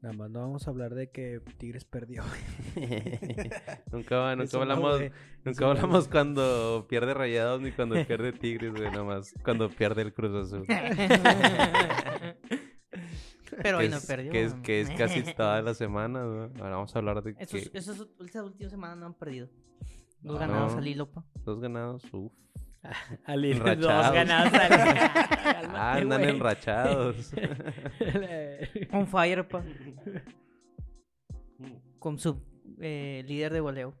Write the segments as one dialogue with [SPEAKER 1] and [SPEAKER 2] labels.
[SPEAKER 1] Nada más no vamos a hablar de que Tigres perdió.
[SPEAKER 2] nunca va- nunca
[SPEAKER 1] Eso no,
[SPEAKER 2] hablamos,
[SPEAKER 1] güey. Eso
[SPEAKER 2] nunca
[SPEAKER 1] no,
[SPEAKER 2] hablamos cuando pierde Rayados ni cuando pierde Tigres, güey, nada más cuando pierde el Cruz Azul.
[SPEAKER 3] Pero
[SPEAKER 2] que
[SPEAKER 3] hoy no
[SPEAKER 2] es-
[SPEAKER 3] perdió.
[SPEAKER 2] Que es, que es casi todas las semanas, güey. Ahora vamos a hablar de
[SPEAKER 3] Esos,
[SPEAKER 2] que Ah,
[SPEAKER 3] esos, esas últimas semanas no han perdido. Dos
[SPEAKER 2] No.
[SPEAKER 3] ganados al hilo, pa.
[SPEAKER 2] dos ganados, uff.
[SPEAKER 1] Al ir dos
[SPEAKER 2] Enrachados.
[SPEAKER 1] ganados al
[SPEAKER 2] Ah, andan enrachados.
[SPEAKER 3] On fire, pa. Con su eh, líder de goleo,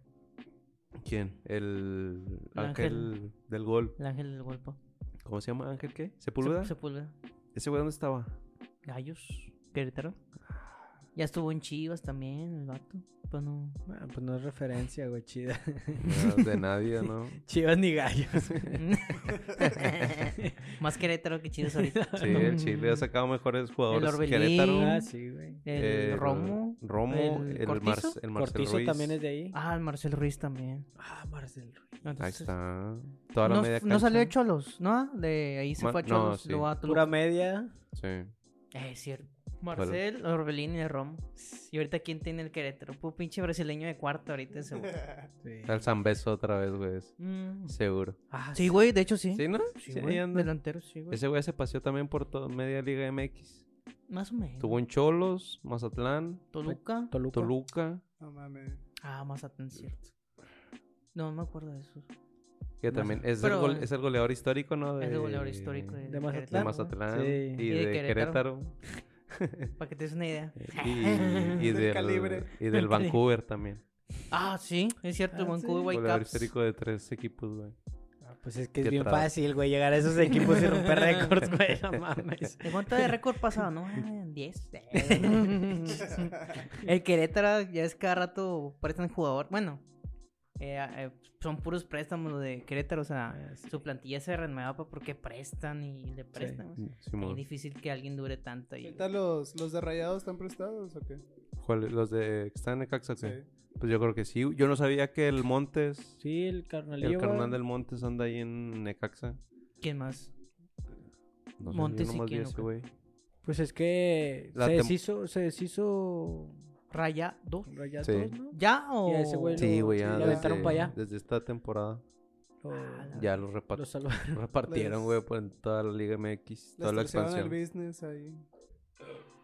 [SPEAKER 2] ¿Quién? El
[SPEAKER 3] Ángel.
[SPEAKER 2] Ángel del Gol.
[SPEAKER 3] el ángel del golpe.
[SPEAKER 2] ¿Cómo se llama Ángel qué? ¿Sepúlveda?
[SPEAKER 3] Sepúlveda.
[SPEAKER 2] ¿Ese güey dónde estaba?
[SPEAKER 3] Gallos. Querétaro. Ya estuvo en Chivas también, el vato. Pues no.
[SPEAKER 1] Ah, pues no es referencia, güey, chida.
[SPEAKER 2] No, De nadie, ¿no?
[SPEAKER 1] Chivas ni gallos.
[SPEAKER 3] Más Querétaro que Chivas ahorita.
[SPEAKER 2] Sí, el Chile ha sacado mejores jugadores.
[SPEAKER 3] Orbelín.
[SPEAKER 2] Querétaro.
[SPEAKER 1] ah, sí, güey.
[SPEAKER 3] El
[SPEAKER 2] eh,
[SPEAKER 3] Romo.
[SPEAKER 2] Romo,
[SPEAKER 3] el
[SPEAKER 2] el, Mar-
[SPEAKER 3] Cortizo.
[SPEAKER 2] el Marcel
[SPEAKER 1] Cortizo
[SPEAKER 2] Ruiz.
[SPEAKER 1] también es de ahí.
[SPEAKER 3] Ah, el Marcel Ruiz también.
[SPEAKER 1] Ah, Marcel Ruiz.
[SPEAKER 2] Ahí
[SPEAKER 3] Entonces,
[SPEAKER 2] está. Toda la
[SPEAKER 3] no,
[SPEAKER 2] media
[SPEAKER 3] no salió de
[SPEAKER 2] cancha.
[SPEAKER 3] Cholos, ¿no? De ahí se
[SPEAKER 2] Ma-
[SPEAKER 3] fue a
[SPEAKER 2] no,
[SPEAKER 3] Cholos.
[SPEAKER 2] sí.
[SPEAKER 3] luego a
[SPEAKER 1] Pura
[SPEAKER 3] Toluca.
[SPEAKER 1] media.
[SPEAKER 2] Sí.
[SPEAKER 3] Eh, cierto. Marcel, Orbelín y el Romo. Y ahorita, ¿quién tiene el Querétaro? Puro pinche brasileño de cuarto ahorita, seguro.
[SPEAKER 1] Sí.
[SPEAKER 2] Al Zambeso otra vez, güey.
[SPEAKER 3] Mm.
[SPEAKER 2] Seguro.
[SPEAKER 1] Ah,
[SPEAKER 3] Sí, güey, de hecho sí.
[SPEAKER 2] ¿Sí, no?
[SPEAKER 3] Sí,
[SPEAKER 2] Sí, ahí
[SPEAKER 3] güey.
[SPEAKER 2] anda.
[SPEAKER 3] Delantero, sí, güey.
[SPEAKER 2] Ese güey se paseó también por toda media Liga MX.
[SPEAKER 3] Más o menos.
[SPEAKER 2] Estuvo en Cholos, Mazatlán,
[SPEAKER 3] Toluca.
[SPEAKER 1] Toluca.
[SPEAKER 2] Toluca.
[SPEAKER 4] No mames.
[SPEAKER 3] Ah, Mazatlán, cierto. No, no me acuerdo de eso.
[SPEAKER 2] Eh, Que
[SPEAKER 1] Maza-
[SPEAKER 2] también es,
[SPEAKER 3] Pero-
[SPEAKER 2] el gol- es el goleador histórico, ¿no?
[SPEAKER 3] Es el goleador histórico
[SPEAKER 2] De,
[SPEAKER 3] de,
[SPEAKER 1] de
[SPEAKER 2] de
[SPEAKER 1] Mazatlán,
[SPEAKER 2] Mazatlán
[SPEAKER 1] Sí.
[SPEAKER 2] y, de, Querétaro.
[SPEAKER 3] Para que te des una idea.
[SPEAKER 2] Y, y
[SPEAKER 4] Del
[SPEAKER 2] del,
[SPEAKER 4] calibre.
[SPEAKER 2] y del Vancouver también.
[SPEAKER 3] Ah, sí, es cierto,
[SPEAKER 1] Ah,
[SPEAKER 3] Vancouver
[SPEAKER 1] sí.
[SPEAKER 2] Goleador
[SPEAKER 3] Whitecaps.
[SPEAKER 2] histórico de tres equipos, güey.
[SPEAKER 1] Ah, Pues es que es
[SPEAKER 2] Qué
[SPEAKER 1] bien
[SPEAKER 2] traba.
[SPEAKER 1] fácil, güey, llegar a esos equipos y romper récords, güey. No mames.
[SPEAKER 3] ¿De cuánto de récord pasado? No, Ah, 10. el Querétaro ya es cada rato prestan jugador. Bueno, eh, eh, son puros préstamos los de Querétaro. O sea,
[SPEAKER 1] Ah, sí.
[SPEAKER 3] su plantilla se renueva pa, porque prestan y le prestan. o sea, Es
[SPEAKER 2] Mm, Simón.
[SPEAKER 3] difícil que alguien dure tanto. Y...
[SPEAKER 4] Ahorita los, los de rayados están prestados o qué?
[SPEAKER 2] ¿Cuál- ¿Los de que están en Necaxa?
[SPEAKER 4] Sí.
[SPEAKER 2] qué? Pues yo creo que sí. Yo no sabía que el Montes,
[SPEAKER 1] Sí, el eh. carnalillo.
[SPEAKER 2] el carnal
[SPEAKER 1] güey.
[SPEAKER 2] del Montes anda ahí en Necaxa.
[SPEAKER 3] ¿Quién más?
[SPEAKER 2] No sé,
[SPEAKER 3] Montes
[SPEAKER 2] yo
[SPEAKER 3] y
[SPEAKER 2] nomás vi
[SPEAKER 3] quién,
[SPEAKER 2] ese
[SPEAKER 3] ¿o
[SPEAKER 2] güey.
[SPEAKER 1] Pues es que
[SPEAKER 2] La
[SPEAKER 1] se
[SPEAKER 2] tem-
[SPEAKER 1] deshizo, se deshizo
[SPEAKER 3] Raya 2.
[SPEAKER 1] Rayados,
[SPEAKER 2] Sí.
[SPEAKER 1] ¿no?
[SPEAKER 3] ¿Ya o...?
[SPEAKER 1] Y a ese güey
[SPEAKER 2] Sí,
[SPEAKER 1] lo-
[SPEAKER 2] güey,
[SPEAKER 1] sí,
[SPEAKER 2] ya
[SPEAKER 1] lo aventaron
[SPEAKER 2] desde,
[SPEAKER 1] para allá.
[SPEAKER 2] desde esta temporada
[SPEAKER 1] Lo,
[SPEAKER 3] Ah,
[SPEAKER 2] ya los repa-
[SPEAKER 1] lo salvaron.
[SPEAKER 2] repartieron,
[SPEAKER 4] Les-
[SPEAKER 2] güey, por en toda la Liga MX, toda
[SPEAKER 4] Les
[SPEAKER 2] la
[SPEAKER 4] torcieron
[SPEAKER 2] expansión.
[SPEAKER 4] el business ahí.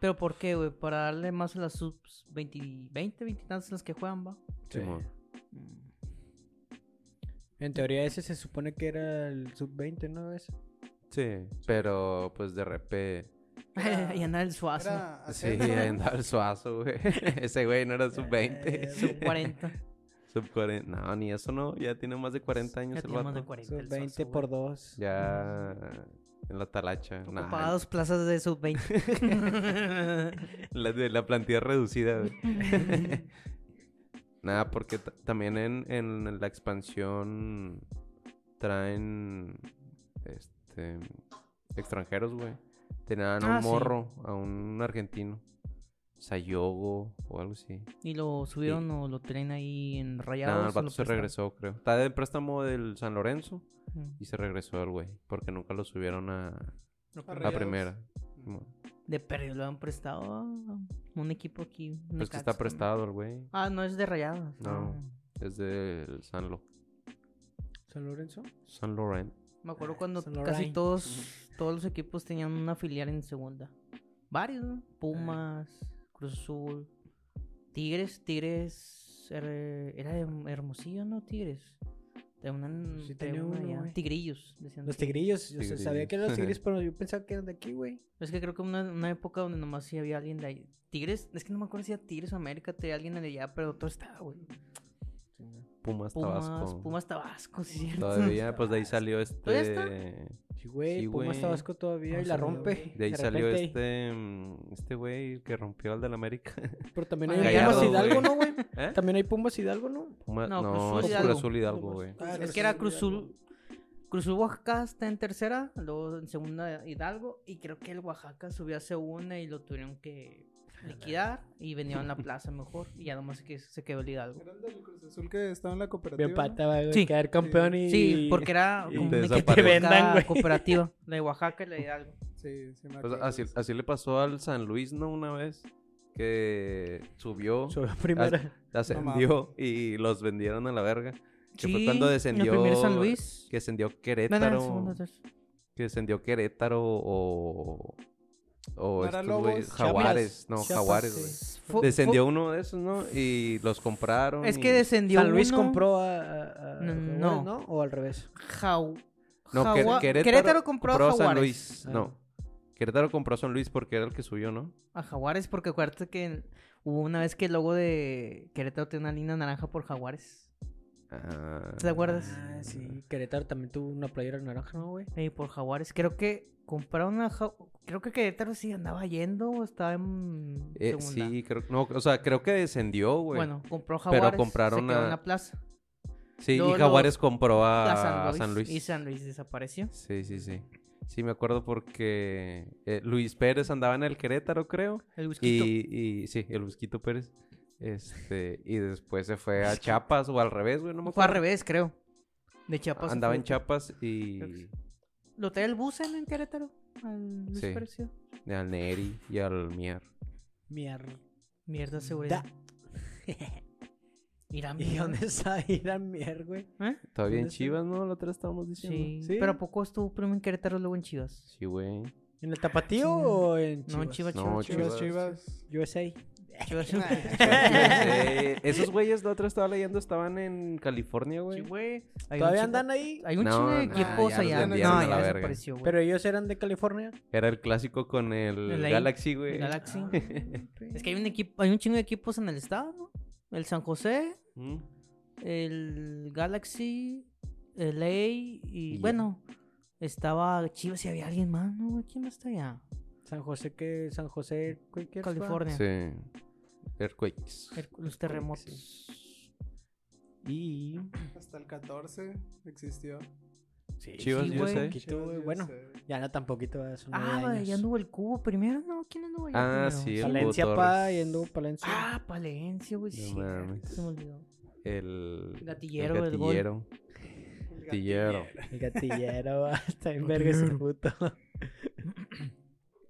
[SPEAKER 3] ¿Pero por qué, güey? Para darle más a las subs 20, 20, 20 y tantas las que juegan, va.
[SPEAKER 2] Simón.
[SPEAKER 1] En teoría ese se supone que era el sub-20, ¿no? Ese.
[SPEAKER 2] Sí, pero pues de repente.
[SPEAKER 3] y andar el suazo.
[SPEAKER 4] Era
[SPEAKER 2] Sí,
[SPEAKER 4] ascenso,
[SPEAKER 2] ahí
[SPEAKER 4] ¿no?
[SPEAKER 2] andaba el suazo, güey. Ese güey no era sub 20.
[SPEAKER 1] Eh,
[SPEAKER 3] Sub 40.
[SPEAKER 2] Sub 40. No, ni eso no. Ya tiene más de 40 años
[SPEAKER 3] Ya
[SPEAKER 2] el
[SPEAKER 3] tiene más de
[SPEAKER 2] vato.
[SPEAKER 3] 40. el Suazo,
[SPEAKER 1] Sub-20
[SPEAKER 3] güey.
[SPEAKER 1] por 2.
[SPEAKER 2] Ya en la talacha.
[SPEAKER 3] Ocupaba
[SPEAKER 2] Nah,
[SPEAKER 3] dos plazas de sub 20.
[SPEAKER 2] la, de la plantilla reducida, güey. Nada, porque ta- también en, en la expansión traen este extranjeros, güey. Tenían a un
[SPEAKER 3] Ah, sí.
[SPEAKER 2] morro, a un argentino. Sayogo o algo así.
[SPEAKER 3] y lo subieron o lo traen ahí en rayados.
[SPEAKER 2] Nada,
[SPEAKER 3] o
[SPEAKER 2] el vato
[SPEAKER 3] lo
[SPEAKER 2] se
[SPEAKER 3] prestaron?
[SPEAKER 2] regresó, creo. Está de préstamo del San Lorenzo
[SPEAKER 3] Mm.
[SPEAKER 2] y se regresó el güey. Porque nunca lo subieron a,
[SPEAKER 4] A
[SPEAKER 2] a
[SPEAKER 4] Rayados.
[SPEAKER 2] primera. Simón.
[SPEAKER 3] De perdido lo han prestado a un equipo aquí.
[SPEAKER 2] Pues que
[SPEAKER 3] Necaxa.
[SPEAKER 2] está prestado el güey.
[SPEAKER 3] Ah, no es de rayados.
[SPEAKER 2] No.
[SPEAKER 3] Ah.
[SPEAKER 2] Es del San, Lo-
[SPEAKER 1] ¿San Lorenzo?
[SPEAKER 2] San Lorenzo.
[SPEAKER 3] Me acuerdo cuando
[SPEAKER 1] San
[SPEAKER 3] casi
[SPEAKER 1] Lorenzo.
[SPEAKER 3] todos, todos los equipos tenían una filial en segunda. Varios,
[SPEAKER 1] Eh.
[SPEAKER 3] ¿no? Pumas, Cruz Azul, Tigres, Tigres era, era de Hermosillo, ¿no? Tigres. De una,
[SPEAKER 1] Sí
[SPEAKER 3] de
[SPEAKER 1] tenía
[SPEAKER 3] una
[SPEAKER 1] uno,
[SPEAKER 3] ya-
[SPEAKER 1] güey.
[SPEAKER 3] Tigrillos, decían.
[SPEAKER 1] Los
[SPEAKER 3] tigrillos.
[SPEAKER 1] tigrillos. Yo
[SPEAKER 2] Tigrillos.
[SPEAKER 1] sabía que eran los tigrillos, pero yo pensaba que eran de aquí, güey.
[SPEAKER 3] Es que creo que una, una época donde nomás sí había alguien de ahí. Tigres, es que no me acuerdo si era Tigres o América, tenía alguien de allá, pero todo estaba, güey.
[SPEAKER 2] Pumas,
[SPEAKER 3] Pumas,
[SPEAKER 2] Tabasco.
[SPEAKER 3] Pumas Tabasco, sí, cierto.
[SPEAKER 2] Todavía, pues de ahí salió
[SPEAKER 3] ¿Todavía está?
[SPEAKER 2] este.
[SPEAKER 1] Sí, güey.
[SPEAKER 2] Sí,
[SPEAKER 1] Pumas
[SPEAKER 2] güey.
[SPEAKER 1] Tabasco todavía
[SPEAKER 3] No
[SPEAKER 1] y la
[SPEAKER 3] sabía,
[SPEAKER 1] rompe.
[SPEAKER 3] güey.
[SPEAKER 2] De ahí salió
[SPEAKER 1] repente.
[SPEAKER 2] este. mm, Este güey que rompió al del América.
[SPEAKER 1] Pero también hay
[SPEAKER 3] Gallardo,
[SPEAKER 1] Pumas Hidalgo,
[SPEAKER 2] güey.
[SPEAKER 1] ¿no, güey?
[SPEAKER 2] ¿Eh?
[SPEAKER 1] También hay Pumas Hidalgo, ¿no?
[SPEAKER 2] Puma-
[SPEAKER 3] No,
[SPEAKER 2] No,
[SPEAKER 3] Cruz Azul
[SPEAKER 2] es Cruz
[SPEAKER 3] Hidalgo.
[SPEAKER 2] Azul Hidalgo, güey.
[SPEAKER 3] Es
[SPEAKER 1] Ah,
[SPEAKER 3] que era Ah, Cruz Azul. Cruz Azul Oaxaca está en tercera, luego en segunda Hidalgo, y creo que el Oaxaca subió a segunda y lo tuvieron que liquidar y vendieron la plaza mejor, y ya nomás que se quedó el Hidalgo.
[SPEAKER 4] Era el del Cruz Azul que estaba en la cooperativa.
[SPEAKER 1] Bien
[SPEAKER 4] ¿no?
[SPEAKER 1] pataba, güey.
[SPEAKER 3] Sí.
[SPEAKER 1] Quedar campeón y...
[SPEAKER 3] Sí, porque era
[SPEAKER 2] y
[SPEAKER 3] como un
[SPEAKER 2] te
[SPEAKER 3] equipo
[SPEAKER 2] desapareció.
[SPEAKER 1] Que
[SPEAKER 3] de
[SPEAKER 1] te vendan,
[SPEAKER 3] cada
[SPEAKER 1] güey.
[SPEAKER 3] cooperativa, la de Oaxaca y la de Hidalgo.
[SPEAKER 4] Sí, sí me
[SPEAKER 2] Pues
[SPEAKER 4] acuerdo.
[SPEAKER 2] así, así le pasó al San Luis, ¿no? Una vez. que subió,
[SPEAKER 1] Sobre primera.
[SPEAKER 2] ascendió y los vendieron a la verga. Que fue cuando
[SPEAKER 3] Sí,
[SPEAKER 2] descendió.
[SPEAKER 3] En la primera San Luis.
[SPEAKER 2] Que descendió
[SPEAKER 3] No, no, en la
[SPEAKER 2] Querétaro.
[SPEAKER 3] segunda, tercera.
[SPEAKER 2] que descendió Querétaro o. O
[SPEAKER 4] ¿No era
[SPEAKER 2] estos
[SPEAKER 4] Lobos?
[SPEAKER 2] güeyes,
[SPEAKER 1] Chiapas.
[SPEAKER 2] Jaguares. No,
[SPEAKER 1] Chiapas,
[SPEAKER 2] Jaguares,
[SPEAKER 1] sí.
[SPEAKER 2] güey.
[SPEAKER 3] Fu-
[SPEAKER 2] Descendió
[SPEAKER 3] fu-
[SPEAKER 2] uno de esos, ¿no? Y los compraron.
[SPEAKER 3] Es
[SPEAKER 2] y-
[SPEAKER 3] que descendió
[SPEAKER 1] San Luis
[SPEAKER 3] uno.
[SPEAKER 1] compró a. a- a
[SPEAKER 3] No,
[SPEAKER 1] Jaguares,
[SPEAKER 3] no.
[SPEAKER 1] ¿no? O al revés.
[SPEAKER 3] Jau-
[SPEAKER 2] No, Quer-
[SPEAKER 3] Jagua-
[SPEAKER 2] Querétaro,
[SPEAKER 3] compró, a
[SPEAKER 2] compró
[SPEAKER 3] Jaguares.
[SPEAKER 2] San Luis.
[SPEAKER 1] Ah.
[SPEAKER 2] No. Querétaro compró a San Luis porque era el que subió, ¿no?
[SPEAKER 3] A Jaguares, porque acuérdate que en- hubo una vez que el logo de Querétaro tiene una línea naranja por Jaguares.
[SPEAKER 2] Ah,
[SPEAKER 3] ¿Te acuerdas?
[SPEAKER 1] Ah, sí. Querétaro también tuvo una playera naranja, ¿no, güey?
[SPEAKER 3] Eh, por Jaguares. Creo que compraron a Ja- Creo que Querétaro sí andaba yendo o estaba en
[SPEAKER 2] eh,
[SPEAKER 3] segunda.
[SPEAKER 2] sí, creo, no, o sea, creo que descendió, güey.
[SPEAKER 3] bueno, compró Jaguares.
[SPEAKER 2] compraron
[SPEAKER 3] se quedó
[SPEAKER 2] a-
[SPEAKER 3] en la plaza.
[SPEAKER 2] sí, y
[SPEAKER 3] luego los-
[SPEAKER 2] Jaguares compró a,
[SPEAKER 3] a San Luis,
[SPEAKER 2] San Luis.
[SPEAKER 3] Y San Luis desapareció.
[SPEAKER 2] Sí, sí, sí. Sí, me acuerdo porque eh, Luis Pérez andaba en el Querétaro, creo.
[SPEAKER 3] El Busquito.
[SPEAKER 2] Y, y sí, el Busquito Pérez. Este, y después se fue a Chiapas o al revés, güey, no me
[SPEAKER 3] Fue al
[SPEAKER 2] acuerdo.
[SPEAKER 3] revés, creo. De Chiapas. se
[SPEAKER 2] Andaba
[SPEAKER 3] Pues fue.
[SPEAKER 2] en Chiapas
[SPEAKER 3] Creo que
[SPEAKER 2] y
[SPEAKER 3] sí. ¿Lo trae el bus en, en Querétaro? Al Luis
[SPEAKER 2] Sí.
[SPEAKER 3] Pérez, sí.
[SPEAKER 2] al Neri y al Mier.
[SPEAKER 1] Mierda.
[SPEAKER 3] Mierda, seguridad. Irán
[SPEAKER 1] ¿Y dónde está Irán Mier, güey?
[SPEAKER 3] ¿Eh?
[SPEAKER 2] Todavía en
[SPEAKER 1] ¿Dónde está?
[SPEAKER 2] Chivas, ¿no? La otra estábamos diciendo.
[SPEAKER 3] Sí.
[SPEAKER 1] Sí.
[SPEAKER 3] Pero ¿a poco estuvo primero en Querétaro luego en Chivas?
[SPEAKER 2] Sí, güey.
[SPEAKER 1] ¿En el Tapatío
[SPEAKER 3] Chivas.
[SPEAKER 1] o en Chivas?
[SPEAKER 3] No, en Chivas,
[SPEAKER 2] No,
[SPEAKER 3] Chivas, Chivas.
[SPEAKER 4] Chivas, Chivas.
[SPEAKER 1] USA.
[SPEAKER 3] Chivas.
[SPEAKER 2] Eh, esos güeyes, la otra estaba leyendo, estaban en California, güey.
[SPEAKER 3] Sí, güey. Hay un
[SPEAKER 1] ¿Todavía
[SPEAKER 3] chingo-
[SPEAKER 1] andan ahí?
[SPEAKER 3] Hay un
[SPEAKER 2] No,
[SPEAKER 3] chingo de
[SPEAKER 2] no,
[SPEAKER 3] equipos
[SPEAKER 2] ya los
[SPEAKER 3] allá. No,
[SPEAKER 4] vendieron a
[SPEAKER 3] ya
[SPEAKER 4] la
[SPEAKER 2] verga.
[SPEAKER 3] desapareció, güey.
[SPEAKER 1] Pero ellos eran de California.
[SPEAKER 2] Era el clásico con el,
[SPEAKER 3] El ahí,
[SPEAKER 2] Galaxy, güey.
[SPEAKER 3] Galaxy.
[SPEAKER 1] Ah,
[SPEAKER 3] Es que hay un equipo, hay un chingo de equipos en el estado, ¿no? El San José,
[SPEAKER 2] Mm.
[SPEAKER 3] el Galaxy, el LA y,
[SPEAKER 2] ya.
[SPEAKER 3] bueno, estaba Chivas y había alguien más, ¿no? güey? ¿Quién más está allá?
[SPEAKER 1] San José, que San José, ¿qué- qué es, va?
[SPEAKER 3] California.
[SPEAKER 2] Sí. Earthquakes.
[SPEAKER 3] El- los
[SPEAKER 2] pues,
[SPEAKER 3] terremotos.
[SPEAKER 2] Y.
[SPEAKER 4] Hasta el 14 existió.
[SPEAKER 1] Sí,
[SPEAKER 2] Chivas
[SPEAKER 1] sí,
[SPEAKER 3] USA.
[SPEAKER 1] güey,
[SPEAKER 2] Chivas
[SPEAKER 1] poquito, güey,
[SPEAKER 4] Chivas,
[SPEAKER 1] Bueno,
[SPEAKER 4] USA.
[SPEAKER 1] ya no tampoco son nueve
[SPEAKER 3] Ah, güey,
[SPEAKER 1] años.
[SPEAKER 3] ya anduvo el cubo primero, ¿no? ¿Quién anduvo allá
[SPEAKER 2] Ah,
[SPEAKER 3] primero?
[SPEAKER 2] sí, el Cubo
[SPEAKER 1] Palencia,
[SPEAKER 2] Torres.
[SPEAKER 1] pa, y anduvo Palencia.
[SPEAKER 3] Ah, Palencia, güey,
[SPEAKER 2] No
[SPEAKER 3] sí.
[SPEAKER 2] mames.
[SPEAKER 3] Se me olvidó.
[SPEAKER 2] El.
[SPEAKER 3] Gatillero,
[SPEAKER 2] El
[SPEAKER 3] el gol.
[SPEAKER 2] gatillero.
[SPEAKER 4] El
[SPEAKER 2] Gatillero.
[SPEAKER 1] El gatillero, hasta en verga ese puto.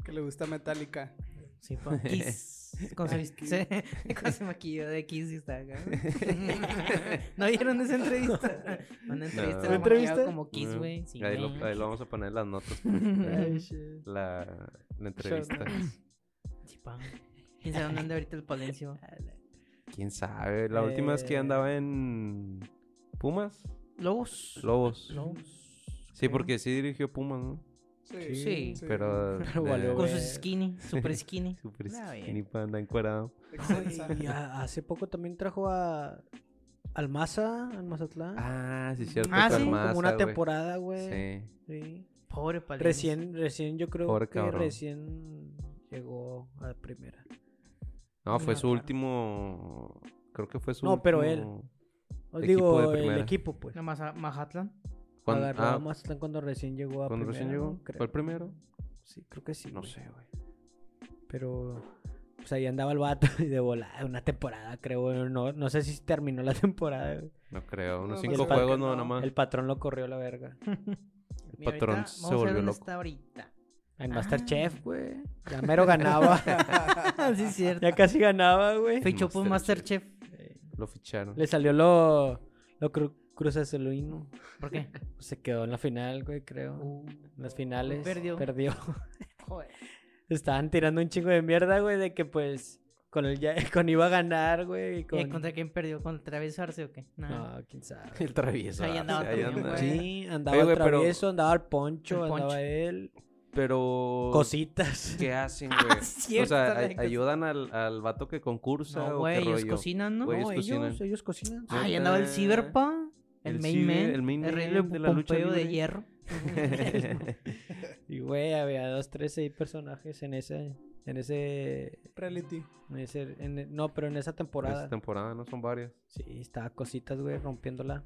[SPEAKER 4] Que le gusta Metallica.
[SPEAKER 3] Sí, pa. Kiss. Cuando se, vist- se- cuando se maquilló de Kiss y está acá. ¿No vieron esa entrevista? Una entrevista,
[SPEAKER 2] No.
[SPEAKER 3] lo
[SPEAKER 1] ¿Entrevista?
[SPEAKER 3] maquillaba como Kiss,
[SPEAKER 2] Mm.
[SPEAKER 3] güey. Sí,
[SPEAKER 2] ahí, lo,
[SPEAKER 3] güey.
[SPEAKER 2] ahí lo vamos a poner en las notas.
[SPEAKER 1] Ay,
[SPEAKER 2] Eh,
[SPEAKER 1] shit.
[SPEAKER 2] la, la entrevista.
[SPEAKER 3] Sí, pa. ¿Quién sabe dónde anda ahorita el Palencia? güey?
[SPEAKER 2] Quién sabe. La última vez que
[SPEAKER 1] Eh.
[SPEAKER 2] andaba en. Pumas.
[SPEAKER 3] Lobos.
[SPEAKER 2] Lobos.
[SPEAKER 3] Lobos.
[SPEAKER 2] Sí, porque sí dirigió Pumas, ¿no?
[SPEAKER 4] Sí.
[SPEAKER 3] Sí.
[SPEAKER 2] Pero.
[SPEAKER 1] Pero
[SPEAKER 2] de-
[SPEAKER 1] valió,
[SPEAKER 3] Con
[SPEAKER 1] güey.
[SPEAKER 3] sus skinny, super skinny.
[SPEAKER 2] Super
[SPEAKER 3] Nah, güey.
[SPEAKER 2] skinny panda encuerado.
[SPEAKER 4] Excelsa.
[SPEAKER 1] Y a- hace poco también trajo a al Maza, al Mazatlán.
[SPEAKER 2] Ah, sí, cierto.
[SPEAKER 3] Ah,
[SPEAKER 2] con
[SPEAKER 3] sí.
[SPEAKER 2] Maza,
[SPEAKER 1] como una
[SPEAKER 2] güey.
[SPEAKER 1] temporada, güey.
[SPEAKER 2] Sí.
[SPEAKER 1] Sí.
[SPEAKER 3] Pobre Palencia.
[SPEAKER 1] Recién, recién, yo creo
[SPEAKER 2] Pobre
[SPEAKER 1] que
[SPEAKER 2] cabrón.
[SPEAKER 1] recién llegó a primera.
[SPEAKER 2] No, fue
[SPEAKER 3] No,
[SPEAKER 2] su
[SPEAKER 3] claro.
[SPEAKER 2] último. Creo que fue su
[SPEAKER 1] No, pero él.
[SPEAKER 2] último-
[SPEAKER 1] Os
[SPEAKER 2] Equipo
[SPEAKER 1] digo,
[SPEAKER 2] de
[SPEAKER 1] el
[SPEAKER 2] primera.
[SPEAKER 1] equipo, pues.
[SPEAKER 3] Nada más a Mazatlán.
[SPEAKER 2] Cuando,
[SPEAKER 1] Agarró
[SPEAKER 2] ah,
[SPEAKER 1] a Mazatlán cuando recién llegó a
[SPEAKER 2] cuando
[SPEAKER 1] primera.
[SPEAKER 2] recién llegó.
[SPEAKER 1] ¿no? Creo.
[SPEAKER 2] ¿Fue el primero?
[SPEAKER 1] Sí, creo que sí.
[SPEAKER 2] No
[SPEAKER 1] güey.
[SPEAKER 2] sé, güey.
[SPEAKER 1] Pero pues ahí andaba el vato y de volada una temporada, creo. No, no sé si terminó la temporada. güey.
[SPEAKER 2] No creo. Unos
[SPEAKER 4] más
[SPEAKER 2] cinco
[SPEAKER 1] el parque,
[SPEAKER 2] juegos, no,
[SPEAKER 4] no.
[SPEAKER 2] nada más.
[SPEAKER 1] El patrón lo corrió a la verga.
[SPEAKER 2] El
[SPEAKER 3] Mira,
[SPEAKER 2] patrón
[SPEAKER 3] ahorita-
[SPEAKER 2] se
[SPEAKER 3] vamos a ver
[SPEAKER 2] volvió
[SPEAKER 3] dónde
[SPEAKER 2] loco.
[SPEAKER 3] está ahorita.
[SPEAKER 1] En
[SPEAKER 3] Ah.
[SPEAKER 1] Masterchef, güey. Ya mero ganaba.
[SPEAKER 3] sí, es cierto.
[SPEAKER 1] ya casi ganaba, güey.
[SPEAKER 3] Fichó por
[SPEAKER 2] Masterchef.
[SPEAKER 3] Masterchef.
[SPEAKER 2] Lo ficharon.
[SPEAKER 1] Le salió lo, lo cru, Cruz Azulino.
[SPEAKER 3] ¿Por qué?
[SPEAKER 1] Se quedó en la final, güey, creo. en las finales.
[SPEAKER 3] Uh, Perdió.
[SPEAKER 1] Perdió.
[SPEAKER 3] Joder.
[SPEAKER 1] Estaban tirando un chingo de mierda, güey, de que pues con el ya- con iba a ganar, güey. y
[SPEAKER 3] ¿Y
[SPEAKER 1] con...
[SPEAKER 3] contra quién perdió? ¿Contra Travis Arce o qué? No.
[SPEAKER 1] No, quién sabe.
[SPEAKER 2] El travieso.
[SPEAKER 3] Ahí
[SPEAKER 2] ah,
[SPEAKER 3] andaba
[SPEAKER 2] sí,
[SPEAKER 3] también,
[SPEAKER 2] anda.
[SPEAKER 3] ah. güey.
[SPEAKER 1] Sí, andaba
[SPEAKER 2] Oye,
[SPEAKER 1] el
[SPEAKER 2] güey, pero-
[SPEAKER 1] travieso, andaba el poncho,
[SPEAKER 3] El Poncho.
[SPEAKER 1] andaba él.
[SPEAKER 2] Pero.
[SPEAKER 1] Cositas.
[SPEAKER 2] Oh. ¿Qué hacen,
[SPEAKER 1] Ah,
[SPEAKER 2] güey? o
[SPEAKER 3] cierto,
[SPEAKER 2] sea,
[SPEAKER 3] la
[SPEAKER 2] ay-
[SPEAKER 3] de cos-
[SPEAKER 2] ayudan al, al vato que concursa.
[SPEAKER 3] No,
[SPEAKER 2] o qué
[SPEAKER 3] güey, ellos
[SPEAKER 2] rollo?
[SPEAKER 3] cocinan, ¿no?
[SPEAKER 2] Güey,
[SPEAKER 1] No,
[SPEAKER 2] ellos cocinan.
[SPEAKER 1] ellos, ellos cocinan.
[SPEAKER 2] Ah,
[SPEAKER 3] Ahí andaba el
[SPEAKER 2] neta.
[SPEAKER 3] Cyberpa, el,
[SPEAKER 2] El
[SPEAKER 3] main
[SPEAKER 2] ciber-
[SPEAKER 3] man,
[SPEAKER 2] el
[SPEAKER 3] el
[SPEAKER 2] main
[SPEAKER 3] rey
[SPEAKER 2] man de
[SPEAKER 3] de
[SPEAKER 2] la lucha
[SPEAKER 3] Pompeo de
[SPEAKER 2] libre.
[SPEAKER 3] hierro.
[SPEAKER 1] Y güey, había dos, tres, seis personajes en ese, en ese,
[SPEAKER 4] Reality.
[SPEAKER 1] en ese- en- e, no, pero en esa temporada.
[SPEAKER 2] Esta temporada, no son varias.
[SPEAKER 1] Sí, estaba cositas, güey, rompiéndola.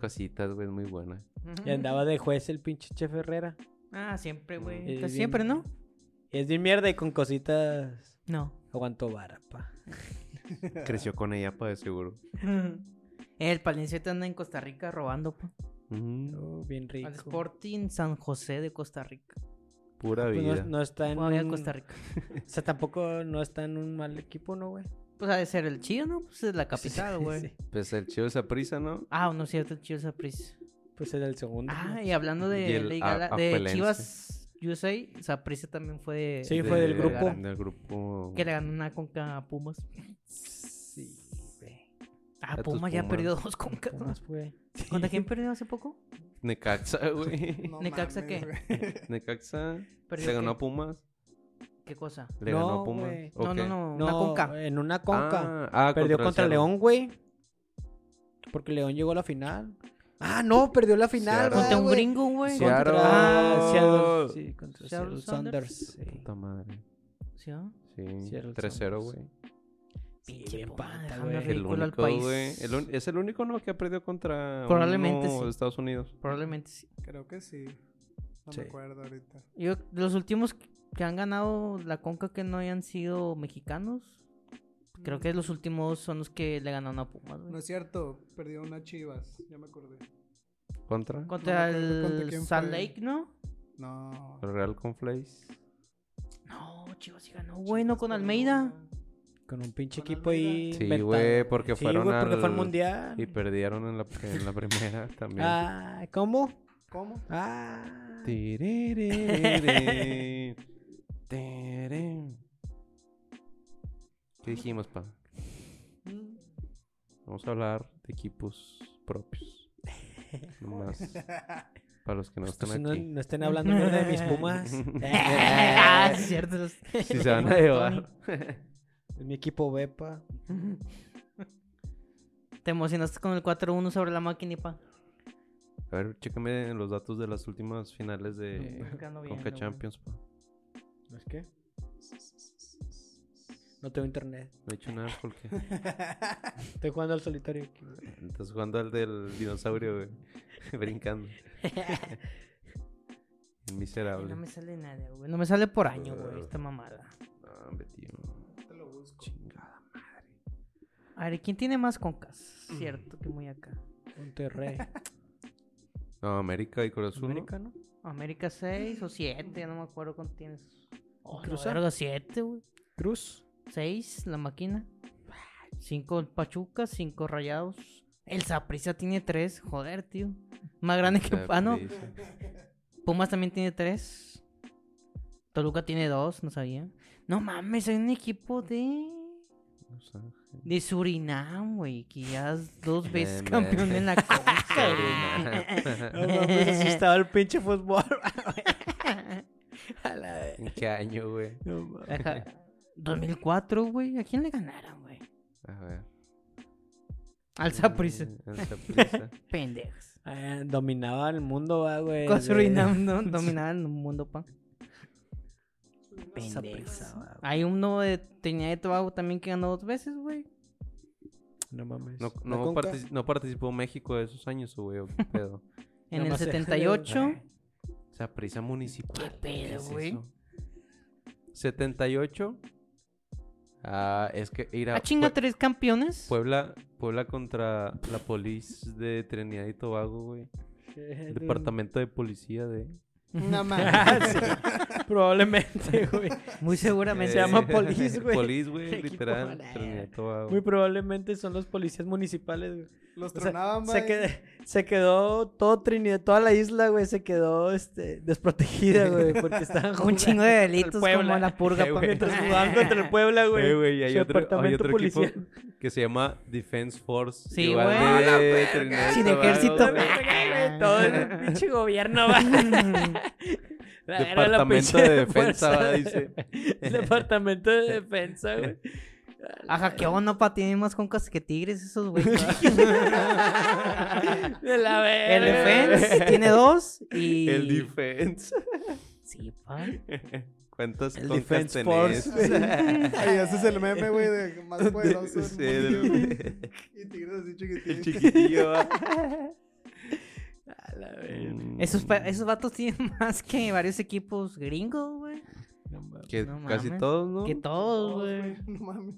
[SPEAKER 2] Cositas, güey, muy buenas.
[SPEAKER 1] Y andaba de juez el pinche Chef Herrera.
[SPEAKER 3] Ah, siempre,
[SPEAKER 2] Es
[SPEAKER 3] güey. Casi
[SPEAKER 1] bien-
[SPEAKER 3] Siempre, ¿no?
[SPEAKER 1] Y es bien mierda y con cositas
[SPEAKER 3] No.
[SPEAKER 1] aguantó vara, pa.
[SPEAKER 2] Creció con ella, pa, de seguro.
[SPEAKER 3] El Palencete anda en Costa Rica robando, pues. pa.
[SPEAKER 2] Ujú.
[SPEAKER 1] Oh, bien rico.
[SPEAKER 3] Al Sporting San José de Costa Rica.
[SPEAKER 2] Pura
[SPEAKER 1] Pues no,
[SPEAKER 2] vida.
[SPEAKER 1] no está en.
[SPEAKER 3] Cuando venga a
[SPEAKER 1] un-
[SPEAKER 3] Costa Rica.
[SPEAKER 1] O sea, tampoco no está en un mal equipo, ¿no, güey?
[SPEAKER 3] Pues ha de ser el chido, ¿no? Pues es la capital, güey.
[SPEAKER 1] Sí.
[SPEAKER 2] Pues el chido esa prisa, ¿no?
[SPEAKER 3] Ah, no es cierto, el chido es Saprissa.
[SPEAKER 1] Pues era el segundo.
[SPEAKER 3] Ah, y hablando de,
[SPEAKER 2] Y el
[SPEAKER 3] Liga
[SPEAKER 2] a-
[SPEAKER 3] La- de
[SPEAKER 2] Ajuelense.
[SPEAKER 3] Chivas USA, Saprissa también fue de-
[SPEAKER 1] Sí, fue del
[SPEAKER 2] De-
[SPEAKER 1] grupo.
[SPEAKER 2] Del grupo.
[SPEAKER 3] que le ganó una conca a Pumas.
[SPEAKER 1] Sí, güey.
[SPEAKER 3] Ah,
[SPEAKER 2] A tus
[SPEAKER 3] Pumas ya ha
[SPEAKER 2] Pumas.
[SPEAKER 3] perdido dos concas.
[SPEAKER 1] ¿Cómo más, güey?
[SPEAKER 3] ¿Contra quién perdió hace poco?
[SPEAKER 2] Necaxa, güey.
[SPEAKER 4] No
[SPEAKER 3] ¿Necaxa
[SPEAKER 4] mames,
[SPEAKER 3] qué?
[SPEAKER 4] güey.
[SPEAKER 2] Necaxa.
[SPEAKER 3] ¿Perdió
[SPEAKER 2] Se
[SPEAKER 3] qué?
[SPEAKER 2] ganó a Pumas.
[SPEAKER 3] ¿Qué cosa?
[SPEAKER 2] Le
[SPEAKER 1] No,
[SPEAKER 2] ganó a Pumas.
[SPEAKER 1] güey.
[SPEAKER 2] ¿O
[SPEAKER 3] No,
[SPEAKER 2] qué?
[SPEAKER 3] no, no,
[SPEAKER 1] No, eh,
[SPEAKER 3] una conca.
[SPEAKER 1] en una conca.
[SPEAKER 2] Ah, ah,
[SPEAKER 1] perdió
[SPEAKER 2] el
[SPEAKER 1] contra
[SPEAKER 2] Cerro.
[SPEAKER 1] León, güey. Porque León llegó a la final. Ah, no, perdió la final.
[SPEAKER 2] Seattle.
[SPEAKER 1] ¿verdad,
[SPEAKER 3] Contra un
[SPEAKER 1] ah, güey?
[SPEAKER 3] gringo, güey.
[SPEAKER 2] Sí, Seattle.
[SPEAKER 1] Contra Seattle. Sí, contra
[SPEAKER 3] Seattle
[SPEAKER 1] Seattle Sounders.
[SPEAKER 3] Sounders.
[SPEAKER 1] sí.
[SPEAKER 2] Puta madre.
[SPEAKER 3] ¿Sí, ah?
[SPEAKER 2] Sí,
[SPEAKER 1] Seattle
[SPEAKER 2] 3-0,
[SPEAKER 1] Sounders.
[SPEAKER 2] güey.
[SPEAKER 1] Sí,
[SPEAKER 3] Pinche
[SPEAKER 1] bien
[SPEAKER 3] Pumas,
[SPEAKER 1] pata, güey.
[SPEAKER 3] dejando el
[SPEAKER 1] El
[SPEAKER 2] El
[SPEAKER 3] ridículo al
[SPEAKER 2] único,
[SPEAKER 3] país.
[SPEAKER 2] güey. El un- Es el único no que ha perdido contra
[SPEAKER 3] Probablemente
[SPEAKER 2] uno
[SPEAKER 3] sí.
[SPEAKER 2] de Estados Unidos.
[SPEAKER 3] Probablemente sí.
[SPEAKER 4] Creo que sí. No
[SPEAKER 1] Sí.
[SPEAKER 4] me acuerdo ahorita.
[SPEAKER 3] Yo, de los últimos que han ganado la conca que no hayan sido mexicanos, creo que los últimos son los que le ganaron a Pumas, güey.
[SPEAKER 4] No es cierto, perdió una Chivas, ya me acordé.
[SPEAKER 2] Contra
[SPEAKER 3] Contra
[SPEAKER 4] no me acuerdo contra
[SPEAKER 3] el
[SPEAKER 4] quién
[SPEAKER 3] Salt
[SPEAKER 4] fue.
[SPEAKER 3] Lake, ¿no?
[SPEAKER 4] No.
[SPEAKER 2] el Real Conflays.
[SPEAKER 3] No, Chivas sí ganó, güey, no
[SPEAKER 4] Chivas
[SPEAKER 3] con
[SPEAKER 4] perdió
[SPEAKER 3] Almeida.
[SPEAKER 4] una-
[SPEAKER 1] Con un pinche
[SPEAKER 4] Con
[SPEAKER 1] equipo
[SPEAKER 4] Almeida.
[SPEAKER 1] ahí.
[SPEAKER 2] Sí,
[SPEAKER 1] inventado.
[SPEAKER 2] güey, porque
[SPEAKER 1] Sí,
[SPEAKER 2] fueron
[SPEAKER 1] güey, porque fue al
[SPEAKER 2] al-
[SPEAKER 1] mundial.
[SPEAKER 2] Y perdieron en la, en la primera también.
[SPEAKER 1] Ah, ¿cómo?
[SPEAKER 4] ¿Cómo?
[SPEAKER 1] Ah.
[SPEAKER 2] Tirererere, terem. ¿Qué dijimos, pa?
[SPEAKER 4] Mm.
[SPEAKER 2] Vamos a hablar de equipos propios. Nomás para los que no
[SPEAKER 1] Pues,
[SPEAKER 2] están
[SPEAKER 1] pues, no,
[SPEAKER 2] aquí.
[SPEAKER 1] no estén hablando mierda de mis pumas.
[SPEAKER 3] ah, sí, es cierto. los-
[SPEAKER 2] Si se van a llevar.
[SPEAKER 1] De Mi equipo Bepa.
[SPEAKER 3] Te emocionaste con el 4-1 sobre la máquina y pa.
[SPEAKER 2] A ver, chécame los datos de las últimas finales de
[SPEAKER 3] Acá no viene,
[SPEAKER 2] Conca
[SPEAKER 3] güey.
[SPEAKER 2] Champions, pa.
[SPEAKER 1] ¿Es qué? No tengo internet.
[SPEAKER 2] No he hecho nada porque
[SPEAKER 1] Estoy jugando al solitario.
[SPEAKER 2] estás jugando al del dinosaurio, güey. Brincando.
[SPEAKER 3] Ay,
[SPEAKER 2] Miserable.
[SPEAKER 3] No me sale nada, güey. No me sale por año, güey, esta mamada.
[SPEAKER 2] No, Ah, hombre, tío.
[SPEAKER 4] Te lo busco.
[SPEAKER 2] Chingada.
[SPEAKER 3] A ver, ¿quién tiene más concas? Cierto que muy acá.
[SPEAKER 1] Monterrey.
[SPEAKER 2] No, América y Cruz Azul. ¿no?
[SPEAKER 1] ¿Americano?
[SPEAKER 3] América 6 o 7, ya no me acuerdo cuánto tienes. Oh,
[SPEAKER 1] Cruza.
[SPEAKER 3] 7, güey.
[SPEAKER 1] Cruz.
[SPEAKER 3] 6, la máquina. 5 el Pachuca, 5 rayados. El Zaprisa tiene 3, joder, tío. Más grande que.
[SPEAKER 2] Saprissa.
[SPEAKER 3] Ah, no. Pumas también tiene 3. Toluca tiene 2, no sabía. No mames, hay un equipo de.
[SPEAKER 2] Los Ángeles.
[SPEAKER 3] De Surinam, güey. Que ya es dos veces
[SPEAKER 1] Em,
[SPEAKER 2] mames.
[SPEAKER 3] campeón en la conca,
[SPEAKER 1] No mames, así estaba el pinche fútbol.
[SPEAKER 3] güey.
[SPEAKER 1] A la vez.
[SPEAKER 2] ¿En qué año, güey?
[SPEAKER 1] No mames.
[SPEAKER 3] Ajá. 2004, güey. ¿A quién le ganaron, güey?
[SPEAKER 2] A ver.
[SPEAKER 3] Al
[SPEAKER 1] Mm.
[SPEAKER 3] Zaprisa.
[SPEAKER 2] Eh, Al Saprissa.
[SPEAKER 3] Pendejos.
[SPEAKER 1] Ah, dominaba el mundo, va, güey.
[SPEAKER 3] Con
[SPEAKER 1] Eh, de-
[SPEAKER 3] Surinam ¿no? dominaban el mundo, pa.
[SPEAKER 1] Esa
[SPEAKER 3] Pendejos.
[SPEAKER 1] prisa, va, güey.
[SPEAKER 3] Hay uno de Trinidad y Tobago también que ganó dos veces, güey.
[SPEAKER 1] No mames.
[SPEAKER 2] No,
[SPEAKER 1] La
[SPEAKER 2] no,
[SPEAKER 1] Conca.
[SPEAKER 2] partici- no participó México de esos años, güey. o ¿Qué pedo?
[SPEAKER 1] Nada
[SPEAKER 3] En el
[SPEAKER 1] más se-
[SPEAKER 3] 78.
[SPEAKER 2] Saprissa Municipal.
[SPEAKER 3] ¿Qué pedo,
[SPEAKER 2] es
[SPEAKER 3] güey?
[SPEAKER 2] eso? 78. Ah, es que irá.
[SPEAKER 3] Ah, chinga, tres campeones.
[SPEAKER 2] Puebla, Puebla contra la polis de Trinidad y Tobago, güey.
[SPEAKER 1] Eh,
[SPEAKER 2] El departamento de policía de.
[SPEAKER 4] Una
[SPEAKER 1] Ah,
[SPEAKER 4] más.
[SPEAKER 1] sí. Probablemente, güey.
[SPEAKER 3] Muy seguramente.
[SPEAKER 1] Se llama polis, güey.
[SPEAKER 2] Polis, güey,
[SPEAKER 1] Equipo
[SPEAKER 2] literal.
[SPEAKER 1] para-
[SPEAKER 2] Trinidad y Tobago.
[SPEAKER 1] Muy probablemente son los policías municipales, güey.
[SPEAKER 4] Los
[SPEAKER 1] O sea,
[SPEAKER 4] tronaban,
[SPEAKER 1] se,
[SPEAKER 4] güey.
[SPEAKER 1] qued- se quedó todo Trinidad, toda la isla, güey, se quedó este, desprotegida, güey, porque estaban
[SPEAKER 3] Un chingo de delitos
[SPEAKER 1] Puebla.
[SPEAKER 3] como la purga,
[SPEAKER 2] Eh,
[SPEAKER 3] pa.
[SPEAKER 2] güey.
[SPEAKER 1] Mientras jugaban contra el Puebla, güey.
[SPEAKER 2] Eh, güey, y hay
[SPEAKER 1] Su
[SPEAKER 2] otro, hay
[SPEAKER 1] departamento
[SPEAKER 2] otro
[SPEAKER 1] policial.
[SPEAKER 2] equipo que se llama Defense Force.
[SPEAKER 3] Sí,
[SPEAKER 2] igual
[SPEAKER 3] güey.
[SPEAKER 2] de
[SPEAKER 3] ¡A la
[SPEAKER 2] Trinidad y
[SPEAKER 3] Sin
[SPEAKER 2] Tobago,
[SPEAKER 3] ejército.
[SPEAKER 2] güey.
[SPEAKER 1] Güey, Todo el pinche gobierno va. Era la
[SPEAKER 2] Departamento
[SPEAKER 1] pinche
[SPEAKER 2] de defensa,
[SPEAKER 1] fuerza
[SPEAKER 2] va,
[SPEAKER 1] de-
[SPEAKER 2] dice.
[SPEAKER 1] Departamento de defensa, güey.
[SPEAKER 3] Ajá, qué onda, pa. Tienen más concas que tigres esos, güey.
[SPEAKER 1] De la verga.
[SPEAKER 3] el Defense tiene dos y.
[SPEAKER 2] El Defense.
[SPEAKER 3] Sí, pa.
[SPEAKER 2] ¿Cuántas
[SPEAKER 1] El
[SPEAKER 2] concas
[SPEAKER 1] Defense
[SPEAKER 2] tenés?
[SPEAKER 1] Force.
[SPEAKER 4] Ahí haces el meme, güey, de más poderoso.
[SPEAKER 2] Sí,
[SPEAKER 4] del
[SPEAKER 2] del-
[SPEAKER 4] mundo, güey. Y tigres así
[SPEAKER 2] el
[SPEAKER 4] chiquititos.
[SPEAKER 2] chiquitillo. va.
[SPEAKER 1] A la verga.
[SPEAKER 2] Mm.
[SPEAKER 3] Esos, pa- esos vatos tienen más que varios equipos gringos, güey.
[SPEAKER 1] No mames.
[SPEAKER 2] Que
[SPEAKER 3] No
[SPEAKER 2] casi
[SPEAKER 3] mames.
[SPEAKER 2] todos, ¿no?
[SPEAKER 3] Que todos,
[SPEAKER 4] Todos,
[SPEAKER 3] güey.
[SPEAKER 4] güey, No mames.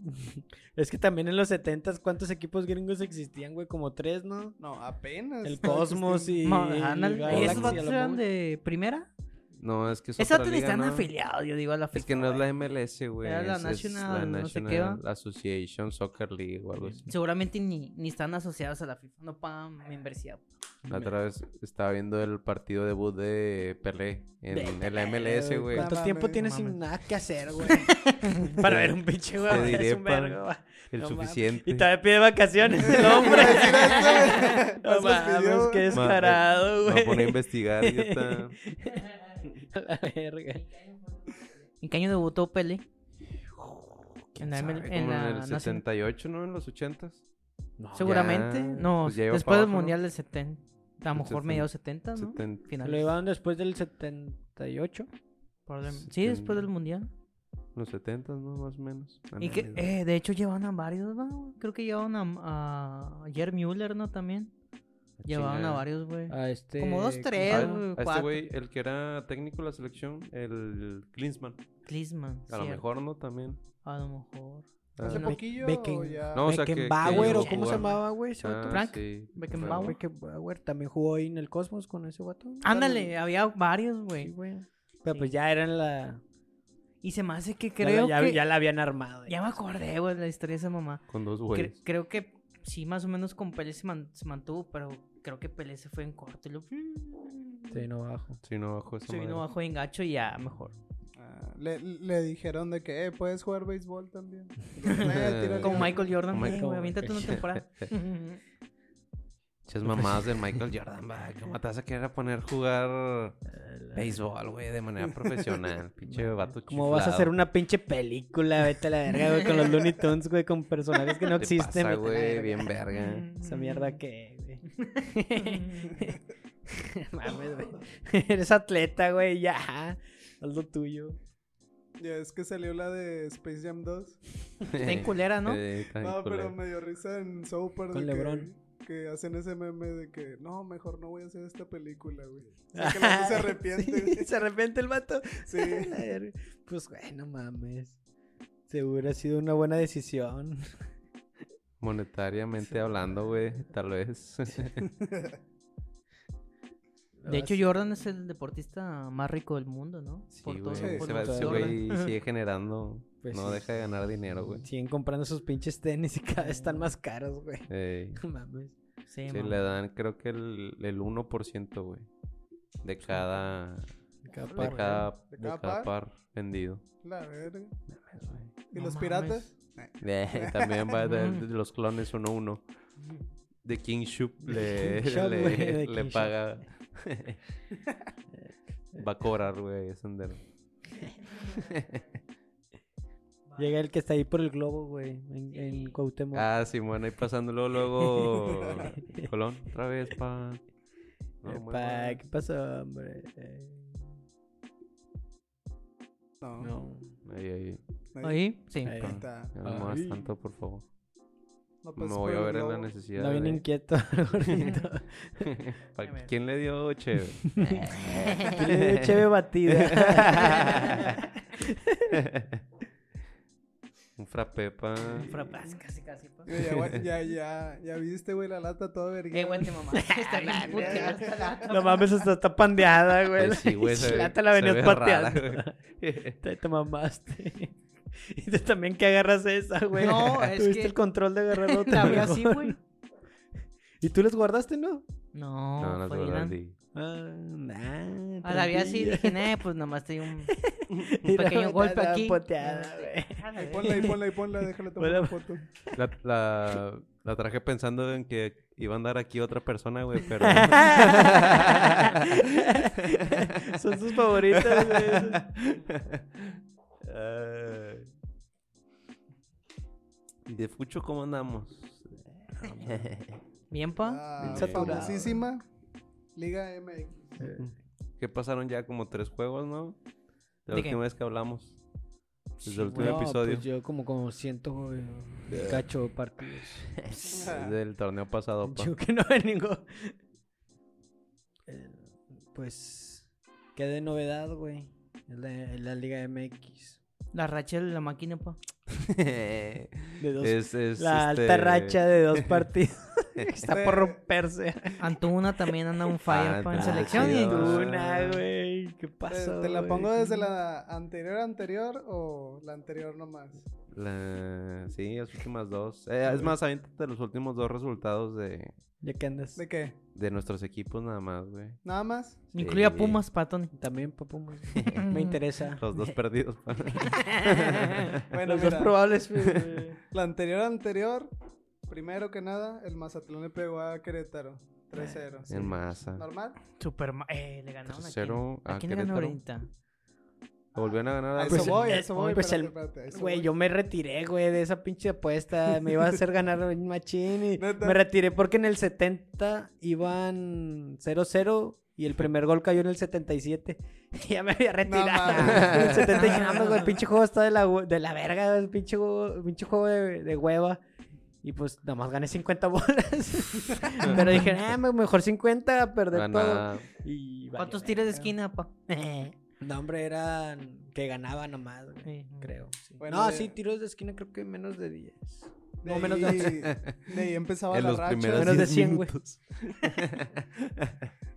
[SPEAKER 1] Es que también en los 70 ¿cuántos equipos gringos existían, güey? Como tres, ¿no?
[SPEAKER 4] No, apenas.
[SPEAKER 1] El Cosmos y.
[SPEAKER 3] Ma- ándale.
[SPEAKER 1] Galaxy,
[SPEAKER 3] ¿Esos
[SPEAKER 1] a
[SPEAKER 3] vatos
[SPEAKER 1] lo
[SPEAKER 3] eran
[SPEAKER 1] mejor.
[SPEAKER 3] de primera?
[SPEAKER 2] No, es que es
[SPEAKER 3] Esa
[SPEAKER 2] otra
[SPEAKER 3] otra
[SPEAKER 2] liga,
[SPEAKER 3] están
[SPEAKER 2] ¿no?
[SPEAKER 3] afiliados, yo digo, a la
[SPEAKER 2] Es que
[SPEAKER 3] FIFA,
[SPEAKER 2] no es la
[SPEAKER 3] güey.
[SPEAKER 2] MLS, güey.
[SPEAKER 3] Era la
[SPEAKER 2] es- es
[SPEAKER 3] National, no sé qué,
[SPEAKER 2] National
[SPEAKER 3] ¿va?
[SPEAKER 2] Association Soccer League o algo así.
[SPEAKER 3] Seguramente ni, ni están asociados a la FIFA, no pagan membresía.
[SPEAKER 2] La otra vez estaba viendo el partido debut de Pelé en
[SPEAKER 3] De
[SPEAKER 2] el MLS, güey.
[SPEAKER 1] ¿Cuánto
[SPEAKER 4] No
[SPEAKER 1] tiempo
[SPEAKER 4] mames,
[SPEAKER 1] tienes
[SPEAKER 4] no
[SPEAKER 1] sin
[SPEAKER 4] mames.
[SPEAKER 1] nada que hacer, güey? Para ver un pinche güey,
[SPEAKER 2] Te diré,
[SPEAKER 1] es un
[SPEAKER 2] pa.
[SPEAKER 1] vergo, güey.
[SPEAKER 2] El
[SPEAKER 1] No mames.
[SPEAKER 2] suficiente.
[SPEAKER 1] Y todavía pide vacaciones el hombre. no mames, qué
[SPEAKER 2] Ma-
[SPEAKER 1] descarado,
[SPEAKER 2] Me
[SPEAKER 1] güey.
[SPEAKER 2] voy a poner a investigar, idiota.
[SPEAKER 1] A la verga.
[SPEAKER 3] ¿En qué año debutó Pele? En la, ML
[SPEAKER 2] Sabe,
[SPEAKER 3] en
[SPEAKER 2] como
[SPEAKER 3] la
[SPEAKER 2] en el
[SPEAKER 3] Nacional.
[SPEAKER 2] 78, ¿no? En los 80s.
[SPEAKER 1] No,
[SPEAKER 3] Seguramente.
[SPEAKER 2] Ya,
[SPEAKER 3] no,
[SPEAKER 2] pues ya iba
[SPEAKER 3] después
[SPEAKER 2] para
[SPEAKER 3] del
[SPEAKER 2] abajo, ¿no?
[SPEAKER 3] Mundial del 70. A lo
[SPEAKER 2] El
[SPEAKER 3] mejor
[SPEAKER 2] 70,
[SPEAKER 3] mediados 70, Ah, ¿no?
[SPEAKER 2] 70.
[SPEAKER 1] Se
[SPEAKER 3] Finales.
[SPEAKER 1] lo llevaron después del 78.
[SPEAKER 3] Probablemente. Sí, después del
[SPEAKER 2] 70.
[SPEAKER 3] Mundial.
[SPEAKER 2] Los 70, ¿no? Más o menos.
[SPEAKER 3] Y que,
[SPEAKER 2] Ándale,
[SPEAKER 3] eh, de hecho, llevaban a varios, ¿no? Creo que llevaban a, a Jer Müller, ¿no? También.
[SPEAKER 2] Ah,
[SPEAKER 3] Llevaban a
[SPEAKER 2] chingada.
[SPEAKER 3] varios, güey.
[SPEAKER 1] A este,
[SPEAKER 3] Como
[SPEAKER 1] ¿cómo
[SPEAKER 3] dos,
[SPEAKER 1] se
[SPEAKER 2] güey.
[SPEAKER 3] tres,
[SPEAKER 2] Ah,
[SPEAKER 1] llama?
[SPEAKER 3] güey,
[SPEAKER 2] a este
[SPEAKER 3] cuatro.
[SPEAKER 2] güey, el que era técnico de la selección, el Klinsmann.
[SPEAKER 3] Klinsmann.
[SPEAKER 2] A lo
[SPEAKER 3] cierto.
[SPEAKER 2] mejor, ¿no? También.
[SPEAKER 3] A lo mejor.
[SPEAKER 2] Ah,
[SPEAKER 4] Hace
[SPEAKER 1] no,
[SPEAKER 4] poquillo
[SPEAKER 1] Beckham.
[SPEAKER 4] ya...
[SPEAKER 2] No, o sea, que- que
[SPEAKER 1] Beckenbauer,
[SPEAKER 3] ellos
[SPEAKER 1] o cómo se
[SPEAKER 3] jugaron.
[SPEAKER 1] llamaba, güey. ese
[SPEAKER 2] ah,
[SPEAKER 1] vato?
[SPEAKER 3] Frank
[SPEAKER 2] sí,
[SPEAKER 3] Beckenbauer.
[SPEAKER 2] huevo.
[SPEAKER 1] Beckenbauer también jugó ahí en el Cosmos con ese vato.
[SPEAKER 3] Ándale, había varios,
[SPEAKER 1] Sí,
[SPEAKER 3] güey.
[SPEAKER 1] güey. Pero
[SPEAKER 3] Sí.
[SPEAKER 1] pues ya eran la.
[SPEAKER 3] Y se me hace que
[SPEAKER 1] ya la-
[SPEAKER 3] creo
[SPEAKER 1] ya,
[SPEAKER 3] que...
[SPEAKER 1] ya
[SPEAKER 3] Ya,
[SPEAKER 1] la habían armado. eh.
[SPEAKER 3] me acordé, güey, la historia de esa mamá.
[SPEAKER 2] Con dos
[SPEAKER 3] Cre-
[SPEAKER 2] güeyes.
[SPEAKER 3] creo que sí, más o menos con Pelé se, man- se mantuvo, pero creo que Pelé se fue en corto. y luego-
[SPEAKER 1] Sí, no bajo.
[SPEAKER 2] Sí, no bajó esa
[SPEAKER 3] se vino
[SPEAKER 2] madre.
[SPEAKER 3] bajo de engacho y ya mejor.
[SPEAKER 4] Ah, le, le dijeron de que, eh, puedes jugar béisbol también. Eh, tírale.
[SPEAKER 3] Como Michael Jordan,
[SPEAKER 2] Como
[SPEAKER 3] güey,
[SPEAKER 1] Michael-
[SPEAKER 3] güey, aviéntate una temporada.
[SPEAKER 2] Muchas mamadas de Michael Jordan, va. ¿Cómo te vas a querer a poner jugar béisbol, güey, de manera profesional? Pinche vato
[SPEAKER 1] Como vas a hacer una pinche película, vete a la verga, güey, con los Looney Tunes, güey, con personajes que no
[SPEAKER 2] No existe,
[SPEAKER 1] existen. vete a la
[SPEAKER 2] güey,
[SPEAKER 1] verga.
[SPEAKER 2] bien
[SPEAKER 3] Mm,
[SPEAKER 2] verga.
[SPEAKER 1] Esa mierda que, güey. Mames, güey. Eres atleta, güey, ya. Haz lo tuyo.
[SPEAKER 4] Ya es que salió la de Space Jam 2.
[SPEAKER 3] Está en culera, ¿no?
[SPEAKER 2] Eh, está bien
[SPEAKER 4] No, pero
[SPEAKER 2] culero.
[SPEAKER 4] me dio risa en Soper.
[SPEAKER 1] Con
[SPEAKER 4] de que-
[SPEAKER 1] LeBron.
[SPEAKER 4] Que, hacen ese meme de que, no, mejor no voy a hacer esta película, güey. O sea, que la gente se arrepiente.
[SPEAKER 1] Sí, se arrepiente el vato.
[SPEAKER 4] Sí.
[SPEAKER 1] La verga. Pues, güey, no mames. Seguro ha sido una buena decisión.
[SPEAKER 2] Monetariamente hablando, güey, tal vez.
[SPEAKER 3] De hecho, Jordan es el deportista más rico del mundo, ¿no?
[SPEAKER 2] Sí,
[SPEAKER 3] Por
[SPEAKER 2] güey.
[SPEAKER 3] todo-
[SPEAKER 4] Sí,
[SPEAKER 2] Ese
[SPEAKER 3] por
[SPEAKER 2] va-
[SPEAKER 3] todo
[SPEAKER 2] ese
[SPEAKER 1] todo.
[SPEAKER 3] Jordan.
[SPEAKER 2] güey sigue generando.
[SPEAKER 1] Pues
[SPEAKER 2] no
[SPEAKER 1] sí.
[SPEAKER 2] deja de ganar dinero, güey.
[SPEAKER 1] Siguen comprando sus pinches tenis y cada vez están más caros, güey.
[SPEAKER 2] Ey,
[SPEAKER 1] No mames.
[SPEAKER 3] Sí,
[SPEAKER 2] sí,
[SPEAKER 3] mamá.
[SPEAKER 2] le dan, creo que el, el 1%, güey. De cada,
[SPEAKER 1] Cada
[SPEAKER 4] Órale,
[SPEAKER 1] par.
[SPEAKER 2] de
[SPEAKER 4] güey.
[SPEAKER 2] cada,
[SPEAKER 4] ¿De
[SPEAKER 2] de
[SPEAKER 4] cada
[SPEAKER 2] cada
[SPEAKER 4] par?
[SPEAKER 2] par vendido.
[SPEAKER 4] La verga.
[SPEAKER 2] Mames, güey.
[SPEAKER 4] ¿Y
[SPEAKER 3] No
[SPEAKER 4] los
[SPEAKER 3] mames.
[SPEAKER 4] piratas?
[SPEAKER 2] Eh, también va a dar
[SPEAKER 3] Ujú.
[SPEAKER 2] de los clones 1-1. De King Shoop le,
[SPEAKER 1] King Shark,
[SPEAKER 2] le-
[SPEAKER 1] güey, de
[SPEAKER 2] le
[SPEAKER 1] King Shark.
[SPEAKER 2] paga. va a cobrar, güey, Sender.
[SPEAKER 1] Llega el que está ahí por el globo, güey, en, en Cuauhtémoc.
[SPEAKER 2] Ah, Simón, ahí pasándolo luego. Colón, otra vez, pa. No,
[SPEAKER 1] Eh,
[SPEAKER 2] muy
[SPEAKER 1] Epa,
[SPEAKER 2] mal.
[SPEAKER 1] ¿qué pasó, hombre? Eh,
[SPEAKER 4] No.
[SPEAKER 1] no.
[SPEAKER 2] Ahí, ahí.
[SPEAKER 3] Ahí, sí.
[SPEAKER 1] Ahí.
[SPEAKER 4] Ahí está.
[SPEAKER 2] Ya No más
[SPEAKER 1] Ay. Pues,
[SPEAKER 2] tanto, por favor.
[SPEAKER 4] No
[SPEAKER 2] Me
[SPEAKER 4] pases
[SPEAKER 2] voy a
[SPEAKER 4] por el
[SPEAKER 2] ver en la
[SPEAKER 4] globo.
[SPEAKER 2] necesidad.
[SPEAKER 1] No viene
[SPEAKER 2] de-
[SPEAKER 1] inquieto, gordito.
[SPEAKER 2] Pa-
[SPEAKER 3] A ver.
[SPEAKER 2] ¿Quién le dio chévere?
[SPEAKER 1] Tiene Cheve batida.
[SPEAKER 2] Un frappé, pa.
[SPEAKER 3] Frapas, casi, casi. pues. pa.
[SPEAKER 4] Mira, Ya, va- ya, ya, ya viste, güey, la lata toda verga.
[SPEAKER 3] Eh, güey, te mamá. Está bien puteada esta lata.
[SPEAKER 1] no mames, hasta está pandeada, güey.
[SPEAKER 2] Pues sí, güey, se ve-
[SPEAKER 1] Ya te la
[SPEAKER 2] se
[SPEAKER 1] venías
[SPEAKER 2] ve rara,
[SPEAKER 1] pateando.
[SPEAKER 2] güey.
[SPEAKER 1] te, te mamaste. Y tú también que agarras esa, güey.
[SPEAKER 3] No, es
[SPEAKER 1] Tuviste
[SPEAKER 3] que-
[SPEAKER 1] el control de agarrar
[SPEAKER 3] La
[SPEAKER 1] otra.
[SPEAKER 3] veo así,
[SPEAKER 1] mejor.
[SPEAKER 3] güey.
[SPEAKER 1] Y tú les guardaste, ¿no?
[SPEAKER 3] No,
[SPEAKER 2] No, no se
[SPEAKER 3] Ferdinand.
[SPEAKER 2] lo di.
[SPEAKER 1] Ah, nah,
[SPEAKER 3] Ah, la vi así y
[SPEAKER 1] tranquila.
[SPEAKER 3] dije, "Nah, pues nomás te di un,
[SPEAKER 1] Y
[SPEAKER 3] un
[SPEAKER 1] luego
[SPEAKER 3] pequeño
[SPEAKER 1] te
[SPEAKER 3] golpe
[SPEAKER 1] la
[SPEAKER 3] aquí.
[SPEAKER 1] poteada, güey.
[SPEAKER 3] Ah, la
[SPEAKER 4] Ahí
[SPEAKER 3] verga.
[SPEAKER 4] ponla, ahí ponla, ahí ponla, déjale tomar
[SPEAKER 1] Hola.
[SPEAKER 4] una foto.
[SPEAKER 2] La, la, la traje pensando en que iba a andar aquí otra persona, güey, pero...
[SPEAKER 1] Son sus favoritas, güey.
[SPEAKER 2] Ay. ¿Y de Fucho cómo andamos?
[SPEAKER 3] Bien, pa.
[SPEAKER 4] Ah,
[SPEAKER 1] Bien
[SPEAKER 2] saturado.
[SPEAKER 4] famosísima Liga MX.
[SPEAKER 2] que pasaron ya como tres juegos, ¿no? La
[SPEAKER 3] ¿De qué?
[SPEAKER 2] última vez que hablamos. Desde
[SPEAKER 3] Sí,
[SPEAKER 2] el último
[SPEAKER 3] güey.
[SPEAKER 1] No,
[SPEAKER 2] episodio.
[SPEAKER 1] pues yo como, como siento, güey, cacho de partidos.
[SPEAKER 2] Es del torneo pasado, pa.
[SPEAKER 1] Ah. Yo que no hay ningún... Eh, Pues, qué de novedad, güey. Es la, es la Liga MX.
[SPEAKER 3] La Rachel, la máquina, pa.
[SPEAKER 1] De dos-
[SPEAKER 2] es, es,
[SPEAKER 1] la
[SPEAKER 2] este,
[SPEAKER 1] alta racha de dos partidos. Está por
[SPEAKER 4] Este-
[SPEAKER 1] romperse.
[SPEAKER 3] Antuna también anda un fire,
[SPEAKER 2] Ah,
[SPEAKER 3] pa, en
[SPEAKER 2] Antuna,
[SPEAKER 3] selección.
[SPEAKER 2] chido,
[SPEAKER 3] y-
[SPEAKER 2] ¿verdad?
[SPEAKER 1] Ninguna, güey. ¿Qué
[SPEAKER 4] ¿Te,
[SPEAKER 1] pasó?
[SPEAKER 4] te la
[SPEAKER 1] güey?
[SPEAKER 4] pongo desde la anterior anterior o la anterior nomás?
[SPEAKER 2] La- Sí, las últimas dos. Eh, es más, aviéntate los últimos dos resultados de,
[SPEAKER 1] Ya que andas.
[SPEAKER 4] ¿De qué?
[SPEAKER 2] de nuestros equipos nada más, güey.
[SPEAKER 4] ¿Nada más?
[SPEAKER 3] Incluía
[SPEAKER 2] Sí.
[SPEAKER 3] Pumas para Tony.
[SPEAKER 1] También, papu. me- Me interesa.
[SPEAKER 2] Los dos perdidos. pa.
[SPEAKER 4] Bueno,
[SPEAKER 1] Los
[SPEAKER 4] mira,
[SPEAKER 1] dos probables. güey.
[SPEAKER 4] la anterior anterior, primero que nada, el Mazatlán le pegó a Querétaro 3-0.
[SPEAKER 2] en masa.
[SPEAKER 4] ¿Normal?
[SPEAKER 3] Superman. Eh, le ganaron a quién.
[SPEAKER 2] 3-0
[SPEAKER 3] ¿A
[SPEAKER 2] a Ah,
[SPEAKER 3] quién le ganó
[SPEAKER 2] Querétaro.
[SPEAKER 3] ahorita?
[SPEAKER 2] Volvieron a ganar.
[SPEAKER 4] A
[SPEAKER 2] a-
[SPEAKER 4] eso
[SPEAKER 1] pues,
[SPEAKER 4] voy, a
[SPEAKER 1] eh,
[SPEAKER 4] eso voy.
[SPEAKER 1] pues
[SPEAKER 4] espérate,
[SPEAKER 1] el-
[SPEAKER 4] espérate, a eso
[SPEAKER 1] Güey,
[SPEAKER 4] voy.
[SPEAKER 1] yo me retiré, güey, de esa pinche apuesta. Me iba a hacer ganar un machín. y
[SPEAKER 4] Neta.
[SPEAKER 1] me retiré porque en el 70 iban 0-0 y el primer gol cayó en el 77. ya me había retirado.
[SPEAKER 4] mames.
[SPEAKER 1] en el 70 dije, "No, hombre, güey, el pinche juego está de la, hue- de la verga. El pinche juego, pinche juego de, de hueva. Y pues nada más gané 50 bolas. Pero dije, "Ah, me- mejor 50 a perder todo.
[SPEAKER 2] Gana-
[SPEAKER 1] Y valió
[SPEAKER 3] ¿Cuántos tiros de
[SPEAKER 1] verga.
[SPEAKER 3] esquina, pa?
[SPEAKER 1] No, hombre, eran que ganaba nomás, güey.
[SPEAKER 3] Sí.
[SPEAKER 1] Creo. sí.
[SPEAKER 4] Bueno,
[SPEAKER 1] no,
[SPEAKER 4] de-
[SPEAKER 1] sí, tiros de esquina creo que menos de 10.
[SPEAKER 4] De
[SPEAKER 1] no, menos de
[SPEAKER 4] ahí, de ahí empezaba
[SPEAKER 2] en
[SPEAKER 4] la
[SPEAKER 2] los
[SPEAKER 4] racha.
[SPEAKER 2] primeros
[SPEAKER 1] Menos de
[SPEAKER 2] 10
[SPEAKER 1] 100, güey.
[SPEAKER 2] minutos.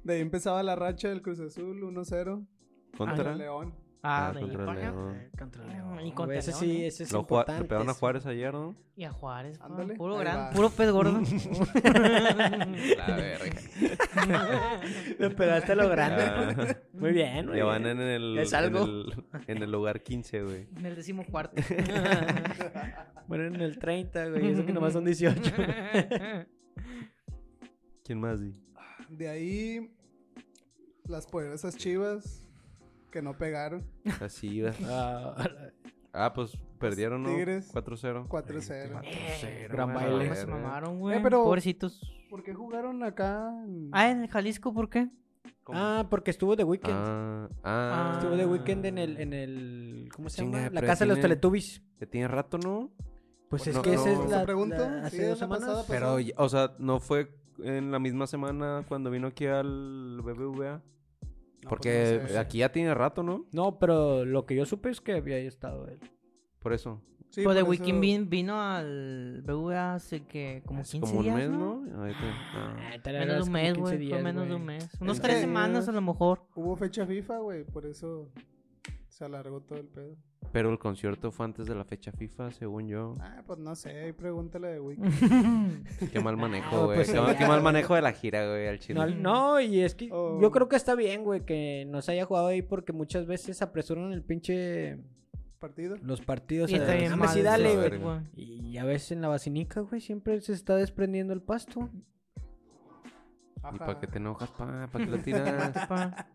[SPEAKER 4] De ahí empezaba la racha del Cruz Azul 1-0 contra
[SPEAKER 2] Contra.
[SPEAKER 4] León.
[SPEAKER 3] Ah,
[SPEAKER 2] Ah,
[SPEAKER 3] de
[SPEAKER 2] contra
[SPEAKER 3] ahí para acá.
[SPEAKER 2] León.
[SPEAKER 1] Contra
[SPEAKER 3] León. Y
[SPEAKER 1] Ah, Y
[SPEAKER 3] contra
[SPEAKER 1] contra ese
[SPEAKER 3] León,
[SPEAKER 1] sí,
[SPEAKER 3] ¿eh?
[SPEAKER 1] ese es
[SPEAKER 2] Lo jua-
[SPEAKER 1] importante.
[SPEAKER 2] le pegaron a
[SPEAKER 1] ese.
[SPEAKER 2] Juárez ayer, ¿no?
[SPEAKER 3] Y a Juárez, pa.
[SPEAKER 4] Ándale,
[SPEAKER 3] Puro
[SPEAKER 4] ahí
[SPEAKER 3] gran,
[SPEAKER 4] va.
[SPEAKER 3] puro pez gordo.
[SPEAKER 2] La verga.
[SPEAKER 1] Le pegaste a lo grande.
[SPEAKER 2] Ah,
[SPEAKER 1] Muy bien, güey.
[SPEAKER 2] Ya van en el,
[SPEAKER 1] Es
[SPEAKER 2] en
[SPEAKER 1] algo.
[SPEAKER 2] el- en el lugar 15, güey.
[SPEAKER 3] en el décimo cuarto.
[SPEAKER 1] Bueno, en el 30, güey. Eso que nomás son 18.
[SPEAKER 2] ¿Quién más? Di?
[SPEAKER 4] De ahí las poderosas chivas que no pegaron.
[SPEAKER 2] Así va.
[SPEAKER 1] Ah,
[SPEAKER 2] Ah, pues perdieron, ¿no?
[SPEAKER 4] Tigres.
[SPEAKER 2] 4-0.
[SPEAKER 1] Gran
[SPEAKER 4] 4-0.
[SPEAKER 2] güey, a la
[SPEAKER 1] baile.
[SPEAKER 3] No se
[SPEAKER 2] verga.
[SPEAKER 3] mamaron, güey.
[SPEAKER 4] Eh, pero-
[SPEAKER 3] Pobrecitos.
[SPEAKER 4] ¿Por qué jugaron acá? en-
[SPEAKER 3] Ah, en el Jalisco, ¿por qué?
[SPEAKER 2] ¿Cómo?
[SPEAKER 1] ah, porque estuvo de weekend.
[SPEAKER 2] Ah, ah.
[SPEAKER 1] Estuvo de weekend en el, en el ¿cómo se
[SPEAKER 2] Chinga,
[SPEAKER 1] llama? La
[SPEAKER 2] pero
[SPEAKER 1] casa de los
[SPEAKER 2] tiene-
[SPEAKER 1] Teletubbies.
[SPEAKER 2] Que tiene rato, ¿no?
[SPEAKER 1] Pues
[SPEAKER 2] No,
[SPEAKER 1] es que
[SPEAKER 2] no.
[SPEAKER 1] esa es
[SPEAKER 2] ¿Te
[SPEAKER 1] la,
[SPEAKER 4] pregunto?
[SPEAKER 1] la-
[SPEAKER 4] Sí,
[SPEAKER 1] hace dos
[SPEAKER 4] es la
[SPEAKER 1] semanas.
[SPEAKER 4] pasada.
[SPEAKER 2] Pero, ya- o sea, ¿no fue en la misma semana cuando vino aquí al BBVA?
[SPEAKER 4] No,
[SPEAKER 2] Porque
[SPEAKER 4] pues no sé.
[SPEAKER 2] aquí ya tiene rato, ¿no?
[SPEAKER 1] No, pero lo que yo supe es que había estado él.
[SPEAKER 2] Por eso.
[SPEAKER 4] Sí,
[SPEAKER 3] pues de
[SPEAKER 4] por
[SPEAKER 3] Weekend
[SPEAKER 4] eso-
[SPEAKER 3] vin- vino al BVA hace que como
[SPEAKER 2] Hace
[SPEAKER 3] 15
[SPEAKER 2] como un
[SPEAKER 3] días,
[SPEAKER 2] mes,
[SPEAKER 3] ¿no?
[SPEAKER 2] ¿no? Ahí te- ah.
[SPEAKER 3] Menos de un mes, güey. Fue menos de un mes. Unos
[SPEAKER 4] Es
[SPEAKER 3] tres
[SPEAKER 4] que-
[SPEAKER 3] semanas a lo mejor.
[SPEAKER 4] Hubo fecha FIFA, güey, por eso se alargó todo el pedo.
[SPEAKER 2] Pero el concierto fue antes de la fecha FIFA, según yo.
[SPEAKER 4] Ah, pues no sé, ahí pregúntale de Weekend.
[SPEAKER 2] Qué mal
[SPEAKER 1] Ah,
[SPEAKER 2] manejo, güey.
[SPEAKER 1] pues
[SPEAKER 2] qué, mal-
[SPEAKER 1] ya,
[SPEAKER 2] qué mal
[SPEAKER 4] güey.
[SPEAKER 2] manejo de la gira, güey, al chile.
[SPEAKER 1] No, no, y es que
[SPEAKER 4] O-
[SPEAKER 1] yo creo que está bien, güey, que no se haya jugado ahí porque muchas veces apresuran el pinche
[SPEAKER 4] ¿Partido?
[SPEAKER 1] los partidos.
[SPEAKER 3] Y
[SPEAKER 1] a-
[SPEAKER 3] está bien
[SPEAKER 1] "Ah,
[SPEAKER 2] mames,
[SPEAKER 3] mal.
[SPEAKER 1] sí,
[SPEAKER 2] mal,
[SPEAKER 1] dale,
[SPEAKER 2] la
[SPEAKER 1] güey".
[SPEAKER 2] verga.
[SPEAKER 3] güey.
[SPEAKER 1] Y a veces en la vacinica, güey, siempre se está desprendiendo el pasto.
[SPEAKER 2] ¿Y
[SPEAKER 4] Ajá.
[SPEAKER 2] para qué te enojas, pa? ¿Para qué lo tiras?
[SPEAKER 3] Pa.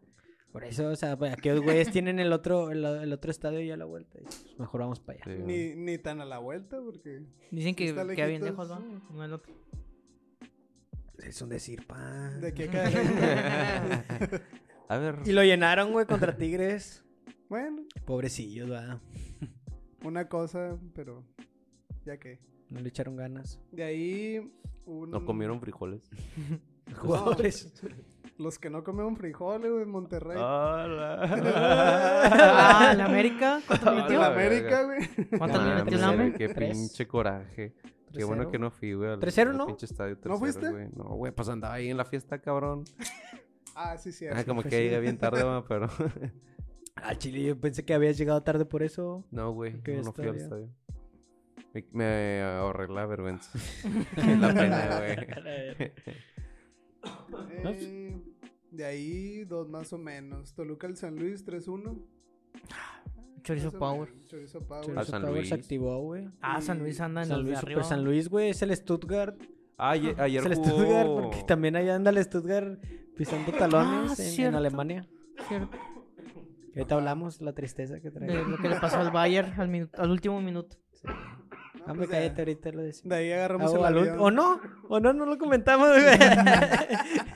[SPEAKER 1] Por eso, o sea, pues, aquellos güeyes tienen el otro, el, el otro estadio ya a la vuelta. Y, pues, mejor vamos para allá.
[SPEAKER 2] Sí, güey.
[SPEAKER 4] Ni, ni tan a la vuelta, porque...
[SPEAKER 3] Dicen que
[SPEAKER 4] Está
[SPEAKER 3] queda bien lejos,
[SPEAKER 4] lejitos.
[SPEAKER 3] ¿no? Uno del otro.
[SPEAKER 1] Es un decir, pa.
[SPEAKER 4] De aquí a acá...
[SPEAKER 2] A ver.
[SPEAKER 1] Y lo llenaron, güey, contra Tigres.
[SPEAKER 4] bueno,
[SPEAKER 1] Pobrecillos, va.
[SPEAKER 4] una cosa, pero... ¿Ya qué?
[SPEAKER 1] No le echaron ganas.
[SPEAKER 4] De ahí... Un...
[SPEAKER 2] No comieron frijoles.
[SPEAKER 1] Los jugadores.
[SPEAKER 4] Los que no comieron frijoles, güey, en Monterrey.
[SPEAKER 2] Ah, Hola.
[SPEAKER 3] Ah, la América. ¿Cuánto le
[SPEAKER 2] Ah,
[SPEAKER 4] En
[SPEAKER 3] metió?
[SPEAKER 4] la
[SPEAKER 2] la
[SPEAKER 4] América,
[SPEAKER 2] verga.
[SPEAKER 4] güey.
[SPEAKER 3] ¿Cuánto le
[SPEAKER 4] Ah,
[SPEAKER 3] metió el AME?
[SPEAKER 2] Ah, Qué
[SPEAKER 1] Tres.
[SPEAKER 2] pinche coraje. Qué bueno que no fui, güey. al-
[SPEAKER 1] 3-0,
[SPEAKER 2] al
[SPEAKER 1] ¿no?
[SPEAKER 2] pinche estadio
[SPEAKER 4] ¿No
[SPEAKER 2] 3-0,
[SPEAKER 4] fuiste?
[SPEAKER 2] güey. No, güey, pues andaba ahí en la fiesta, cabrón.
[SPEAKER 4] Ah, sí, sí.
[SPEAKER 2] Ah,
[SPEAKER 4] así
[SPEAKER 2] como
[SPEAKER 4] fue,
[SPEAKER 2] que
[SPEAKER 4] sí.
[SPEAKER 2] llegué bien tarde, va, pero.
[SPEAKER 1] Al chile, yo pensé que habías llegado tarde por eso.
[SPEAKER 2] No, güey.
[SPEAKER 1] ¿Qué
[SPEAKER 2] No, no fui al
[SPEAKER 1] estadio?
[SPEAKER 2] estadio. Me, me ahorré la vergüenza. la pena, güey.
[SPEAKER 1] No, pues-
[SPEAKER 4] Eh, de ahí, dos más o menos. Toluca el San Luis, 3-1.
[SPEAKER 3] Chorizo
[SPEAKER 4] Más o
[SPEAKER 3] Power.
[SPEAKER 4] menos, Chorizo Power.
[SPEAKER 1] Chorizo
[SPEAKER 2] San
[SPEAKER 1] Power
[SPEAKER 2] Luis.
[SPEAKER 1] se activó, güey.
[SPEAKER 3] Ah, San Luis anda en
[SPEAKER 1] San
[SPEAKER 3] los de
[SPEAKER 1] Luis,
[SPEAKER 3] arriba.
[SPEAKER 1] Super San Luis, güey, es el Stuttgart.
[SPEAKER 2] Ah, ayer, ayer
[SPEAKER 1] es el
[SPEAKER 2] jugó-
[SPEAKER 1] Stuttgart, porque también allá anda el Stuttgart pisando talones en- en,
[SPEAKER 3] Ah, cierto.
[SPEAKER 1] Alemania.
[SPEAKER 3] Cierto.
[SPEAKER 1] Y ahorita hablamos la tristeza que trae.
[SPEAKER 3] De lo que le pasó al Bayern al, minu- al último minuto.
[SPEAKER 4] No,
[SPEAKER 1] Ah, Hombre,
[SPEAKER 4] pues,
[SPEAKER 1] cállate,
[SPEAKER 4] de-
[SPEAKER 1] ahorita lo decimos.
[SPEAKER 4] De ahí
[SPEAKER 1] Ah,
[SPEAKER 4] agarramos
[SPEAKER 1] o,
[SPEAKER 4] el
[SPEAKER 1] al ul-
[SPEAKER 4] avión.
[SPEAKER 1] o no, o no, no lo comentamos,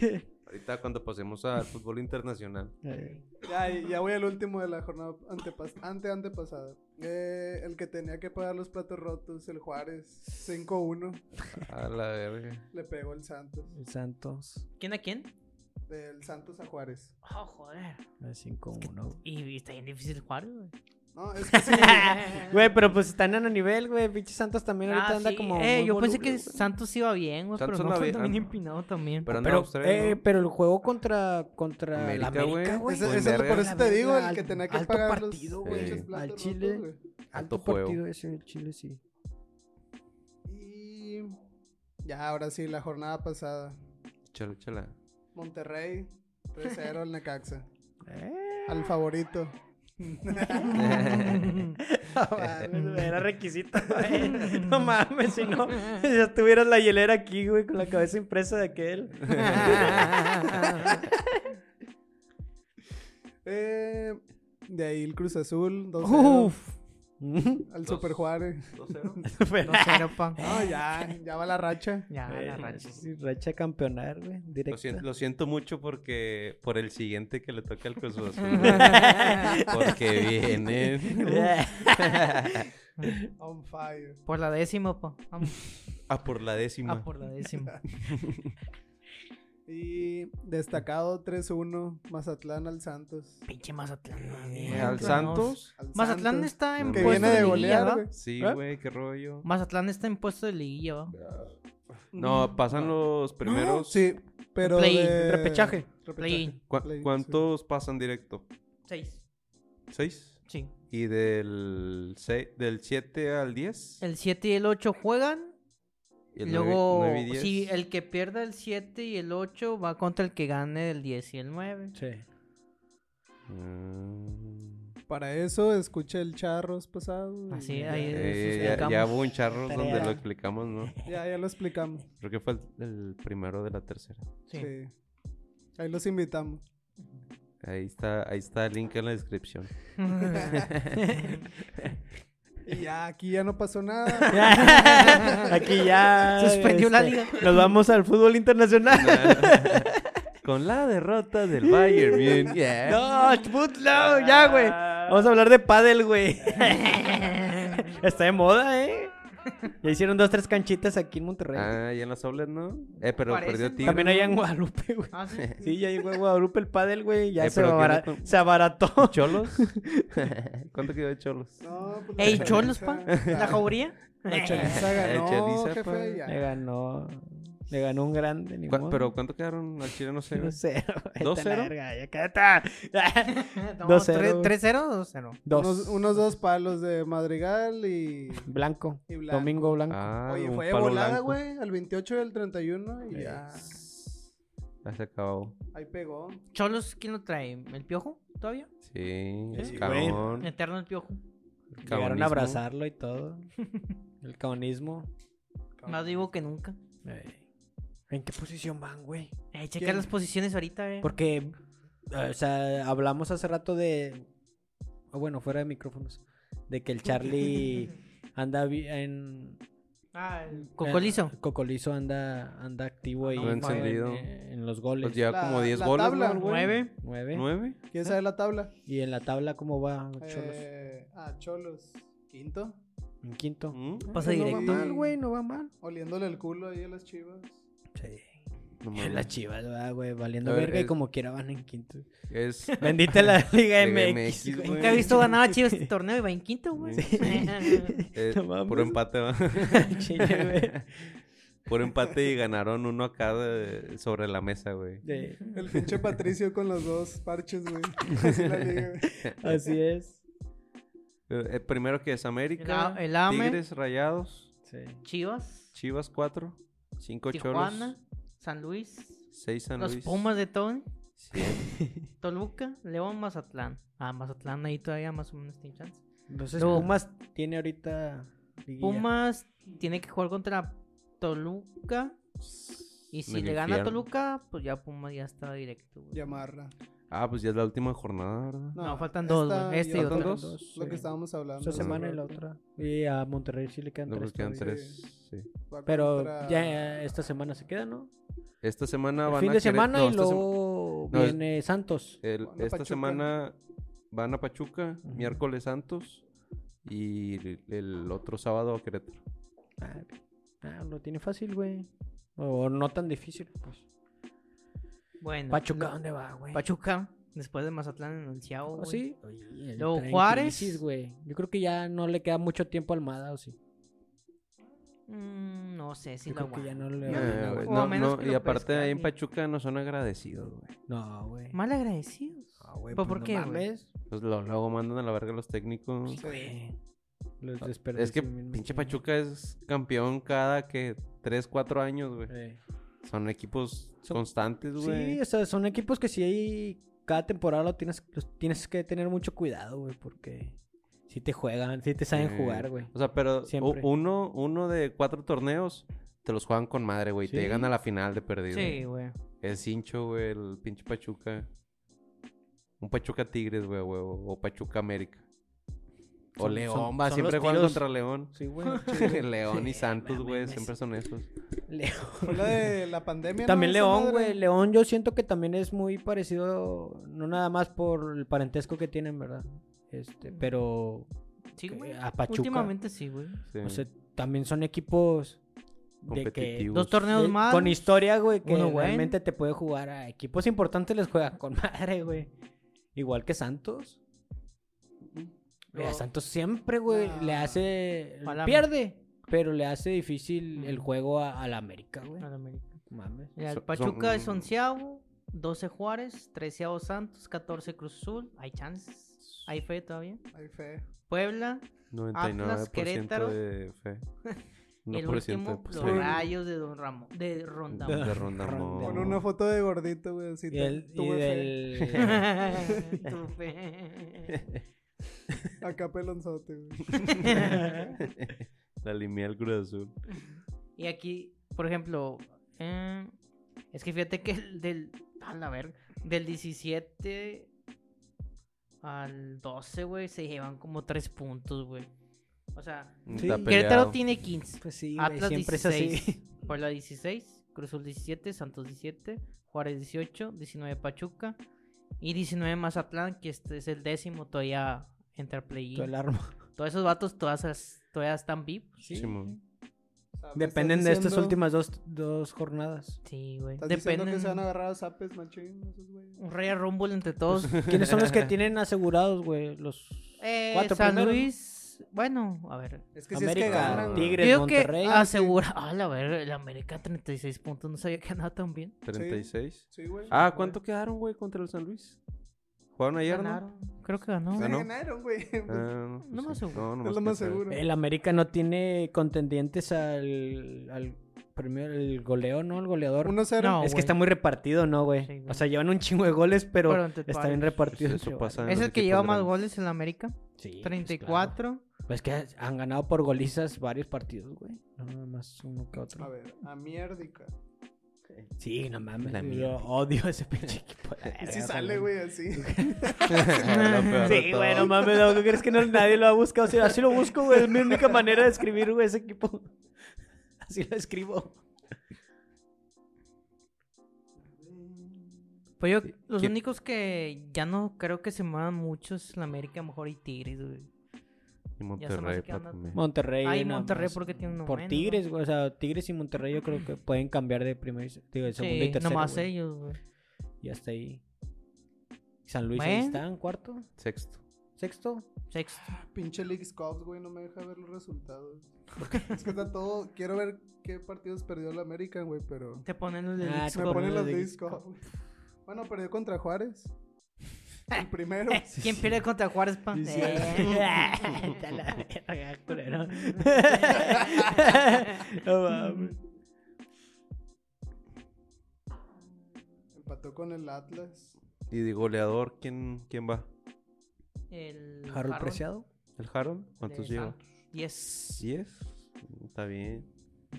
[SPEAKER 1] güey.
[SPEAKER 2] Ahorita cuando pasemos al fútbol internacional.
[SPEAKER 1] Eh,
[SPEAKER 4] Ya, ya voy al último de la jornada antepas ante antepasada. Eh, el que tenía que pagar los platos rotos, el Juárez, 5-1.
[SPEAKER 2] A la verga.
[SPEAKER 4] Le pegó el Santos.
[SPEAKER 1] El Santos,
[SPEAKER 3] ¿Quién a quién?
[SPEAKER 4] Del Santos a Juárez.
[SPEAKER 3] Oh, joder.
[SPEAKER 1] el 5-1. güey.
[SPEAKER 3] Y, y está bien difícil jugar, güey.
[SPEAKER 4] No, es que sí.
[SPEAKER 1] Güey, pero pues están en a nivel, güey. Pinche Santos también ahorita
[SPEAKER 3] Ah,
[SPEAKER 1] anda
[SPEAKER 3] sí.
[SPEAKER 1] como.
[SPEAKER 3] Eh,
[SPEAKER 1] muy
[SPEAKER 3] yo pensé que
[SPEAKER 1] voluble, güey.
[SPEAKER 3] Santos iba bien, güey, pero
[SPEAKER 2] Santos
[SPEAKER 3] no,
[SPEAKER 2] anda bien,
[SPEAKER 3] anda bien
[SPEAKER 2] anda-
[SPEAKER 3] empinado también.
[SPEAKER 2] Pero anda
[SPEAKER 1] Pero,
[SPEAKER 2] Australia,
[SPEAKER 1] eh,
[SPEAKER 2] ¿no?
[SPEAKER 1] pero el juego contra, contra la
[SPEAKER 2] América, güey.
[SPEAKER 1] América, güey.
[SPEAKER 4] Ese-
[SPEAKER 2] Muy
[SPEAKER 4] ese- por
[SPEAKER 2] verga.
[SPEAKER 4] eso te digo, el que
[SPEAKER 1] Al-
[SPEAKER 4] tenía que
[SPEAKER 1] alto
[SPEAKER 4] pagar los
[SPEAKER 1] partido,
[SPEAKER 2] güey,
[SPEAKER 4] pinches
[SPEAKER 2] al
[SPEAKER 4] platos rotos,
[SPEAKER 1] Chile.
[SPEAKER 4] güey.
[SPEAKER 2] Alto
[SPEAKER 1] Alto
[SPEAKER 2] juego.
[SPEAKER 1] partido ese en Chile, sí.
[SPEAKER 4] Y ya, ahora sí, la jornada pasada.
[SPEAKER 2] Chala, chala.
[SPEAKER 4] Monterrey, 3-0 al Necaxa.
[SPEAKER 1] Eh,
[SPEAKER 4] Al favorito.
[SPEAKER 1] no mames, Era requisito, güey. No mames, si no, ya tuvieras la hielera aquí, güey, con la cabeza impresa de aquel.
[SPEAKER 4] Eh, de ahí el Cruz Azul, 2-0.
[SPEAKER 1] Uf. No,
[SPEAKER 4] Al
[SPEAKER 2] Dos.
[SPEAKER 4] Super Juárez.
[SPEAKER 2] 2-0.
[SPEAKER 1] pero-
[SPEAKER 3] No sé, pa.
[SPEAKER 4] No, ya, ya va la racha.
[SPEAKER 3] Ya, la
[SPEAKER 1] Güey,
[SPEAKER 3] racha.
[SPEAKER 1] sí, racha de campeonar, güey.
[SPEAKER 2] Lo
[SPEAKER 1] Directo.
[SPEAKER 2] siento, lo siento mucho porque por el siguiente que le toca al Cruz Azul. güey. Porque vienen
[SPEAKER 4] On fire.
[SPEAKER 3] Por la décima, pa. Vamos.
[SPEAKER 2] a por la décima.
[SPEAKER 3] Ah, por la décima.
[SPEAKER 4] Y destacado 3-1, Mazatlán al Santos.
[SPEAKER 3] Pinche Mazatlán. no,
[SPEAKER 2] Eh,
[SPEAKER 3] bien,
[SPEAKER 2] ¿Al
[SPEAKER 3] no.
[SPEAKER 2] Santos?
[SPEAKER 4] Al
[SPEAKER 3] Mazatlán
[SPEAKER 4] Santos,
[SPEAKER 3] está en
[SPEAKER 4] Que
[SPEAKER 2] pues,
[SPEAKER 4] viene
[SPEAKER 2] de
[SPEAKER 4] de
[SPEAKER 2] liguilla,
[SPEAKER 4] golear,
[SPEAKER 3] ¿va?
[SPEAKER 4] güey.
[SPEAKER 2] Sí,
[SPEAKER 1] ¿Eh?
[SPEAKER 2] güey, qué rollo.
[SPEAKER 3] Mazatlán está en puesto de liguilla, ¿va?
[SPEAKER 2] No, pasan los
[SPEAKER 4] Primero.
[SPEAKER 2] primeros.
[SPEAKER 4] Sí, pero.
[SPEAKER 3] Play-in,
[SPEAKER 4] de-
[SPEAKER 1] repechaje.
[SPEAKER 3] Play-in.
[SPEAKER 2] ¿Cu-
[SPEAKER 4] Play, sí.
[SPEAKER 2] ¿Cuántos pasan directo?
[SPEAKER 3] Seis.
[SPEAKER 2] ¿Seis?
[SPEAKER 3] Sí.
[SPEAKER 2] Y del, sei- del 7 al 10.
[SPEAKER 3] El 7 y el 8 juegan.
[SPEAKER 2] y el
[SPEAKER 3] luego,
[SPEAKER 2] nueve- nueve y diez.
[SPEAKER 3] sí, el que pierda el 7 y el 8 va contra el que gane el 10 y el 9.
[SPEAKER 1] Sí.
[SPEAKER 2] Mm.
[SPEAKER 4] Para eso escuché el charros pasado. y
[SPEAKER 3] Así,
[SPEAKER 4] ya,
[SPEAKER 3] ahí
[SPEAKER 2] Eh,
[SPEAKER 3] sí,
[SPEAKER 2] ya,
[SPEAKER 3] explicamos.
[SPEAKER 2] ya hubo un charro
[SPEAKER 1] Tarea.
[SPEAKER 2] donde lo explicamos, ¿no?
[SPEAKER 4] Ya, ya lo explicamos.
[SPEAKER 2] Creo que fue el, el primero de la tercera.
[SPEAKER 3] Sí.
[SPEAKER 4] Sí. Ahí los invitamos.
[SPEAKER 2] Ahí está, ahí está el link en la descripción.
[SPEAKER 4] Y ya, aquí ya no pasó nada.
[SPEAKER 1] Aquí ya. este,
[SPEAKER 3] Suspendió la liga.
[SPEAKER 1] Nos vamos al fútbol internacional.
[SPEAKER 2] Con la derrota del Bayern Munich.
[SPEAKER 1] No, Putlow, ya, güey. Vamos a hablar de pádel, güey. Está de moda, ¿eh? Ya hicieron dos, tres canchitas aquí en Monterrey.
[SPEAKER 2] Ah, y en las olas, ¿no? Eh, pero
[SPEAKER 3] Parecen,
[SPEAKER 2] perdió
[SPEAKER 3] ¿no?
[SPEAKER 2] Tigres.
[SPEAKER 1] También allá en Guadalupe, güey.
[SPEAKER 3] Ah, sí.
[SPEAKER 1] Sí, ya llegó a Guadalupe el pádel, güey. Ya
[SPEAKER 2] Eh,
[SPEAKER 1] se,
[SPEAKER 2] pero ¿quién
[SPEAKER 1] abara-
[SPEAKER 2] es con-
[SPEAKER 1] se abarató.
[SPEAKER 2] ¿Cholos? ¿Cuánto quedó de Cholos?
[SPEAKER 4] No, pues la
[SPEAKER 3] Ey,
[SPEAKER 4] chaviza-
[SPEAKER 3] cholos, pa. La jauría.
[SPEAKER 4] La chaviza ganó,
[SPEAKER 2] chaviza,
[SPEAKER 4] jefe,
[SPEAKER 2] Eh, pa.
[SPEAKER 4] ya.
[SPEAKER 1] Le ganó. Le ganó un grande, ni
[SPEAKER 2] ¿Cuá-
[SPEAKER 1] modo.
[SPEAKER 2] ¿Pero cuánto quedaron al Chile? No sé.
[SPEAKER 1] No
[SPEAKER 2] güey.
[SPEAKER 1] sé, güey,
[SPEAKER 2] ¿Dos
[SPEAKER 1] está la
[SPEAKER 2] cero?
[SPEAKER 1] verga, ya cállate.
[SPEAKER 3] No,
[SPEAKER 1] 2-0,
[SPEAKER 3] tres-
[SPEAKER 1] güey.
[SPEAKER 3] 3-0 o 2-0.
[SPEAKER 1] Dos.
[SPEAKER 4] Unos, unos dos palos de Madrigal y.
[SPEAKER 1] Blanco.
[SPEAKER 4] Y blanco.
[SPEAKER 1] Domingo Blanco.
[SPEAKER 2] Ah,
[SPEAKER 4] Oye,
[SPEAKER 2] un
[SPEAKER 4] fue de
[SPEAKER 2] palo
[SPEAKER 4] volada,
[SPEAKER 2] blanco.
[SPEAKER 4] güey. Al 28 del 31 y
[SPEAKER 2] Eh,
[SPEAKER 4] ya.
[SPEAKER 2] Ya Ah, se acabó.
[SPEAKER 4] Ahí pegó.
[SPEAKER 3] Cholos, ¿quién lo trae? ¿El piojo todavía?
[SPEAKER 2] Sí,
[SPEAKER 1] Sí,
[SPEAKER 2] escabón.
[SPEAKER 3] Eterno el piojo.
[SPEAKER 1] Llegaron
[SPEAKER 2] cabonismo.
[SPEAKER 1] a abrazarlo y todo. El caonismo.
[SPEAKER 3] Más vivo que nunca.
[SPEAKER 1] ¿En qué posición van, güey?
[SPEAKER 3] Ey, checa
[SPEAKER 4] ¿Quién?
[SPEAKER 3] las posiciones ahorita, eh.
[SPEAKER 1] Porque, eh, o sea, hablamos hace rato de. o bueno, fuera de micrófonos. De que el Charlie anda vi- en.
[SPEAKER 3] Ah, el
[SPEAKER 1] eh,
[SPEAKER 3] Cocolizo.
[SPEAKER 1] Cocolizo anda, anda activo ahí
[SPEAKER 2] Anda
[SPEAKER 1] en,
[SPEAKER 2] Ah, encendido.
[SPEAKER 1] eh, en los
[SPEAKER 2] Pues
[SPEAKER 1] goles.
[SPEAKER 2] lleva
[SPEAKER 4] La-
[SPEAKER 2] como 10
[SPEAKER 4] la
[SPEAKER 2] goles,
[SPEAKER 4] tabla,
[SPEAKER 2] ¿no?
[SPEAKER 4] güey.
[SPEAKER 3] 9.
[SPEAKER 1] Nueve.
[SPEAKER 2] ¿Nueve?
[SPEAKER 4] ¿Quién sabe la tabla?
[SPEAKER 1] Y en la tabla, ¿cómo va? Cholos?
[SPEAKER 4] Eh, ah, Cholos. Quinto.
[SPEAKER 1] En quinto.
[SPEAKER 2] ¿Mm?
[SPEAKER 3] Pasa
[SPEAKER 1] Pues
[SPEAKER 3] directo.
[SPEAKER 1] No va mal, güey, no va mal.
[SPEAKER 4] Oliéndole el culo ahí a las chivas.
[SPEAKER 1] Sí.
[SPEAKER 2] No mames.
[SPEAKER 1] Las chivas, va, güey, valiendo
[SPEAKER 2] A ver,
[SPEAKER 1] verga y
[SPEAKER 2] es-
[SPEAKER 1] como quiera van en quinto.
[SPEAKER 2] Es...
[SPEAKER 1] Bendita la Liga
[SPEAKER 2] Liga
[SPEAKER 1] MX,
[SPEAKER 2] MX,
[SPEAKER 1] güey.
[SPEAKER 2] güey.
[SPEAKER 3] Nunca he visto ganar a Chivas este torneo y va en quinto, güey.
[SPEAKER 2] Sí. eh,
[SPEAKER 1] No mames.
[SPEAKER 2] puro empate, ¿va?
[SPEAKER 1] Chile, güey.
[SPEAKER 2] Puro empate y ganaron uno acá de- sobre la mesa, güey.
[SPEAKER 1] De-
[SPEAKER 4] El pinche Patricio con los dos parches, güey. Así la liga, güey.
[SPEAKER 1] Así es.
[SPEAKER 2] Eh, eh, primero que es América,
[SPEAKER 3] El A- el AME.
[SPEAKER 2] Tigres, Rayados,
[SPEAKER 1] Sí.
[SPEAKER 3] Chivas,
[SPEAKER 2] Chivas 4, 5
[SPEAKER 3] Tijuana,
[SPEAKER 2] Cholos,
[SPEAKER 3] San Luis,
[SPEAKER 2] 6 San
[SPEAKER 3] los
[SPEAKER 2] Luis.
[SPEAKER 3] Pumas de Tony,
[SPEAKER 2] Siete.
[SPEAKER 3] Toluca, León, Mazatlán. Ah, Mazatlán ahí todavía más o menos tiene chance.
[SPEAKER 1] Entonces,
[SPEAKER 3] Luego-
[SPEAKER 1] Pumas tiene ahorita. liguilla.
[SPEAKER 3] Pumas tiene que jugar contra Toluca. Y si
[SPEAKER 2] Del
[SPEAKER 3] le gana a
[SPEAKER 2] infierno.
[SPEAKER 3] Toluca, pues ya Pumas ya está directo, güey.
[SPEAKER 4] Llamarra.
[SPEAKER 2] Ah, pues ya es la última jornada, ¿verdad?
[SPEAKER 3] No, faltan dos,
[SPEAKER 4] esta
[SPEAKER 3] güey. Este y
[SPEAKER 4] otra.
[SPEAKER 3] otro.
[SPEAKER 2] Faltan dos.
[SPEAKER 1] Dos,
[SPEAKER 4] Lo que
[SPEAKER 1] sí.
[SPEAKER 4] estábamos hablando.
[SPEAKER 1] Esta semana y la
[SPEAKER 4] Rato.
[SPEAKER 1] otra. Y a Monterrey sí le quedan
[SPEAKER 2] No,
[SPEAKER 1] tres.
[SPEAKER 2] pues quedan
[SPEAKER 1] todavía.
[SPEAKER 2] tres. sí.
[SPEAKER 4] Va
[SPEAKER 1] Pero
[SPEAKER 4] contra-
[SPEAKER 1] ya esta semana se queda, ¿no?
[SPEAKER 2] Esta semana
[SPEAKER 1] El
[SPEAKER 2] van
[SPEAKER 1] fin
[SPEAKER 2] a
[SPEAKER 1] de
[SPEAKER 2] Quere-
[SPEAKER 1] semana
[SPEAKER 2] no,
[SPEAKER 1] y
[SPEAKER 2] esta sema-
[SPEAKER 1] luego
[SPEAKER 2] No, es-
[SPEAKER 1] viene Santos.
[SPEAKER 2] El-
[SPEAKER 4] Van a
[SPEAKER 2] esta
[SPEAKER 4] Pachuca.
[SPEAKER 2] semana van a Pachuca,
[SPEAKER 1] Ujú.
[SPEAKER 2] miércoles Santos y el, el otro sábado a Querétaro.
[SPEAKER 1] Ah, ah, lo tiene fácil, güey. O no tan difícil, pues.
[SPEAKER 3] Bueno.
[SPEAKER 1] Pachuca, ¿dónde va, güey? Ah,
[SPEAKER 3] Pachuca. Después de Mazatlán en el Chiao. güey.
[SPEAKER 1] ¿Sí?
[SPEAKER 3] Luego Juárez.
[SPEAKER 1] güey. Yo creo que ya no le queda mucho tiempo a Almada, ¿o sí?
[SPEAKER 3] Mm, no sé si
[SPEAKER 1] Yo
[SPEAKER 3] lo
[SPEAKER 1] creo que ya no
[SPEAKER 2] Eh,
[SPEAKER 1] le...
[SPEAKER 3] no,
[SPEAKER 2] güey,
[SPEAKER 3] o a
[SPEAKER 2] no,
[SPEAKER 3] menos
[SPEAKER 2] no,
[SPEAKER 3] que
[SPEAKER 2] y
[SPEAKER 3] lo
[SPEAKER 2] aparte ahí en
[SPEAKER 3] pescan y-
[SPEAKER 2] Pachuca no son agradecidos, güey.
[SPEAKER 1] No, güey.
[SPEAKER 3] Mal agradecidos.
[SPEAKER 1] No, güey, pues
[SPEAKER 3] ¿Pero por
[SPEAKER 1] no
[SPEAKER 3] qué, güey?
[SPEAKER 1] mames,
[SPEAKER 2] Pues lo- luego mandan a la verga a los técnicos.
[SPEAKER 1] güey. Los
[SPEAKER 2] Es que
[SPEAKER 1] desperdicios mismos
[SPEAKER 2] pinche
[SPEAKER 1] tienen.
[SPEAKER 2] Pachuca es campeón cada que 3, 4 años, güey.
[SPEAKER 1] Eh.
[SPEAKER 2] Son equipos
[SPEAKER 1] Son-
[SPEAKER 2] constantes, güey.
[SPEAKER 1] Sí, o sea, son equipos que si hay cada temporada lo tienes, los tienes que tener mucho cuidado, güey, porque si te juegan, si te saben
[SPEAKER 2] Sí.
[SPEAKER 1] jugar, güey.
[SPEAKER 2] Eh, O sea, pero u-
[SPEAKER 1] Siempre.
[SPEAKER 2] uno, uno de cuatro torneos te los juegan con madre, güey. Te
[SPEAKER 1] Sí.
[SPEAKER 2] llegan a la final de perdido.
[SPEAKER 3] Sí, güey.
[SPEAKER 2] El cincho, güey, el pinche Pachuca. Un Pachuca Tigres, güey, güey. O Pachuca América. O
[SPEAKER 1] Son-
[SPEAKER 2] León,
[SPEAKER 1] son-
[SPEAKER 2] va,
[SPEAKER 1] son
[SPEAKER 2] siempre
[SPEAKER 1] los
[SPEAKER 2] juegan
[SPEAKER 1] tiros.
[SPEAKER 2] contra León.
[SPEAKER 1] Sí, güey.
[SPEAKER 2] León y
[SPEAKER 1] Sí,
[SPEAKER 2] Santos,
[SPEAKER 1] mames.
[SPEAKER 2] güey, siempre son esos.
[SPEAKER 1] León.
[SPEAKER 4] Fue la de la pandemia. ¿no?
[SPEAKER 1] También
[SPEAKER 4] Esa
[SPEAKER 1] León,
[SPEAKER 4] madre.
[SPEAKER 1] güey. León yo siento que también es muy parecido, no nada más por el parentesco que tienen, ¿verdad? Este, pero
[SPEAKER 3] Sí,
[SPEAKER 1] Que
[SPEAKER 3] güey.
[SPEAKER 1] a Pachuca.
[SPEAKER 3] Últimamente sí, güey.
[SPEAKER 2] Sí.
[SPEAKER 1] o sea, también son equipos de que
[SPEAKER 2] Competitivos.
[SPEAKER 3] Dos torneos
[SPEAKER 1] de-
[SPEAKER 3] más.
[SPEAKER 1] eh, con historia, güey, que
[SPEAKER 3] Uno bueno.
[SPEAKER 1] realmente te puede jugar a equipos importantes les juega con madre, güey. Igual que Santos. Güey, a
[SPEAKER 4] No.
[SPEAKER 1] Santos siempre, güey, le
[SPEAKER 4] Ah.
[SPEAKER 1] hace.
[SPEAKER 3] Palame.
[SPEAKER 1] Pierde, pero le hace difícil el
[SPEAKER 3] Ujú.
[SPEAKER 1] juego a, a la América, güey.
[SPEAKER 3] al América.
[SPEAKER 1] Mames.
[SPEAKER 3] Mira, el
[SPEAKER 2] Son- son-
[SPEAKER 3] Pachuca es onceavo, 12 Juárez, 13 Santos, 14 Cruz Azul. Hay chances. Hay fe todavía.
[SPEAKER 4] Ay, fe.
[SPEAKER 3] Puebla.
[SPEAKER 2] 99%
[SPEAKER 3] Ah, pues, Querétaro.
[SPEAKER 2] de fe.
[SPEAKER 3] Y el
[SPEAKER 2] 1%
[SPEAKER 3] último,
[SPEAKER 2] de
[SPEAKER 3] los
[SPEAKER 2] posibilidad.
[SPEAKER 3] rayos de Don Ramón. De Ronda.
[SPEAKER 2] pues, De
[SPEAKER 1] De
[SPEAKER 2] Rondamón.
[SPEAKER 1] Rondamón.
[SPEAKER 4] Con una foto de gordito, güey. Así
[SPEAKER 1] Y,
[SPEAKER 4] te-
[SPEAKER 1] el, y
[SPEAKER 4] tuve fe.
[SPEAKER 1] del.
[SPEAKER 3] Tu fe.
[SPEAKER 4] Acá pelonzote, güey.
[SPEAKER 2] La línea del Cruz Azul.
[SPEAKER 3] Y aquí, por ejemplo, eh, es que fíjate que el del. A la verga, Del 17 al 12, güey, se llevan como 3 puntos, güey. O sea,
[SPEAKER 1] Sí.
[SPEAKER 2] Está
[SPEAKER 3] Querétaro
[SPEAKER 2] peleado.
[SPEAKER 3] tiene 15.
[SPEAKER 1] Pues sí, güey,
[SPEAKER 3] Atlas
[SPEAKER 1] siempre
[SPEAKER 3] 16.
[SPEAKER 1] es así.
[SPEAKER 3] Puebla 16. Cruzul 17. Santos 17. Juárez 18. 19 Pachuca. Y 19 Mazatlán, que este es el décimo todavía entre play
[SPEAKER 1] Todo el arma.
[SPEAKER 3] Todos esos vatos todas, esas- todavía están vivos.
[SPEAKER 1] Sí.
[SPEAKER 2] Simón.
[SPEAKER 4] O sea, me
[SPEAKER 1] Dependen
[SPEAKER 4] estás
[SPEAKER 1] de estas
[SPEAKER 4] diciendo-
[SPEAKER 1] últimas dos, dos jornadas.
[SPEAKER 3] Sí, güey.
[SPEAKER 4] Estás
[SPEAKER 3] Dependen.
[SPEAKER 4] diciendo que se van a agarrar a zapes, machín, esos güeyes.
[SPEAKER 3] Un Royal Rumble entre todos.
[SPEAKER 1] ¿Quiénes son los que tienen asegurados, güey? Los
[SPEAKER 3] Eh,
[SPEAKER 1] cuatro
[SPEAKER 3] San
[SPEAKER 1] primeros, ¿no?
[SPEAKER 3] Luis. Bueno, a ver.
[SPEAKER 4] Es que si es que
[SPEAKER 1] América,
[SPEAKER 4] ganan, güey.
[SPEAKER 1] Tigres,
[SPEAKER 3] Creo que
[SPEAKER 1] Monterrey.
[SPEAKER 3] asegura. Ah, la verga, el América 36 puntos. No sabía que andaba tan bien.
[SPEAKER 2] 36.
[SPEAKER 4] Sí, pues. güey.
[SPEAKER 2] Ah, ¿cuánto quedaron, güey, contra el San Luis? ¿Jugaron ayer, no?
[SPEAKER 3] Ganaron. Creo que ganó.
[SPEAKER 4] Se
[SPEAKER 2] ¿Ganó?
[SPEAKER 4] ganaron, güey.
[SPEAKER 2] Ah,
[SPEAKER 3] No me
[SPEAKER 2] sé. No,
[SPEAKER 3] aseguro.
[SPEAKER 2] no
[SPEAKER 4] es lo más seguro.
[SPEAKER 1] El América no tiene contendientes al, al premio, el goleo, ¿no? El goleador.
[SPEAKER 4] 1-0.
[SPEAKER 3] No,
[SPEAKER 1] es
[SPEAKER 3] Oh, güey.
[SPEAKER 1] que está muy repartido, ¿no, güey?
[SPEAKER 3] Sí, güey.
[SPEAKER 1] o sea, llevan un chingo de goles, pero,
[SPEAKER 3] Pero entre
[SPEAKER 1] está bien
[SPEAKER 3] varios.
[SPEAKER 1] repartido.
[SPEAKER 2] Pues eso
[SPEAKER 1] entre
[SPEAKER 2] pasa
[SPEAKER 1] varios.
[SPEAKER 3] Es
[SPEAKER 2] los
[SPEAKER 3] el que
[SPEAKER 2] equipos
[SPEAKER 3] lleva más
[SPEAKER 2] grandes.
[SPEAKER 3] goles en la América.
[SPEAKER 1] Sí, pues,
[SPEAKER 3] 34.
[SPEAKER 1] claro. Pues que han ganado por golizas varios partidos, güey. No, nada más uno que otro.
[SPEAKER 4] A ver, a mierdica.
[SPEAKER 1] Sí, no mames.
[SPEAKER 2] La
[SPEAKER 1] yo
[SPEAKER 2] mierda.
[SPEAKER 1] odio ese pinche equipo. la
[SPEAKER 4] Y
[SPEAKER 1] verga,
[SPEAKER 4] si sale, güey, así.
[SPEAKER 2] Lo peor de
[SPEAKER 1] Sí,
[SPEAKER 2] todo.
[SPEAKER 1] güey, no mames, no, ¿tú crees que no- nadie lo ha buscado? O sea, así lo busco, güey, es mi única manera de escribir, güey, ese equipo. Así lo escribo.
[SPEAKER 3] Pues yo, los
[SPEAKER 2] ¿Quién-
[SPEAKER 3] únicos que ya no creo que se muevan muchos en la América, a lo mejor y Tigres, güey.
[SPEAKER 2] Y
[SPEAKER 3] Ya se me
[SPEAKER 2] Monterrey,
[SPEAKER 3] hace que
[SPEAKER 2] pa'
[SPEAKER 3] anda-
[SPEAKER 2] comer.
[SPEAKER 1] Monterrey.
[SPEAKER 3] Ah, y
[SPEAKER 1] güey, nada
[SPEAKER 3] Monterrey
[SPEAKER 1] más.
[SPEAKER 3] porque tiene uno
[SPEAKER 1] Por
[SPEAKER 3] menos,
[SPEAKER 1] Tigres, güey, o sea, Tigres y Monterrey yo creo que pueden cambiar de primero y se- digo, de segundo y
[SPEAKER 3] Sí,
[SPEAKER 1] tercero.
[SPEAKER 3] nomás
[SPEAKER 1] güey.
[SPEAKER 3] ellos, güey.
[SPEAKER 1] Y hasta ahí. San Luis ahí
[SPEAKER 3] Bueno.
[SPEAKER 1] está, en cuarto,
[SPEAKER 2] Sexto.
[SPEAKER 1] sexto.
[SPEAKER 3] Sexto.
[SPEAKER 4] Pinche League Cops, güey, no me deja ver los resultados. Es que está todo. Quiero ver qué partidos perdió el América, güey, pero.
[SPEAKER 3] Te ponen los de
[SPEAKER 1] Ah,
[SPEAKER 3] Leeds
[SPEAKER 1] te
[SPEAKER 4] Me
[SPEAKER 1] Con
[SPEAKER 3] Cup.
[SPEAKER 4] ponen
[SPEAKER 1] los
[SPEAKER 4] los
[SPEAKER 1] de
[SPEAKER 4] de
[SPEAKER 1] Leagues
[SPEAKER 4] Cops. Bueno, perdió contra Juárez. El primero.
[SPEAKER 3] ¿Quién pierde contra Juárez, pa? Eh.
[SPEAKER 1] Vete a la verga, culero. No mames.
[SPEAKER 4] Empató con el Atlas.
[SPEAKER 2] Y de goleador, ¿quién, quién va?
[SPEAKER 3] El
[SPEAKER 1] Harold Preciado.
[SPEAKER 2] ¿El Harold? ¿Cuántos lleva?
[SPEAKER 3] Yes.
[SPEAKER 2] 10. Está bien.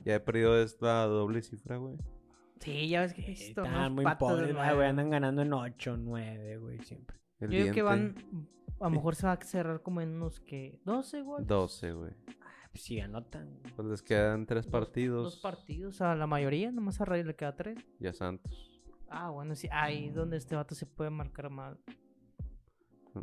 [SPEAKER 2] Ya he perdido esta doble cifra, güey.
[SPEAKER 3] Sí, ya ves que esto.
[SPEAKER 1] Están muy pobres, güey, güey, andan ganando en 8, 9, güey, siempre.
[SPEAKER 2] El
[SPEAKER 3] Yo digo
[SPEAKER 2] diente,
[SPEAKER 3] que van. A lo mejor se va a cerrar como en unos que. 12 goles.
[SPEAKER 2] 12, güey.
[SPEAKER 1] Ah, Pues sí, anotan. güey.
[SPEAKER 2] Pues les quedan tres
[SPEAKER 3] Dos-
[SPEAKER 2] partidos.
[SPEAKER 3] Dos partidos a la mayoría. Nomás a Rayo le queda tres.
[SPEAKER 2] Ya Santos.
[SPEAKER 3] Ah, bueno, sí. Ahí es donde este vato se puede marcar mal.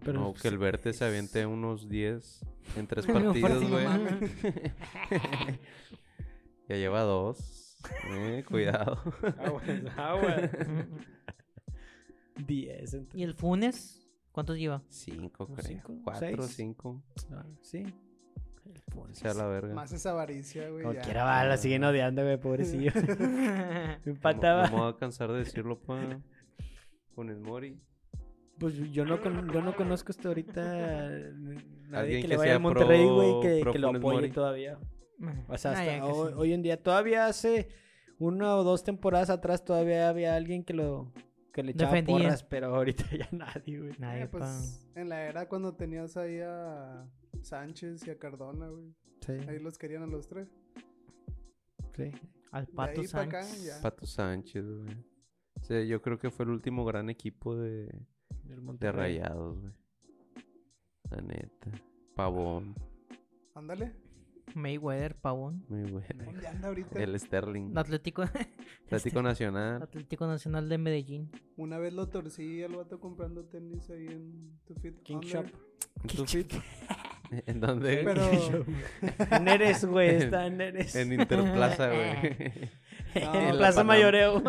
[SPEAKER 1] Pero,
[SPEAKER 2] no,
[SPEAKER 1] pues,
[SPEAKER 2] que el Verte se
[SPEAKER 1] es-
[SPEAKER 2] aviente unos 10 en tres
[SPEAKER 3] No,
[SPEAKER 2] partidos,
[SPEAKER 3] partido,
[SPEAKER 2] güey.
[SPEAKER 3] mames.
[SPEAKER 2] ya lleva dos. Eh, cuidado.
[SPEAKER 1] Ah, Aguas, aguas.
[SPEAKER 3] Mm, mm.
[SPEAKER 1] 10.
[SPEAKER 3] ¿Y el Funes? ¿Cuántos lleva?
[SPEAKER 2] Cinco,
[SPEAKER 1] Como
[SPEAKER 2] creo.
[SPEAKER 1] cinco,
[SPEAKER 2] Cuatro,
[SPEAKER 1] seis.
[SPEAKER 2] cinco.
[SPEAKER 1] Sí. El
[SPEAKER 2] O
[SPEAKER 1] Funes.
[SPEAKER 2] sea, la verga.
[SPEAKER 4] Más esa avaricia, güey. ya.
[SPEAKER 1] Cualquiera va, la siguen odiando, güey, pobrecillo. Me
[SPEAKER 2] No me-
[SPEAKER 1] empataba.
[SPEAKER 2] No me voy a cansar de decirlo, pa. Con el Mori.
[SPEAKER 1] Pues yo no, con- yo no conozco hasta ahorita a nadie
[SPEAKER 2] Alguien
[SPEAKER 1] que
[SPEAKER 2] que
[SPEAKER 1] le vaya
[SPEAKER 2] sea
[SPEAKER 1] a Monterrey,
[SPEAKER 2] pro-
[SPEAKER 1] güey, que,
[SPEAKER 2] pro
[SPEAKER 1] que lo
[SPEAKER 2] Funes
[SPEAKER 1] apoye
[SPEAKER 2] Mori.
[SPEAKER 1] todavía. O sea,
[SPEAKER 3] Ah,
[SPEAKER 1] hasta
[SPEAKER 3] ya que
[SPEAKER 1] hoy,
[SPEAKER 3] sí.
[SPEAKER 1] hoy en día, todavía hace una o dos temporadas atrás, todavía había alguien que lo que le echaba
[SPEAKER 3] Defendía.
[SPEAKER 1] porras, pero ahorita ya nadie, güey.
[SPEAKER 3] Nadie,
[SPEAKER 4] Eh, pues,
[SPEAKER 3] pa.
[SPEAKER 4] en la era cuando tenías ahí a Sánchez y a Cardona, güey. Ahí los querían a los tres.
[SPEAKER 1] sí.
[SPEAKER 3] Al
[SPEAKER 4] De
[SPEAKER 3] Pato
[SPEAKER 4] ahí pa' acá,
[SPEAKER 3] Sánchez.
[SPEAKER 4] ya.
[SPEAKER 2] Pato Sánchez, güey. O sea, yo creo que fue el último gran equipo de,
[SPEAKER 1] Del
[SPEAKER 2] de
[SPEAKER 1] Monterrey.
[SPEAKER 2] rayados, güey. La neta. Pavón,
[SPEAKER 4] Ándale.
[SPEAKER 3] Mayweather, Pavón.
[SPEAKER 2] muy bueno.
[SPEAKER 4] ¿Dónde anda ahorita?
[SPEAKER 2] El
[SPEAKER 3] Mm.
[SPEAKER 2] Sterling.
[SPEAKER 3] Atlético,
[SPEAKER 2] Atlético Nacional.
[SPEAKER 3] Atlético Nacional de Medellín.
[SPEAKER 4] Una vez lo torcí al vato comprando tenis ahí en tu fit.
[SPEAKER 1] King
[SPEAKER 4] Under.
[SPEAKER 1] Shop.
[SPEAKER 2] ¿Tú, Fit? ¿En dónde?
[SPEAKER 4] Pero
[SPEAKER 1] En Eres, güey, está en Eres.
[SPEAKER 2] En
[SPEAKER 1] En,
[SPEAKER 2] Interplaza, güey.
[SPEAKER 4] en la
[SPEAKER 1] Plaza
[SPEAKER 2] Panam.
[SPEAKER 1] Mayoreo.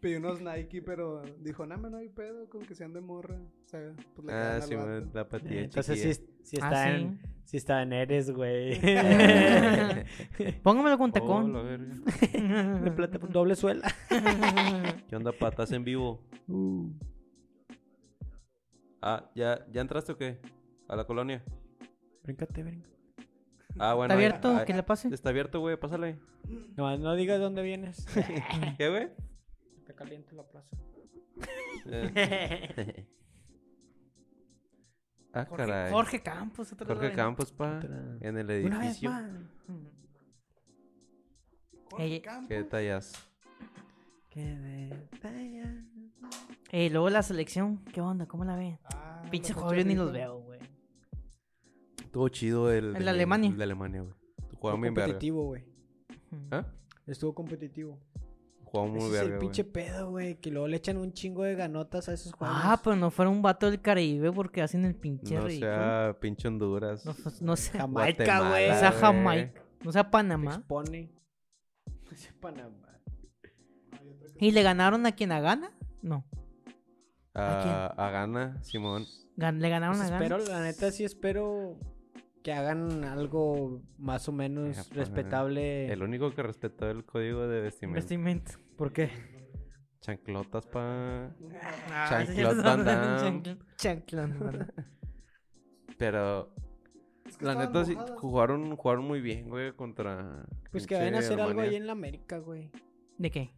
[SPEAKER 4] pedí unos Nike, pero dijo, no, no hay pedo con que sean de morra. O sea, pues le
[SPEAKER 2] ah,
[SPEAKER 4] quedan
[SPEAKER 2] sí,
[SPEAKER 4] al
[SPEAKER 2] me-
[SPEAKER 4] vato.
[SPEAKER 2] la patilla
[SPEAKER 1] Entonces sí,
[SPEAKER 2] chiquilla.
[SPEAKER 1] es- sí está
[SPEAKER 3] Ah, sí.
[SPEAKER 1] en... Sí está en Eres, güey.
[SPEAKER 3] Póngamelo con
[SPEAKER 2] Oh,
[SPEAKER 3] tacón.
[SPEAKER 2] la verga.
[SPEAKER 1] De plata por doble suela.
[SPEAKER 2] ¿Qué onda, patas en vivo?
[SPEAKER 3] Uh.
[SPEAKER 2] Ah, ¿ya, ¿ya entraste o qué? ¿A la colonia?
[SPEAKER 1] Bríncate, bríncate.
[SPEAKER 2] Ah, bueno.
[SPEAKER 3] ¿Está
[SPEAKER 2] ahí-
[SPEAKER 3] abierto?
[SPEAKER 2] ahí-
[SPEAKER 3] ¿Que le pase?
[SPEAKER 2] Está abierto, güey, pásale.
[SPEAKER 1] No, no digas dónde vienes.
[SPEAKER 2] ¿Qué, güey?
[SPEAKER 1] Está caliente la plaza.
[SPEAKER 2] Eh, ah,
[SPEAKER 3] Jorge,
[SPEAKER 2] caray.
[SPEAKER 3] Jorge Campos. otra
[SPEAKER 2] Jorge
[SPEAKER 3] vez.
[SPEAKER 2] Campos, pa.
[SPEAKER 1] Otra.
[SPEAKER 2] En el
[SPEAKER 1] Una vez
[SPEAKER 2] edificio.
[SPEAKER 1] más.
[SPEAKER 4] Jorge
[SPEAKER 3] Eh,
[SPEAKER 4] Campos.
[SPEAKER 2] Qué detallas.
[SPEAKER 1] Que detalla.
[SPEAKER 3] Eh, luego la selección. ¿Qué onda? ¿Cómo la ven?
[SPEAKER 4] Ah,
[SPEAKER 3] Pinche
[SPEAKER 4] la
[SPEAKER 3] jóvenes ni
[SPEAKER 4] Costa
[SPEAKER 3] los
[SPEAKER 4] Rica.
[SPEAKER 3] veo, güey.
[SPEAKER 2] Estuvo chido el...
[SPEAKER 3] El de
[SPEAKER 2] de
[SPEAKER 3] Alemania.
[SPEAKER 2] El de Alemania, güey. Jugaban
[SPEAKER 1] Estuvo
[SPEAKER 2] bien verga.
[SPEAKER 1] competitivo, güey.
[SPEAKER 2] ¿Ah?
[SPEAKER 1] Estuvo competitivo.
[SPEAKER 2] Jugaban muy
[SPEAKER 1] Ese es
[SPEAKER 2] verga,
[SPEAKER 1] el
[SPEAKER 2] güey.
[SPEAKER 1] pinche pedo, güey. Que luego le echan un chingo de ganotas a esos juegos.
[SPEAKER 3] Ah, pero no fuera un vato del Caribe porque hacen el pinche
[SPEAKER 2] No
[SPEAKER 3] ridículo.
[SPEAKER 2] sea pinche Honduras.
[SPEAKER 3] No, pues, no sea
[SPEAKER 1] Jamaica, güey.
[SPEAKER 2] Guatemala,
[SPEAKER 1] Esa
[SPEAKER 3] sea
[SPEAKER 2] güey.
[SPEAKER 3] Jamaica. No sea
[SPEAKER 1] te
[SPEAKER 3] Panamá.
[SPEAKER 1] expone. Ese Panamá.
[SPEAKER 3] ¿Y le ganaron a quien a Ghana? No.
[SPEAKER 2] A, a Ghana, Simón.
[SPEAKER 3] Gan- le ganaron
[SPEAKER 1] Pues
[SPEAKER 3] a Ghana.
[SPEAKER 1] espero, la neta, sí espero que hagan algo más o menos
[SPEAKER 2] Ajá, pues,
[SPEAKER 1] respetable.
[SPEAKER 2] El único que respetó el código de vestimenta.
[SPEAKER 3] Investimento.
[SPEAKER 1] ¿Por qué?
[SPEAKER 2] Chanclotas, pa.
[SPEAKER 3] Ah, sí,
[SPEAKER 2] Chanclot
[SPEAKER 3] sí,
[SPEAKER 2] Van
[SPEAKER 3] sí,
[SPEAKER 2] Damme.
[SPEAKER 3] chancl- chanclón, Van Damme.
[SPEAKER 2] Pero
[SPEAKER 4] Es que
[SPEAKER 2] la
[SPEAKER 4] estaban
[SPEAKER 2] neta sí,
[SPEAKER 4] mojadas.
[SPEAKER 2] jugaron, jugaron muy bien, güey, contra.
[SPEAKER 1] Pues que
[SPEAKER 2] pinche
[SPEAKER 1] vayan a hacer algo
[SPEAKER 2] Alemania.
[SPEAKER 1] ahí en la América, güey.
[SPEAKER 3] ¿De qué?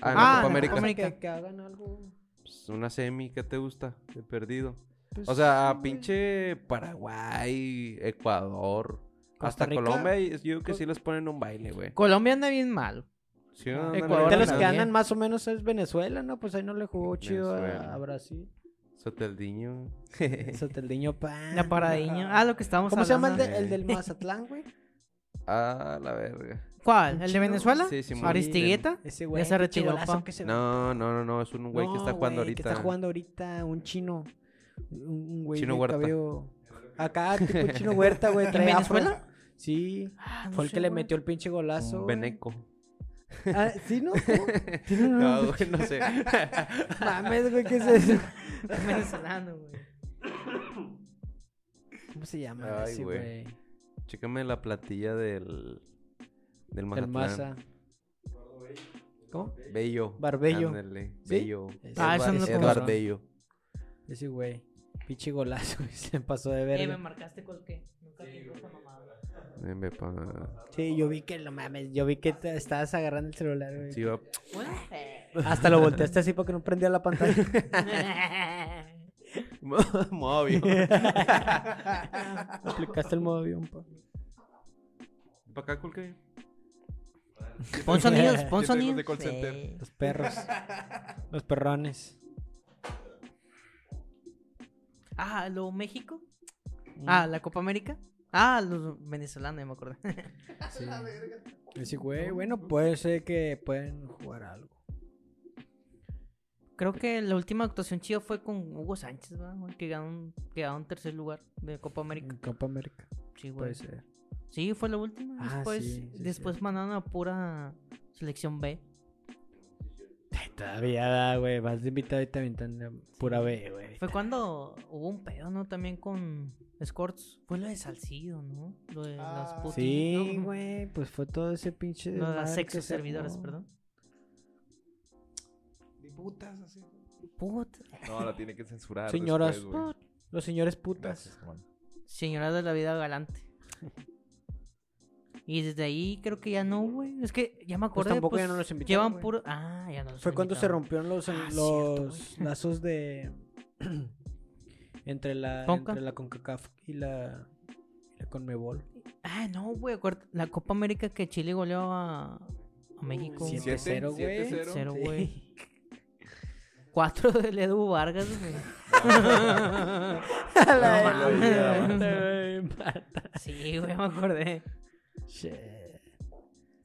[SPEAKER 2] Ah, en
[SPEAKER 3] Ah,
[SPEAKER 2] la
[SPEAKER 3] en
[SPEAKER 2] Copa
[SPEAKER 3] la
[SPEAKER 2] América.
[SPEAKER 1] O sea,
[SPEAKER 3] América.
[SPEAKER 1] Que, que hagan algo.
[SPEAKER 2] Pues, una semi, ¿qué te gusta? De perdido.
[SPEAKER 1] pues,
[SPEAKER 2] O sea,
[SPEAKER 1] sí, güey.
[SPEAKER 2] pinche Paraguay, Ecuador.
[SPEAKER 1] Costa
[SPEAKER 2] Hasta
[SPEAKER 1] Rica.
[SPEAKER 2] Colombia, y- yo digo que sí les ponen un baile, güey.
[SPEAKER 3] Colombia anda bien mal.
[SPEAKER 2] Sí,
[SPEAKER 1] Ah,
[SPEAKER 2] ándale,
[SPEAKER 3] Ecuador
[SPEAKER 1] Ahorita
[SPEAKER 2] ándale.
[SPEAKER 1] los que
[SPEAKER 3] también.
[SPEAKER 1] andan más o menos es Venezuela, ¿no? Pues ahí no le jugó chido a,
[SPEAKER 2] Venezuela.
[SPEAKER 1] a Brasil.
[SPEAKER 2] Soteldiño.
[SPEAKER 1] Soteldiño Pan.
[SPEAKER 3] La paradiña. Ah, lo que estábamos
[SPEAKER 1] ¿Cómo se llama el,
[SPEAKER 3] hablando.
[SPEAKER 1] de- el del Mazatlán, güey?
[SPEAKER 2] ah, la verga.
[SPEAKER 3] ¿Cuál? ¿El de
[SPEAKER 1] Chino.
[SPEAKER 3] Venezuela?
[SPEAKER 2] Sí, Simón.
[SPEAKER 3] ¿Aristigueta?
[SPEAKER 1] Ese güey.
[SPEAKER 3] Ya se
[SPEAKER 1] qué
[SPEAKER 3] retiró,
[SPEAKER 1] chigolazo
[SPEAKER 3] pa.
[SPEAKER 1] que se-
[SPEAKER 2] No, no, no, no, es un güey que
[SPEAKER 1] No,
[SPEAKER 2] está jugando
[SPEAKER 1] güey,
[SPEAKER 2] ahorita.
[SPEAKER 1] Que está jugando ahorita un chino. Un, un güey
[SPEAKER 2] Chino
[SPEAKER 1] de
[SPEAKER 2] Huerta.
[SPEAKER 1] cabello. Acá, tipo chino huerta, güey. trae afro.
[SPEAKER 3] Venezuela?
[SPEAKER 1] Sí.
[SPEAKER 3] Ah, no
[SPEAKER 1] Fue el
[SPEAKER 3] sé,
[SPEAKER 1] que le
[SPEAKER 3] güey.
[SPEAKER 1] metió el pinche golazo.
[SPEAKER 2] Un
[SPEAKER 1] güey.
[SPEAKER 2] Beneco.
[SPEAKER 1] Ah, sí, ¿no? No,
[SPEAKER 2] No, güey, no sé.
[SPEAKER 1] Mames, güey, ¿qué es eso?
[SPEAKER 3] Venezolano, güey. Eh,
[SPEAKER 1] ¿Cómo se llama
[SPEAKER 2] Ay,
[SPEAKER 1] ese,
[SPEAKER 2] güey.
[SPEAKER 1] güey?
[SPEAKER 2] Chécame la platilla del. Del
[SPEAKER 1] El
[SPEAKER 2] Mazatlán.
[SPEAKER 1] Maza. ¿Cómo?
[SPEAKER 2] Bello.
[SPEAKER 1] Barbello.
[SPEAKER 2] Ándale,
[SPEAKER 1] ¿Sí?
[SPEAKER 2] Bello.
[SPEAKER 1] Ah,
[SPEAKER 2] Edward-
[SPEAKER 3] eso no lo
[SPEAKER 2] Edward
[SPEAKER 3] conozco.
[SPEAKER 2] Bello.
[SPEAKER 1] Ese güey. Pinche golazo, güey, se pasó de
[SPEAKER 3] Eh, me
[SPEAKER 1] verga.
[SPEAKER 3] marcaste con qué. Nunca vi esa mamada.
[SPEAKER 2] Ven, ve, pa.
[SPEAKER 1] Sí, yo vi que lo mames, yo vi que te estabas agarrando el celular, güey.
[SPEAKER 2] Sí, va.
[SPEAKER 3] eh.
[SPEAKER 1] Hasta lo volteaste así porque no prendía la pantalla.
[SPEAKER 2] Modo avión.
[SPEAKER 1] Aplicaste el modo avión, pa.
[SPEAKER 2] ¿Pa acá, culque?
[SPEAKER 3] Pon sonidos, pon
[SPEAKER 2] Yo tengo
[SPEAKER 3] sonidos.
[SPEAKER 2] de call center.
[SPEAKER 3] Eh,
[SPEAKER 1] Los perros. Los perrones.
[SPEAKER 3] Ah, lo México. Ah, la Copa América. Ah, los venezolanos, ya me acordé.
[SPEAKER 1] Sí. Ese güey, bueno, puede ser que pueden jugar algo.
[SPEAKER 3] Creo que la última actuación chida fue con Hugo Sánchez, ¿verdad, güey? Que ganó un- quedaron en tercer lugar de Copa América.
[SPEAKER 1] En Copa América.
[SPEAKER 3] Sí, güey.
[SPEAKER 1] Puede ser.
[SPEAKER 3] Sí, fue la última.
[SPEAKER 1] Ah,
[SPEAKER 3] Después,
[SPEAKER 1] sí, sí,
[SPEAKER 3] después
[SPEAKER 1] cierto.
[SPEAKER 3] mandaron a pura selección B.
[SPEAKER 1] Todavía da, güey. Vas de invitado y te avientan la pura B, güey.
[SPEAKER 3] Fue cuando hubo un pedo, ¿no? También con Scorts. Fue lo de Salcido, ¿no? Lo de las
[SPEAKER 4] Ah,
[SPEAKER 3] putas.
[SPEAKER 1] Sí,
[SPEAKER 3] ¿no?
[SPEAKER 1] güey. Pues fue todo ese pinche.
[SPEAKER 3] Lo de
[SPEAKER 1] desmadre
[SPEAKER 3] las
[SPEAKER 1] que
[SPEAKER 3] sexo
[SPEAKER 1] se
[SPEAKER 3] servidoras,
[SPEAKER 1] armó.
[SPEAKER 3] perdón.
[SPEAKER 4] Y putas así.
[SPEAKER 3] Put.
[SPEAKER 2] No, la tiene que censurar.
[SPEAKER 1] Señoras.
[SPEAKER 2] después, Ah, pues güey.
[SPEAKER 1] Los señores putas.
[SPEAKER 5] Gracias, Juan.
[SPEAKER 3] Señora de la vida galante. Y desde ahí creo que ya no, güey. Es que ya me acordé.
[SPEAKER 1] Pues
[SPEAKER 3] pues,
[SPEAKER 1] tampoco ya no los invitaron,
[SPEAKER 3] Llevan
[SPEAKER 1] güey.
[SPEAKER 3] puro. Ah, ya no los
[SPEAKER 1] Fue cuando se
[SPEAKER 3] invitaron.
[SPEAKER 1] rompieron los,
[SPEAKER 3] Ah,
[SPEAKER 1] los
[SPEAKER 3] cierto, güey.
[SPEAKER 1] lazos de. entre la.
[SPEAKER 3] Conca.
[SPEAKER 1] Entre la CONCACAF y la. y la CONMEBOL.
[SPEAKER 3] Ah, no, güey. acuérdate, La Copa América que Chile goleó a, a México.
[SPEAKER 1] Siete,
[SPEAKER 2] Siete,
[SPEAKER 1] cero,
[SPEAKER 2] siete,
[SPEAKER 1] güey.
[SPEAKER 2] cero.
[SPEAKER 3] Cero,
[SPEAKER 1] Sí.
[SPEAKER 3] güey. Cuatro del Edu Vargas, güey.
[SPEAKER 1] A
[SPEAKER 3] No
[SPEAKER 1] la
[SPEAKER 3] mames,
[SPEAKER 1] de-
[SPEAKER 3] Sí, güey, me acordé.
[SPEAKER 1] Shit.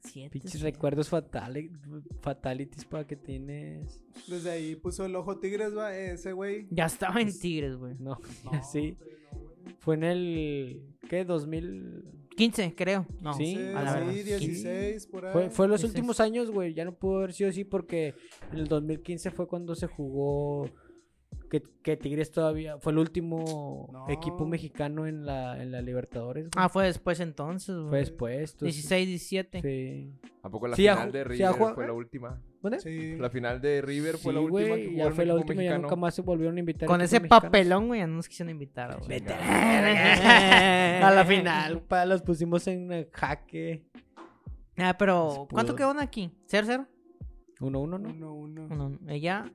[SPEAKER 3] Siete,
[SPEAKER 1] Pinches
[SPEAKER 3] siete.
[SPEAKER 1] recuerdos fatali- fatalities para que tienes.
[SPEAKER 4] Desde ahí puso el ojo Tigres, va, eh, ese güey.
[SPEAKER 3] Ya estaba en Tigres, güey.
[SPEAKER 1] No, así. Fue en el. ¿Qué? 2000.
[SPEAKER 3] 15, creo. No,
[SPEAKER 1] Sí,
[SPEAKER 3] a la
[SPEAKER 1] sí,
[SPEAKER 3] verdad.
[SPEAKER 4] sí, 16, por ahí.
[SPEAKER 1] Fue, fue los
[SPEAKER 3] sí, sí.
[SPEAKER 1] últimos años, güey. Ya no pudo haber sido así porque en el 2015 fue cuando se jugó. Que, que Tigres todavía fue el último
[SPEAKER 4] No.
[SPEAKER 1] equipo mexicano en la, en la Libertadores. güey.
[SPEAKER 3] Ah, fue después entonces, güey.
[SPEAKER 1] fue después. tú-
[SPEAKER 3] 16, 17.
[SPEAKER 1] Sí.
[SPEAKER 2] ¿A poco la
[SPEAKER 1] Sí, a
[SPEAKER 2] final
[SPEAKER 1] ju-
[SPEAKER 2] de
[SPEAKER 1] sí, a
[SPEAKER 2] River
[SPEAKER 1] jugar-
[SPEAKER 2] fue la última?
[SPEAKER 1] ¿Dónde?
[SPEAKER 4] Sí.
[SPEAKER 2] La final de River fue la
[SPEAKER 1] Sí,
[SPEAKER 2] última
[SPEAKER 1] güey,
[SPEAKER 2] que jugó
[SPEAKER 1] ya
[SPEAKER 2] el
[SPEAKER 1] fue la
[SPEAKER 2] equipo
[SPEAKER 1] última, ya
[SPEAKER 2] mexicano.
[SPEAKER 1] nunca más se volvieron a invitar.
[SPEAKER 3] Con
[SPEAKER 1] equipos
[SPEAKER 3] ese
[SPEAKER 1] mexicanos.
[SPEAKER 3] papelón, güey, ya no nos quisieron invitar, güey.
[SPEAKER 1] Vete.
[SPEAKER 3] A
[SPEAKER 1] A la final, pa, los pusimos en eh, jaque.
[SPEAKER 3] Ah, pero, ¿cuánto
[SPEAKER 1] Pudo.
[SPEAKER 3] quedaron aquí? ¿Cero, cero?
[SPEAKER 1] 1-1,
[SPEAKER 2] Mm.
[SPEAKER 1] ¿no?
[SPEAKER 4] Uno, uno.
[SPEAKER 3] Uno, ella.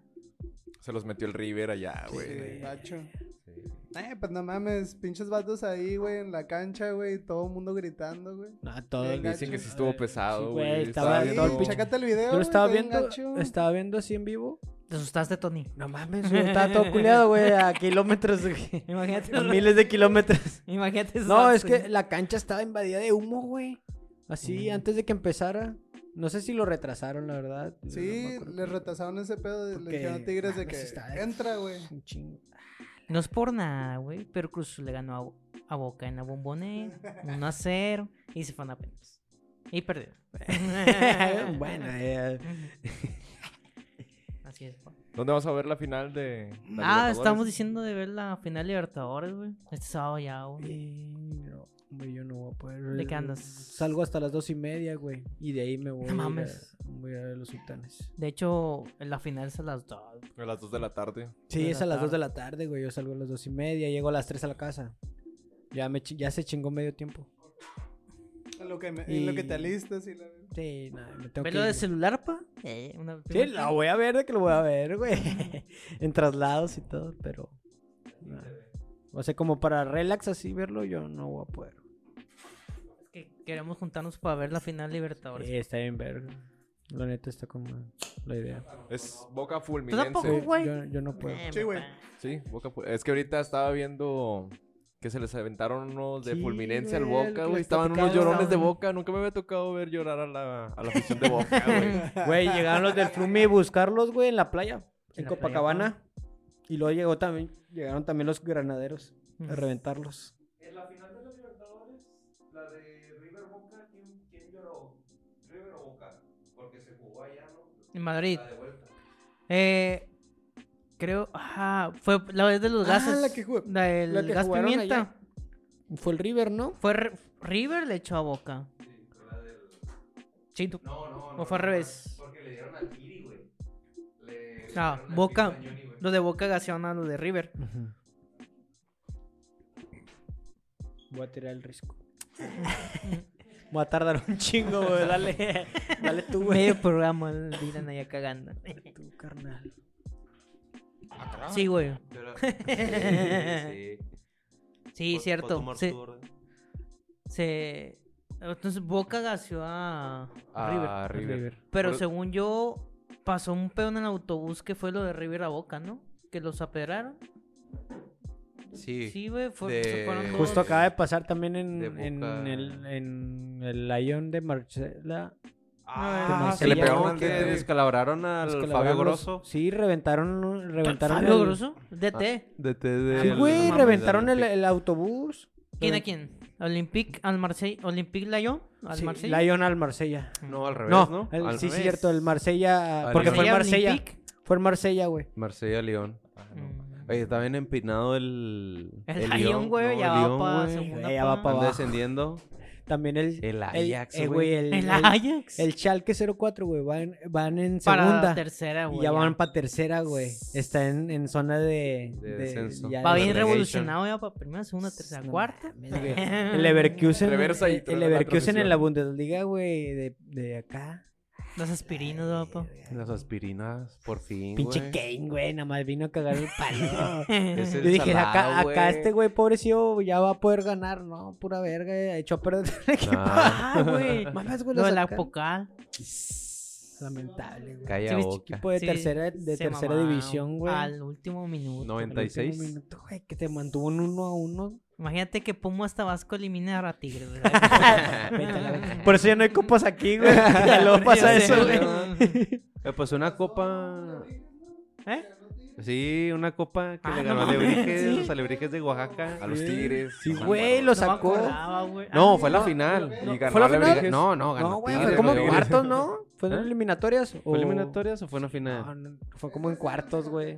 [SPEAKER 2] Se los metió el River allá,
[SPEAKER 4] Sí,
[SPEAKER 2] Ah, güey.
[SPEAKER 4] gacho.
[SPEAKER 2] Sí.
[SPEAKER 4] Eh, pues no mames, pinches vatos ahí, güey, en la cancha, güey, todo el mundo gritando, güey.
[SPEAKER 1] No, todo el-
[SPEAKER 2] Dicen que sí estuvo pesado,
[SPEAKER 1] Sí,
[SPEAKER 2] güey.
[SPEAKER 1] güey, estaba
[SPEAKER 2] estaba
[SPEAKER 4] Sí,
[SPEAKER 1] todo el
[SPEAKER 2] viendo-
[SPEAKER 1] pinche-
[SPEAKER 4] chécate el video.
[SPEAKER 1] Yo lo
[SPEAKER 4] güey,
[SPEAKER 1] estaba
[SPEAKER 4] está bien
[SPEAKER 1] viendo,
[SPEAKER 4] gacho.
[SPEAKER 1] estaba viendo así en vivo.
[SPEAKER 3] Te asustaste, Tony.
[SPEAKER 1] No mames, yo estaba todo culeado, güey, a kilómetros, güey.
[SPEAKER 3] Imagínate.
[SPEAKER 1] A miles de kilómetros.
[SPEAKER 3] Imagínate
[SPEAKER 1] No, es
[SPEAKER 3] asustarse.
[SPEAKER 1] que la cancha estaba invadida de humo, güey. Así,
[SPEAKER 3] Mm.
[SPEAKER 1] antes de que empezara. No sé si lo retrasaron, la verdad. No me
[SPEAKER 4] Sí,
[SPEAKER 1] acuerdo.
[SPEAKER 4] les retrasaron ese pedo, de- le
[SPEAKER 1] Porque,
[SPEAKER 4] dijeron a Tigres de
[SPEAKER 1] mames,
[SPEAKER 4] que
[SPEAKER 1] ah, está- eh.
[SPEAKER 4] entra, güey.
[SPEAKER 1] Un chingo.
[SPEAKER 3] No es por nada, güey. Pero Cruz Azul le ganó a Bo- a, Boca en la bombonera. 1 a 0. Y se fueron a penales. Y perdieron.
[SPEAKER 1] bueno, eh,
[SPEAKER 3] Así es, pa.
[SPEAKER 2] ¿Dónde vas a ver la final de.? la
[SPEAKER 3] Ah, estamos
[SPEAKER 2] Libertadores?
[SPEAKER 3] diciendo de ver la final Libertadores, güey. Este sábado ya, güey.
[SPEAKER 1] eh, no, güey, yo no voy a poder.
[SPEAKER 3] ¿De qué andas?
[SPEAKER 1] Salgo hasta las dos y media, güey. Y de ahí me voy, a,
[SPEAKER 3] No
[SPEAKER 1] ir
[SPEAKER 3] mames.
[SPEAKER 1] a- voy a ir a los sultanes.
[SPEAKER 3] De hecho, en la final es a las 2.
[SPEAKER 2] A las 2 de la tarde.
[SPEAKER 1] Sí,
[SPEAKER 3] de
[SPEAKER 1] es
[SPEAKER 3] la
[SPEAKER 1] a las 2 de
[SPEAKER 3] tarde.
[SPEAKER 1] la tarde, güey. Yo salgo a las 2 y media, llego a las 3 a la casa. Ya, me, chi- ya se chingó medio tiempo.
[SPEAKER 4] En lo que, me- en lo que
[SPEAKER 1] Y-
[SPEAKER 4] te alistas y la...
[SPEAKER 1] Sí, nada, me tengo
[SPEAKER 3] ¿Pelo
[SPEAKER 1] que
[SPEAKER 3] de
[SPEAKER 1] ir.
[SPEAKER 3] celular, pa? Eh, una-
[SPEAKER 1] Sí, la voy a ver de que lo voy a ver, güey. en traslados y todo, pero. nah. O sea, como para relax así verlo, yo no voy a poder.
[SPEAKER 3] Que queremos juntarnos para ver la final Libertadores.
[SPEAKER 1] Sí, está bien verga. La neta está como la idea.
[SPEAKER 2] Es Boca
[SPEAKER 3] ¿Tú
[SPEAKER 2] Fulminense.
[SPEAKER 3] tampoco,
[SPEAKER 1] Sí,
[SPEAKER 3] güey?
[SPEAKER 1] yo, yo no puedo.
[SPEAKER 3] Eh,
[SPEAKER 4] Sí, güey.
[SPEAKER 3] papá.
[SPEAKER 2] Sí, Boca Ful- Es que ahorita estaba viendo que se les aventaron unos de
[SPEAKER 1] Sí,
[SPEAKER 2] Fulminense al
[SPEAKER 1] güey, lo que
[SPEAKER 2] Boca, güey.
[SPEAKER 1] les
[SPEAKER 2] Estaban unos
[SPEAKER 1] platicaba.
[SPEAKER 2] llorones de Boca. Nunca me había tocado ver llorar a la, a la afición de Boca, güey.
[SPEAKER 1] Güey, llegaron los del Flumi a buscarlos, güey, en la playa, en,
[SPEAKER 3] En la playa,
[SPEAKER 1] Copacabana. y luego llegó también, llegaron también los granaderos
[SPEAKER 3] Mm.
[SPEAKER 1] a reventarlos.
[SPEAKER 3] En Madrid. Eh, creo, ajá, fue la vez de los
[SPEAKER 1] Ah,
[SPEAKER 3] gases.
[SPEAKER 1] la que jugó-
[SPEAKER 3] la del
[SPEAKER 1] la que
[SPEAKER 3] gas
[SPEAKER 1] jugaron
[SPEAKER 3] pimienta.
[SPEAKER 1] allá. Fue el River, ¿no?
[SPEAKER 3] Fue Re- River le echó a Boca. Sí, tú- o fue al revés. Porque le dieron al Giri, güey. Boca, lo de Boca gasearon a lo de River.
[SPEAKER 1] Voy a tirar el risco. Voy a tardar un chingo, güey. Dale, dale tú, güey.
[SPEAKER 3] Medio programa el Dylan allá cagando.
[SPEAKER 1] Tú, carnal.
[SPEAKER 3] Sí, güey.
[SPEAKER 6] Sí,
[SPEAKER 3] Sí, cierto. Se, se- Entonces Boca gaseó a River.
[SPEAKER 2] Ah, River.
[SPEAKER 1] River.
[SPEAKER 3] Pero
[SPEAKER 2] Por-
[SPEAKER 3] según yo, pasó un peón en el autobús que fue lo de River a Boca, ¿no? Que los apedraron.
[SPEAKER 6] sí.
[SPEAKER 3] Sí, güey, fue,
[SPEAKER 6] De-
[SPEAKER 3] se fueron todos.
[SPEAKER 1] Justo acaba de pasar también en,
[SPEAKER 6] De Boca.
[SPEAKER 1] en el, en el Lion de Marcela.
[SPEAKER 6] Ah,
[SPEAKER 1] Que
[SPEAKER 6] que
[SPEAKER 1] le
[SPEAKER 6] le
[SPEAKER 1] pegaron
[SPEAKER 6] pegaron
[SPEAKER 1] al
[SPEAKER 6] que
[SPEAKER 1] de-
[SPEAKER 6] descalabraron al Fabio
[SPEAKER 1] Descalabraron los-
[SPEAKER 6] Grosso.
[SPEAKER 1] Sí, reventaron. reventaron
[SPEAKER 3] ¿Fabio
[SPEAKER 1] el-
[SPEAKER 3] Grosso? DT.
[SPEAKER 6] DT de
[SPEAKER 1] Sí, güey,
[SPEAKER 2] Ah,
[SPEAKER 3] mames,
[SPEAKER 1] reventaron el, el autobús.
[SPEAKER 3] ¿Quién a
[SPEAKER 1] Reven-
[SPEAKER 3] quién? Olympique al Marseille, Olympique Lyon al
[SPEAKER 1] Sí,
[SPEAKER 3] Marseille.
[SPEAKER 1] Lyon al Marsella.
[SPEAKER 2] No, al revés,
[SPEAKER 1] No,
[SPEAKER 2] ¿no?
[SPEAKER 1] el-
[SPEAKER 2] Al
[SPEAKER 1] sí,
[SPEAKER 2] revés.
[SPEAKER 1] cierto, el Marsella.
[SPEAKER 2] Al
[SPEAKER 1] porque fue el
[SPEAKER 3] Marsella,
[SPEAKER 1] Marsella.
[SPEAKER 3] Olympique.
[SPEAKER 1] Fue el Marsella, güey.
[SPEAKER 2] Marsella León. Ah,
[SPEAKER 3] Mm.
[SPEAKER 2] Oye, está bien empinado el.
[SPEAKER 3] El Lyon, güey, ya va pa' segunda
[SPEAKER 1] Ya va
[SPEAKER 3] pa-
[SPEAKER 1] pa'
[SPEAKER 2] Están
[SPEAKER 1] abajo.
[SPEAKER 2] descendiendo.
[SPEAKER 1] También el.
[SPEAKER 2] El
[SPEAKER 1] el-
[SPEAKER 2] Ajax,
[SPEAKER 1] eh,
[SPEAKER 2] güey.
[SPEAKER 1] El,
[SPEAKER 3] El
[SPEAKER 1] el-
[SPEAKER 3] Ajax.
[SPEAKER 1] el Schalke 04, güey. Van, van en
[SPEAKER 3] para
[SPEAKER 1] segunda.
[SPEAKER 3] tercera, güey.
[SPEAKER 1] y ya van para tercera, güey. Está en, en zona de.
[SPEAKER 2] De descenso.
[SPEAKER 1] ya
[SPEAKER 3] Va
[SPEAKER 1] de-
[SPEAKER 3] bien
[SPEAKER 2] relegation.
[SPEAKER 3] revolucionado ya para primera, segunda, tercera,
[SPEAKER 1] No
[SPEAKER 3] cuarta.
[SPEAKER 1] mames, güey. El Leverkusen.
[SPEAKER 4] Reversa y
[SPEAKER 1] el- El
[SPEAKER 4] truena la
[SPEAKER 1] Leverkusen en
[SPEAKER 4] transmisión.
[SPEAKER 1] la Bundesliga, güey. De, de acá.
[SPEAKER 3] Las aspirinas, va pa.
[SPEAKER 2] Las aspirinas, por fin.
[SPEAKER 1] Pinche
[SPEAKER 2] güey.
[SPEAKER 1] Kane, güey. Nada más vino a cagar el palo.
[SPEAKER 2] Es
[SPEAKER 1] Yo
[SPEAKER 2] el
[SPEAKER 1] dije,
[SPEAKER 2] salado,
[SPEAKER 1] acá, acá
[SPEAKER 2] güey.
[SPEAKER 1] este güey pobrecillo ya va a poder ganar, ¿no? Pura verga, eh, echó a perder el equipo.
[SPEAKER 3] Ah, güey.
[SPEAKER 1] Mames, güey,
[SPEAKER 3] Lo
[SPEAKER 1] lo
[SPEAKER 3] de la
[SPEAKER 1] sacaron.
[SPEAKER 3] Pocal.
[SPEAKER 1] Lamentable, güey.
[SPEAKER 2] Calla
[SPEAKER 3] Sí, mis
[SPEAKER 2] boca.
[SPEAKER 1] Equipo de
[SPEAKER 3] Sí,
[SPEAKER 1] tercera, de
[SPEAKER 3] se
[SPEAKER 1] tercera
[SPEAKER 3] mamaron
[SPEAKER 1] división, güey.
[SPEAKER 3] Al último minuto.
[SPEAKER 2] 96.
[SPEAKER 1] Al último minuto, güey, que te mantuvo en uno a uno.
[SPEAKER 3] Imagínate que Pumas Tabasco elimina a Tigres. güey.
[SPEAKER 1] Vete a la verga. Por eso ya no hay copas aquí, güey. Ya luego
[SPEAKER 3] Ah. Ya
[SPEAKER 1] pasa
[SPEAKER 3] sé,
[SPEAKER 1] eso, güey.
[SPEAKER 2] Eh, pues una copa.
[SPEAKER 3] ¿Eh?
[SPEAKER 2] Sí, una copa que
[SPEAKER 3] Ah,
[SPEAKER 2] le ganó
[SPEAKER 3] no
[SPEAKER 2] a Lebrijes,
[SPEAKER 3] mames, sí.
[SPEAKER 2] los Alebrijes de Oaxaca.
[SPEAKER 6] A los Tigres.
[SPEAKER 1] Sí,
[SPEAKER 6] no me
[SPEAKER 1] güey,
[SPEAKER 6] acuerdo.
[SPEAKER 1] lo
[SPEAKER 3] No me
[SPEAKER 1] sacó.
[SPEAKER 3] acordaba, güey.
[SPEAKER 2] No,
[SPEAKER 3] Ah,
[SPEAKER 2] fue la final.
[SPEAKER 6] Y
[SPEAKER 1] ¿Fue
[SPEAKER 6] ganó
[SPEAKER 1] la
[SPEAKER 6] a la
[SPEAKER 1] final?
[SPEAKER 6] Lebrijes.
[SPEAKER 2] No, no, ganó
[SPEAKER 1] No, güey, fue
[SPEAKER 2] Tigres,
[SPEAKER 1] como
[SPEAKER 2] güey.
[SPEAKER 1] en cuartos, ¿no? ¿Fue en
[SPEAKER 2] ¿Eh?
[SPEAKER 1] eliminatorias? o-
[SPEAKER 2] ¿Fue eliminatorias o fue una final?
[SPEAKER 1] No, no, fue como en cuartos, güey.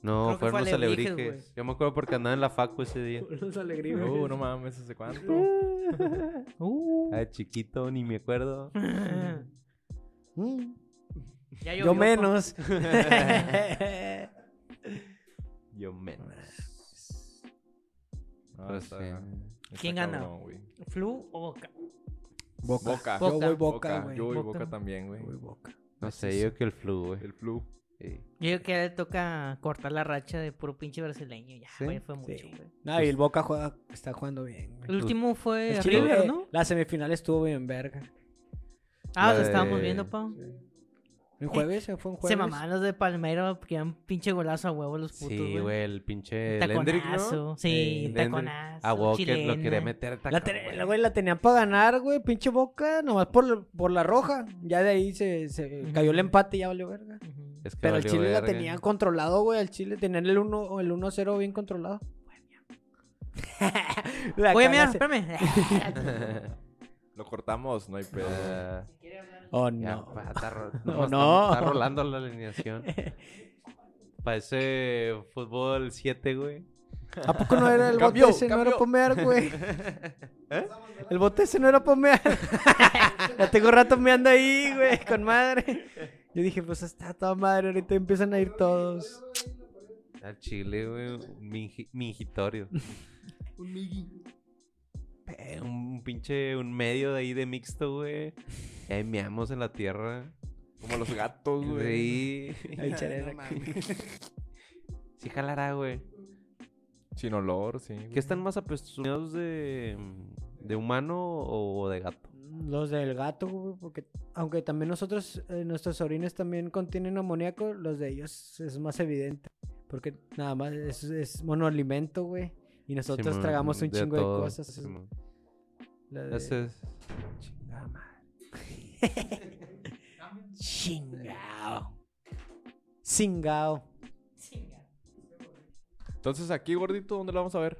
[SPEAKER 2] No,
[SPEAKER 3] Creo
[SPEAKER 2] fueron
[SPEAKER 3] que fue
[SPEAKER 2] los
[SPEAKER 3] Alebrijes,
[SPEAKER 2] alebrijes. Yo me acuerdo porque andaba en la facu ese día. Uh,
[SPEAKER 1] Los
[SPEAKER 6] No, no mames, ¿hace cuánto?
[SPEAKER 3] uh.
[SPEAKER 2] Ah, chiquito, ni me acuerdo.
[SPEAKER 1] Mm.
[SPEAKER 3] Ya llovió,
[SPEAKER 1] Yo
[SPEAKER 3] pa.
[SPEAKER 1] menos.
[SPEAKER 2] Yo menos.
[SPEAKER 6] No,
[SPEAKER 2] Pues
[SPEAKER 6] está-
[SPEAKER 1] eh,
[SPEAKER 2] sí.
[SPEAKER 6] está
[SPEAKER 3] ¿Quién gana?
[SPEAKER 6] cabrón, güey.
[SPEAKER 3] ¿Flu o Boca?
[SPEAKER 1] Boca.
[SPEAKER 6] Boca.
[SPEAKER 1] Yo voy boca,
[SPEAKER 6] Boca,
[SPEAKER 1] güey.
[SPEAKER 6] Yo y
[SPEAKER 3] Boca.
[SPEAKER 6] Boca también, güey.
[SPEAKER 2] No
[SPEAKER 1] pues
[SPEAKER 2] sé, yo que el flu, güey.
[SPEAKER 6] El flu.
[SPEAKER 2] Sí.
[SPEAKER 3] Yo creo que ya le toca cortar la racha de puro pinche brasileño. Ya,
[SPEAKER 2] ¿Sí?
[SPEAKER 3] güey, fue mucho,
[SPEAKER 1] Sí. Pues
[SPEAKER 3] güey.
[SPEAKER 1] No, y el Boca juega, está jugando bien.
[SPEAKER 3] El
[SPEAKER 1] güey.
[SPEAKER 3] último fue
[SPEAKER 1] El Chile,
[SPEAKER 3] River, ¿no?
[SPEAKER 1] La semifinal estuvo bien verga.
[SPEAKER 3] Ah,
[SPEAKER 2] La
[SPEAKER 3] lo estábamos
[SPEAKER 2] de-
[SPEAKER 3] viendo, pa.
[SPEAKER 1] ¿En jueves? ¿Fue en jueves?
[SPEAKER 3] Se mamaron los de Palmeiras porque eran pinche golazo a huevo los putos,
[SPEAKER 2] Sí,
[SPEAKER 3] güey.
[SPEAKER 2] güey, el pinche Lendrick, ¿no?
[SPEAKER 3] Taconazo. Sí,
[SPEAKER 2] Eh, Lendrick.
[SPEAKER 3] taconazo.
[SPEAKER 2] A huevo que lo
[SPEAKER 3] chilena.
[SPEAKER 2] quería meter tacón,
[SPEAKER 1] La, ten- la- güey, la tenían para ganar, güey. Pinche Boca, nomás por, por la roja. Ya de ahí se, se
[SPEAKER 3] Ujú.
[SPEAKER 1] cayó el empate y ya valió verga.
[SPEAKER 3] Ujú.
[SPEAKER 2] Es que
[SPEAKER 1] Pero el
[SPEAKER 2] valió
[SPEAKER 1] Chile la
[SPEAKER 2] verga.
[SPEAKER 1] tenían controlado, güey. El Chile tenían el 1 el 1-0 bien controlado. La
[SPEAKER 3] Oye, mira,
[SPEAKER 1] cagaste.
[SPEAKER 3] espérame.
[SPEAKER 6] Lo cortamos, no hay pedo.
[SPEAKER 2] Ah,
[SPEAKER 1] Oh,
[SPEAKER 2] ya, pues.
[SPEAKER 1] no.
[SPEAKER 2] pa, está ro-
[SPEAKER 1] No,
[SPEAKER 2] no, está-
[SPEAKER 1] no.
[SPEAKER 2] Está, rolando la alineación. Parece fútbol 7, güey.
[SPEAKER 1] ¿A poco no era el
[SPEAKER 6] Cambió,
[SPEAKER 1] bote ese? No era
[SPEAKER 6] cambió.
[SPEAKER 1] pomear, güey. El bote ese no era pomear. ya tengo rato meando ahí, güey, con madre. Yo dije, pues está toda madre, ahorita empiezan a ir todos.
[SPEAKER 2] Al Chile, güey. un mingi- Mingitorio.
[SPEAKER 4] Un migi.
[SPEAKER 2] Eh, Un pinche, un medio de ahí de mixto, güey. Y Ahí meamos en la tierra.
[SPEAKER 6] Como los
[SPEAKER 1] Oh,
[SPEAKER 6] gatos, güey.
[SPEAKER 2] Sí.
[SPEAKER 1] Ay, chale,
[SPEAKER 4] No
[SPEAKER 1] la-
[SPEAKER 4] mames.
[SPEAKER 2] Sí jalará, güey.
[SPEAKER 6] Sin olor, sí.
[SPEAKER 2] ¿Qué
[SPEAKER 6] güey.
[SPEAKER 2] están más apestosos de, de humano o de gato?
[SPEAKER 1] Los del gato, güey, porque aunque también nosotros, eh, nuestros orines también contienen amoníaco, los de ellos es más evidente. Porque nada más es, es monoalimento, güey. Y nosotros
[SPEAKER 2] Simón,
[SPEAKER 1] tragamos un chingo
[SPEAKER 2] todo,
[SPEAKER 1] de cosas.
[SPEAKER 2] Simón.
[SPEAKER 1] La de-
[SPEAKER 2] Ese es- Chingada madre.
[SPEAKER 1] Chingao. Singao.
[SPEAKER 6] Entonces aquí, gordito, ¿dónde lo vamos a ver?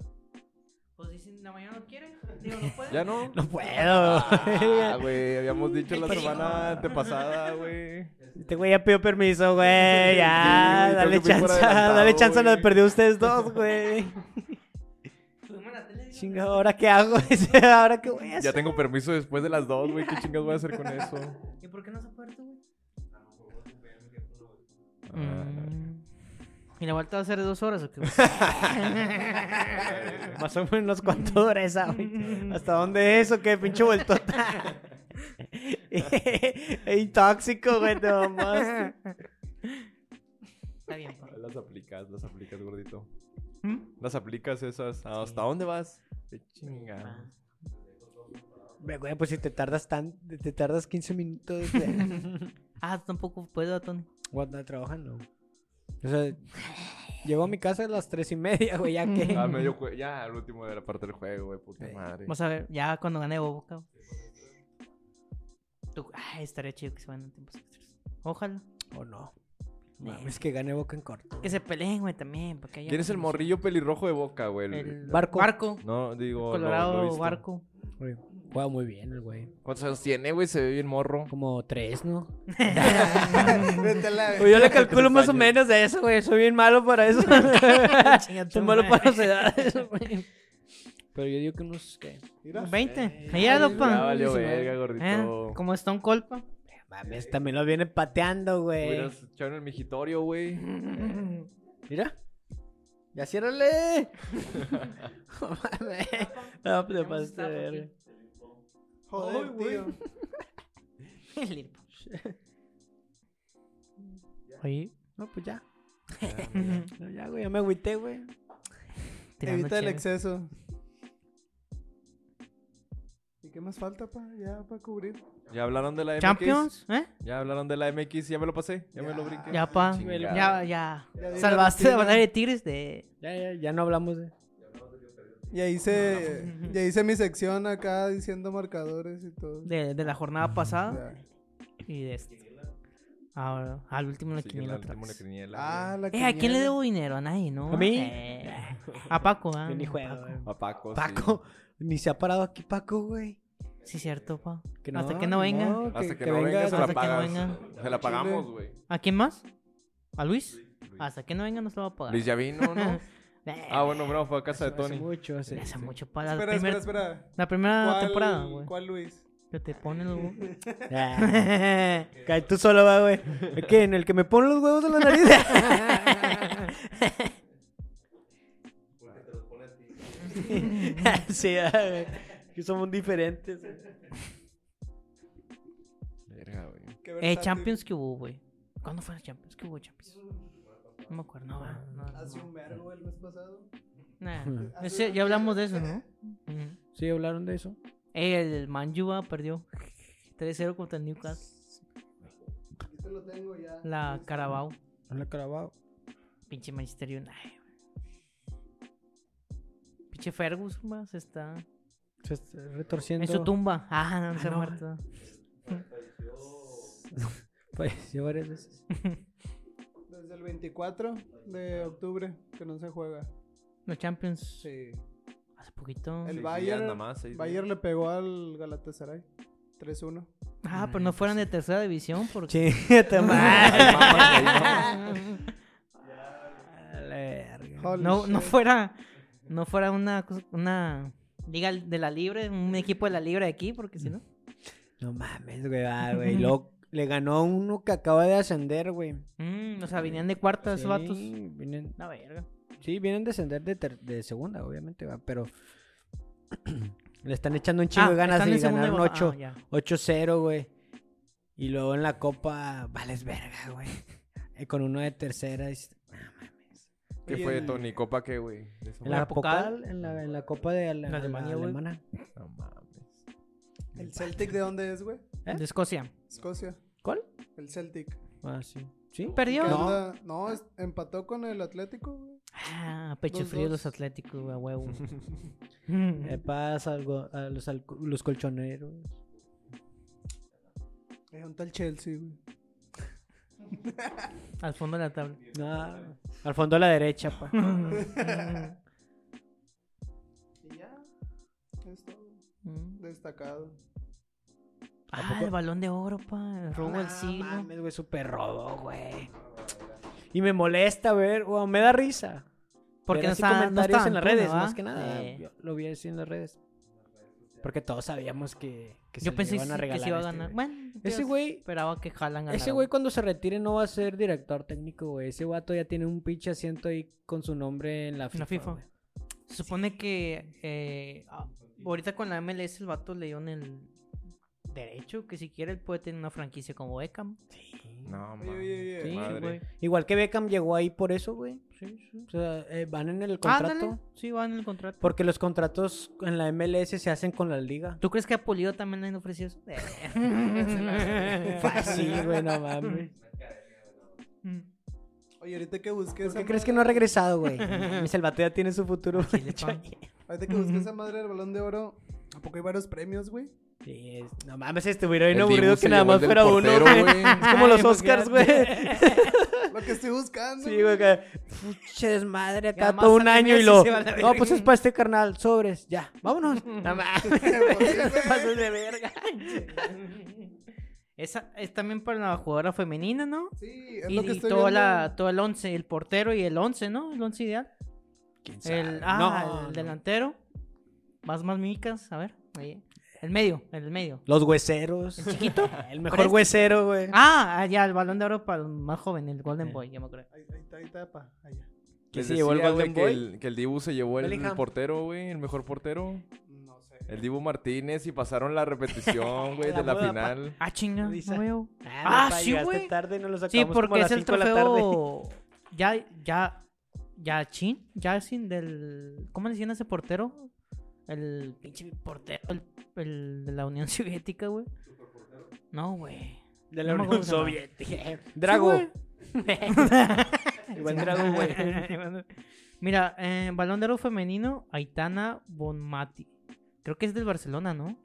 [SPEAKER 3] Pues dicen, la mañana no quiere. Digo, no puede.
[SPEAKER 6] ¿Ya no?
[SPEAKER 1] No puedo.
[SPEAKER 6] Ah, güey, habíamos dicho
[SPEAKER 3] El
[SPEAKER 6] la
[SPEAKER 3] primo.
[SPEAKER 6] semana antepasada, güey.
[SPEAKER 1] Este güey ya pidió permiso, güey. Ya,
[SPEAKER 6] Sí,
[SPEAKER 1] dale
[SPEAKER 6] creo que fui por
[SPEAKER 1] chance.
[SPEAKER 6] adelantado,
[SPEAKER 1] Dale chance a los
[SPEAKER 6] güey.
[SPEAKER 1] perdió ustedes dos, güey.
[SPEAKER 3] Subimos la tele. digo,
[SPEAKER 1] Chinga, ¿ahora qué hago? Dice, ¿Ahora qué voy a
[SPEAKER 6] Ya
[SPEAKER 1] hacer?
[SPEAKER 6] tengo permiso después de las dos, güey. ¿Qué chingados voy a hacer con eso?
[SPEAKER 3] ¿Y por qué no se puede tú, güey? Mm.
[SPEAKER 6] Ah,
[SPEAKER 3] ¿Y la vuelta va a ser de dos horas o qué? güey?
[SPEAKER 1] Más o menos cuánto dura esa, güey. ¿Hasta dónde es o qué? Pinche vueltota. Ey, tóxico, güey, te mamaste.
[SPEAKER 3] Está bien, pa.
[SPEAKER 6] Las aplicas, las aplicas, gordito.
[SPEAKER 3] ¿Mm?
[SPEAKER 6] Las aplicas esas. Ah, ¿Hasta dónde vas? Qué chingada.
[SPEAKER 1] Ve, Güey, pues si te tardas tan, te tardas 15 minutos. güey.
[SPEAKER 3] Ah, tampoco puedo, Tony.
[SPEAKER 1] What, no trabajan, no. O sea, llego a mi casa a las tres y media, güey, ya que.
[SPEAKER 6] Ah, medio jue- Ya, el último de la parte del juego, güey. Puta
[SPEAKER 1] Ey.
[SPEAKER 6] madre.
[SPEAKER 3] Vamos a ver, ya cuando gane Boca. Tú, ay, estaría chido que se vayan en tiempos extras. Ojalá.
[SPEAKER 1] O no. Mames, que gane boca en corto.
[SPEAKER 3] Que se peleen, güey, también. Porque haya
[SPEAKER 2] ¿Quién es el
[SPEAKER 3] más
[SPEAKER 2] morrillo pelirrojo de boca, güey?
[SPEAKER 3] emoción.
[SPEAKER 2] El-
[SPEAKER 3] El
[SPEAKER 1] Barco.
[SPEAKER 3] Barco.
[SPEAKER 2] No, digo. no, no he
[SPEAKER 3] Colorado
[SPEAKER 2] visto.
[SPEAKER 3] Barco.
[SPEAKER 1] güey. Juega muy bien el güey.
[SPEAKER 2] ¿Cuántos años tiene, güey? Se ve bien morro.
[SPEAKER 1] Como tres, ¿no?
[SPEAKER 4] Vete a la verga.
[SPEAKER 1] Pues yo le calculo más o menos de eso, güey. Soy bien malo para eso.
[SPEAKER 3] Chinga tu
[SPEAKER 1] Soy malo
[SPEAKER 3] madre.
[SPEAKER 1] para las edades, güey. Pero yo digo que unos, ¿qué?
[SPEAKER 4] Mira.
[SPEAKER 3] 20. Míralo,
[SPEAKER 2] Ya
[SPEAKER 3] pa.
[SPEAKER 2] valió
[SPEAKER 1] sí,
[SPEAKER 2] verga,
[SPEAKER 3] Eh,
[SPEAKER 2] gordito.
[SPEAKER 3] Como Stone Cold, pa.
[SPEAKER 1] Mames, también lo viene pateando, güey.
[SPEAKER 2] Hubieras echado en el mijitorio, güey.
[SPEAKER 1] Mira. Ya ciérrale. No mames. No, te pasaste de verga.
[SPEAKER 4] Joder, tío.
[SPEAKER 3] El Irpo. Oye,
[SPEAKER 1] No, pues ya. No, ya, güey, ya me agüité, güey.
[SPEAKER 3] tirando
[SPEAKER 4] Evita el
[SPEAKER 3] chévere.
[SPEAKER 4] exceso. ¿Y qué más falta, pa? Ya, para cubrir.
[SPEAKER 2] Ya hablaron de la MX.
[SPEAKER 3] Champions, ¿eh?
[SPEAKER 2] Ya hablaron de la MX. Ya me lo pasé. Ya, me lo brinqué.
[SPEAKER 3] Ya, pa.
[SPEAKER 2] Chingada.
[SPEAKER 3] Ya, ya.
[SPEAKER 4] Ah, Ya di la
[SPEAKER 3] Salvaste de
[SPEAKER 4] rutina.
[SPEAKER 3] bandera de Tigres de.
[SPEAKER 1] Ya, ya, ya no hablamos de.
[SPEAKER 4] Y ahí hice, ya hice mi sección acá diciendo marcadores y todo.
[SPEAKER 3] de, de la jornada pasada
[SPEAKER 4] Ya.
[SPEAKER 3] y de este. Ahora, al último la
[SPEAKER 2] Sí,
[SPEAKER 3] quiniela
[SPEAKER 2] la
[SPEAKER 3] otra
[SPEAKER 2] última
[SPEAKER 3] vez.
[SPEAKER 2] quiniela,
[SPEAKER 4] Ah,
[SPEAKER 2] güey.
[SPEAKER 4] la
[SPEAKER 3] Eh, ¿a quién
[SPEAKER 4] quiniela.
[SPEAKER 3] le debo dinero? A nadie, ¿no?
[SPEAKER 1] ¿A mí?
[SPEAKER 3] Eh, a Paco, ¿ah?
[SPEAKER 1] Yo ni
[SPEAKER 3] a
[SPEAKER 1] juego,
[SPEAKER 3] Paco.
[SPEAKER 1] güey.
[SPEAKER 4] eh.
[SPEAKER 2] A Paco. sí.
[SPEAKER 1] Paco, ni se ha parado aquí, Paco, güey.
[SPEAKER 3] Sí, cierto, pa. Hasta que no venga.
[SPEAKER 2] Hasta que, no venga, se
[SPEAKER 3] hasta
[SPEAKER 2] la
[SPEAKER 3] que no
[SPEAKER 2] pagas.
[SPEAKER 3] venga.
[SPEAKER 2] Se la pagamos, güey.
[SPEAKER 3] ¿A quién más? ¿A Luis? Hasta que no venga, nos lo va a pagar.
[SPEAKER 2] Luis ya vino, ¿no?
[SPEAKER 3] Eh,
[SPEAKER 2] ah, bueno, bro, fue a casa de
[SPEAKER 1] Hace
[SPEAKER 2] Tony.
[SPEAKER 1] mucho, hace.
[SPEAKER 3] hace mucho para la
[SPEAKER 4] Espera,
[SPEAKER 3] primer-
[SPEAKER 4] espera, espera.
[SPEAKER 3] La primera
[SPEAKER 4] ¿Cuál,
[SPEAKER 3] temporada, güey.
[SPEAKER 4] ¿Cuál Luis?
[SPEAKER 3] Que te ponen los huevos.
[SPEAKER 1] Ah, cae tú solo, va, güey. ¿Qué? ¿En el que me pone los huevos en la nariz? sí, ah, güey. Que somos diferentes.
[SPEAKER 2] Verga, güey.
[SPEAKER 4] Qué
[SPEAKER 3] eh,
[SPEAKER 4] versátil.
[SPEAKER 3] Champions que hubo, güey. ¿Cuándo fue la Champions? ¿Qué hubo Champions? No me acuerdo. No, no, no.
[SPEAKER 4] Ah, Hace un vergo el mes pasado.
[SPEAKER 3] Nah.
[SPEAKER 1] Ujú.
[SPEAKER 3] Ese- ya hablamos de eso, ¿no? Ujú.
[SPEAKER 1] Sí, hablaron de eso.
[SPEAKER 3] Eh, el Manjuba perdió 3-0 contra el Newcastle.
[SPEAKER 4] Aquí te Este lo tengo ya. Este
[SPEAKER 3] La Carabao.
[SPEAKER 1] No la Carabao.
[SPEAKER 3] Pinche Manchester United. güey. Pinche Ferguson, más está.
[SPEAKER 1] Se está retorciendo.
[SPEAKER 3] En su tumba. Ah, no, se ha
[SPEAKER 1] no.
[SPEAKER 3] muerto.
[SPEAKER 1] Falleció varias veces.
[SPEAKER 4] Desde el 24 de octubre que no se juega.
[SPEAKER 3] Los Champions.
[SPEAKER 4] Sí.
[SPEAKER 3] Hace poquito.
[SPEAKER 4] El
[SPEAKER 2] Sí,
[SPEAKER 4] Bayern-
[SPEAKER 2] nada más, seis
[SPEAKER 4] Bayern le pegó al Galatasaray. 3-1.
[SPEAKER 3] Ah, pero no
[SPEAKER 4] pues
[SPEAKER 3] fueran de tercera división porque.
[SPEAKER 1] Chingate, madre. A la verga.
[SPEAKER 4] Holy
[SPEAKER 3] no, no
[SPEAKER 4] shit.
[SPEAKER 3] fuera. No fuera una. cosa- una Liga de la Libre, un equipo de la Libre aquí, porque si no.
[SPEAKER 1] No mames, güey, va, güey. Y luego le ganó a uno que acaba de ascender, güey.
[SPEAKER 3] Mm, o sea, venían de cuarta esos vatos.
[SPEAKER 1] Sí, vienen,
[SPEAKER 3] Una verga.
[SPEAKER 1] sí, vienen de ascender de, ter- de segunda, obviamente, va, pero le están echando un chingo de ganas
[SPEAKER 3] Ah, están
[SPEAKER 1] y
[SPEAKER 3] en segunda
[SPEAKER 1] ganaron
[SPEAKER 3] y- ah,
[SPEAKER 1] 8
[SPEAKER 3] ya.
[SPEAKER 1] 8-0, güey. Y luego en la copa, vales verga, güey. Eh, Con uno de tercera. y-
[SPEAKER 2] ¿Qué
[SPEAKER 4] Y
[SPEAKER 2] fue
[SPEAKER 4] el-
[SPEAKER 2] Tony? ¿Copa qué, güey? Eso
[SPEAKER 1] En
[SPEAKER 2] fue-
[SPEAKER 1] la,
[SPEAKER 3] la Pocal?
[SPEAKER 1] Pocal, en la, en la copa de ale-
[SPEAKER 3] La Alemania,
[SPEAKER 1] la
[SPEAKER 3] güey.
[SPEAKER 1] alemana.
[SPEAKER 2] No mames.
[SPEAKER 4] ¿El Celtic de dónde es, güey?
[SPEAKER 1] ¿Eh?
[SPEAKER 3] De Escocia.
[SPEAKER 4] Escocia.
[SPEAKER 1] ¿Cuál?
[SPEAKER 4] El Celtic.
[SPEAKER 1] Ah, sí. ¿Sí?
[SPEAKER 3] Perdió.
[SPEAKER 4] Que
[SPEAKER 1] No.
[SPEAKER 4] anda- no, es- empató con el Atlético, güey.
[SPEAKER 3] Ah, pecho
[SPEAKER 4] Dos,
[SPEAKER 3] frío los
[SPEAKER 4] dos.
[SPEAKER 3] atléticos, güey, a huevo. Mm,
[SPEAKER 1] Eh, pasa algo a los, alco- los colchoneros.
[SPEAKER 4] Eh, un tal Chelsea, güey.
[SPEAKER 3] Al fondo de la tabla.
[SPEAKER 1] No, Ah, al fondo a la derecha, pa.
[SPEAKER 4] Y ya. Es todo.
[SPEAKER 3] Mm.
[SPEAKER 4] Destacado.
[SPEAKER 3] Ah, el balón de oro, pa. El robo del
[SPEAKER 1] Ah, No
[SPEAKER 3] siglo.
[SPEAKER 1] mames, güey, súper robo, güey. Y me molesta ver, güey, me da risa.
[SPEAKER 3] Porque
[SPEAKER 1] Ver
[SPEAKER 3] no
[SPEAKER 1] así
[SPEAKER 3] está, no
[SPEAKER 1] comentarios
[SPEAKER 3] está
[SPEAKER 1] en las
[SPEAKER 3] Antuna,
[SPEAKER 1] redes,
[SPEAKER 3] ¿va?
[SPEAKER 1] más que nada.
[SPEAKER 3] Eh,
[SPEAKER 1] Yo lo vi así en las redes. Porque todos sabíamos que, que se
[SPEAKER 3] yo
[SPEAKER 1] le
[SPEAKER 3] pensé
[SPEAKER 1] iban a
[SPEAKER 3] que
[SPEAKER 1] regalar
[SPEAKER 3] se iba a
[SPEAKER 1] este,
[SPEAKER 3] ganar.
[SPEAKER 1] güey.
[SPEAKER 3] Bueno,
[SPEAKER 1] Ese
[SPEAKER 3] yo
[SPEAKER 1] güey-
[SPEAKER 3] Esperaba que Jalan ganara.
[SPEAKER 1] Ese güey cuando se retire no va a ser director técnico, güey. Ese vato ya tiene un pinche asiento ahí con su nombre en la
[SPEAKER 3] En
[SPEAKER 1] FIFA.
[SPEAKER 3] la FIFA.
[SPEAKER 1] güey.
[SPEAKER 3] Se supone que eh, ah, ahorita con la MLS el vato le dio en el derecho que si quiere él puede tener una franquicia como Beckham.
[SPEAKER 2] No
[SPEAKER 4] Oye, oye,
[SPEAKER 2] mames.
[SPEAKER 4] oye.
[SPEAKER 1] Sí,
[SPEAKER 2] madre.
[SPEAKER 3] güey.
[SPEAKER 1] Igual que Beckham llegó ahí por eso, güey.
[SPEAKER 3] Sí, sí.
[SPEAKER 1] O sea, eh, van en el
[SPEAKER 3] Ah,
[SPEAKER 1] contrato.
[SPEAKER 3] ándale. Sí, va en el contrato.
[SPEAKER 1] Porque los contratos en la MLS se hacen con la liga.
[SPEAKER 3] ¿Tú crees que a Pulido también le han ofrecido eso? Eh. Pues
[SPEAKER 1] Fácil, güey, no mames.
[SPEAKER 4] Oye, ahorita que busqué
[SPEAKER 1] ¿Por
[SPEAKER 4] esa
[SPEAKER 1] qué crees
[SPEAKER 4] madre-
[SPEAKER 1] que no ha regresado, güey? No mames, el vato ya tiene su futuro.
[SPEAKER 3] Chile, pa.
[SPEAKER 1] hecho ahí.
[SPEAKER 4] Ahorita que busqué esa madre del balón de oro, ¿a poco hay varios premios, güey?
[SPEAKER 1] Sí, es- No mames, estuviera bien
[SPEAKER 2] El
[SPEAKER 1] aburrido
[SPEAKER 2] Dibu
[SPEAKER 1] que
[SPEAKER 2] se
[SPEAKER 1] nada
[SPEAKER 2] llevó
[SPEAKER 1] más
[SPEAKER 2] el del
[SPEAKER 1] fuera uno.
[SPEAKER 2] portero,
[SPEAKER 1] güey.
[SPEAKER 2] güey.
[SPEAKER 1] Es como los
[SPEAKER 3] Ay,
[SPEAKER 1] Oscars, güey.
[SPEAKER 4] Lo que estoy buscando.
[SPEAKER 1] Sí, güey, acá, Puche desmadre acá
[SPEAKER 3] nada más
[SPEAKER 1] todo un
[SPEAKER 3] sale
[SPEAKER 1] año y
[SPEAKER 3] Messi,
[SPEAKER 1] lo.
[SPEAKER 3] se va a la
[SPEAKER 1] No, pues
[SPEAKER 3] verga.
[SPEAKER 1] es para este carnal, sobres, ya. Vámonos. No mames.
[SPEAKER 3] Pasos de verga. Esa es también para la jugadora femenina, ¿no?
[SPEAKER 4] Sí, es
[SPEAKER 3] Y,
[SPEAKER 4] lo que
[SPEAKER 3] y
[SPEAKER 4] estoy
[SPEAKER 3] todo,
[SPEAKER 4] viendo.
[SPEAKER 3] la, todo el 11, el portero y el 11, ¿no? El 11 ideal.
[SPEAKER 6] ¿Quién sabe?
[SPEAKER 3] El, ah,
[SPEAKER 1] No,
[SPEAKER 3] el
[SPEAKER 1] no.
[SPEAKER 3] delantero. Más más micas, a ver. ahí. El medio, el medio.
[SPEAKER 1] Los hueseros.
[SPEAKER 3] ¿El chiquito?
[SPEAKER 1] El mejor
[SPEAKER 3] Presta.
[SPEAKER 1] huesero, güey.
[SPEAKER 3] Ah, ah, ya, el balón de oro para el más joven, el Golden
[SPEAKER 1] Eh.
[SPEAKER 3] Boy, ya me acuerdo.
[SPEAKER 4] Ahí, ahí está, ahí está, pa, allá.
[SPEAKER 1] ¿Quién
[SPEAKER 3] pues
[SPEAKER 6] Les
[SPEAKER 1] se llevó el
[SPEAKER 6] decía, güey,
[SPEAKER 1] Golden
[SPEAKER 6] que
[SPEAKER 1] Boy?
[SPEAKER 6] el- que el Dibu se llevó el
[SPEAKER 1] Bellingham.
[SPEAKER 6] portero, güey, el mejor portero.
[SPEAKER 4] No sé.
[SPEAKER 6] El Dibu Martínez y pasaron la repetición, güey, de la
[SPEAKER 1] boda, pa.
[SPEAKER 6] final.
[SPEAKER 3] Ah, chinga,
[SPEAKER 1] Lisa.
[SPEAKER 3] no veo.
[SPEAKER 1] Ah,
[SPEAKER 3] Ah,
[SPEAKER 1] no, pa,
[SPEAKER 3] sí,
[SPEAKER 1] llegaste
[SPEAKER 3] güey.
[SPEAKER 1] tarde, no lo
[SPEAKER 3] Sí,
[SPEAKER 1] sacamos como a
[SPEAKER 3] porque
[SPEAKER 1] las
[SPEAKER 3] es el
[SPEAKER 1] cinco de la tarde.
[SPEAKER 3] trofeo. Ya, ya, ya, chin, ya sin del. ¿Cómo le decían a ese portero? El pinche portero, el, el de la Unión Soviética, güey. No, güey.
[SPEAKER 1] De la
[SPEAKER 3] No me
[SPEAKER 1] Unión
[SPEAKER 3] acuerdo cómo se
[SPEAKER 1] Soviética. Drago.
[SPEAKER 3] Sí, güey.
[SPEAKER 1] Igual Drago, Ah, güey.
[SPEAKER 3] Mira, eh, balón de oro femenino, Aitana Bonmati. Creo que es del Barcelona, ¿no?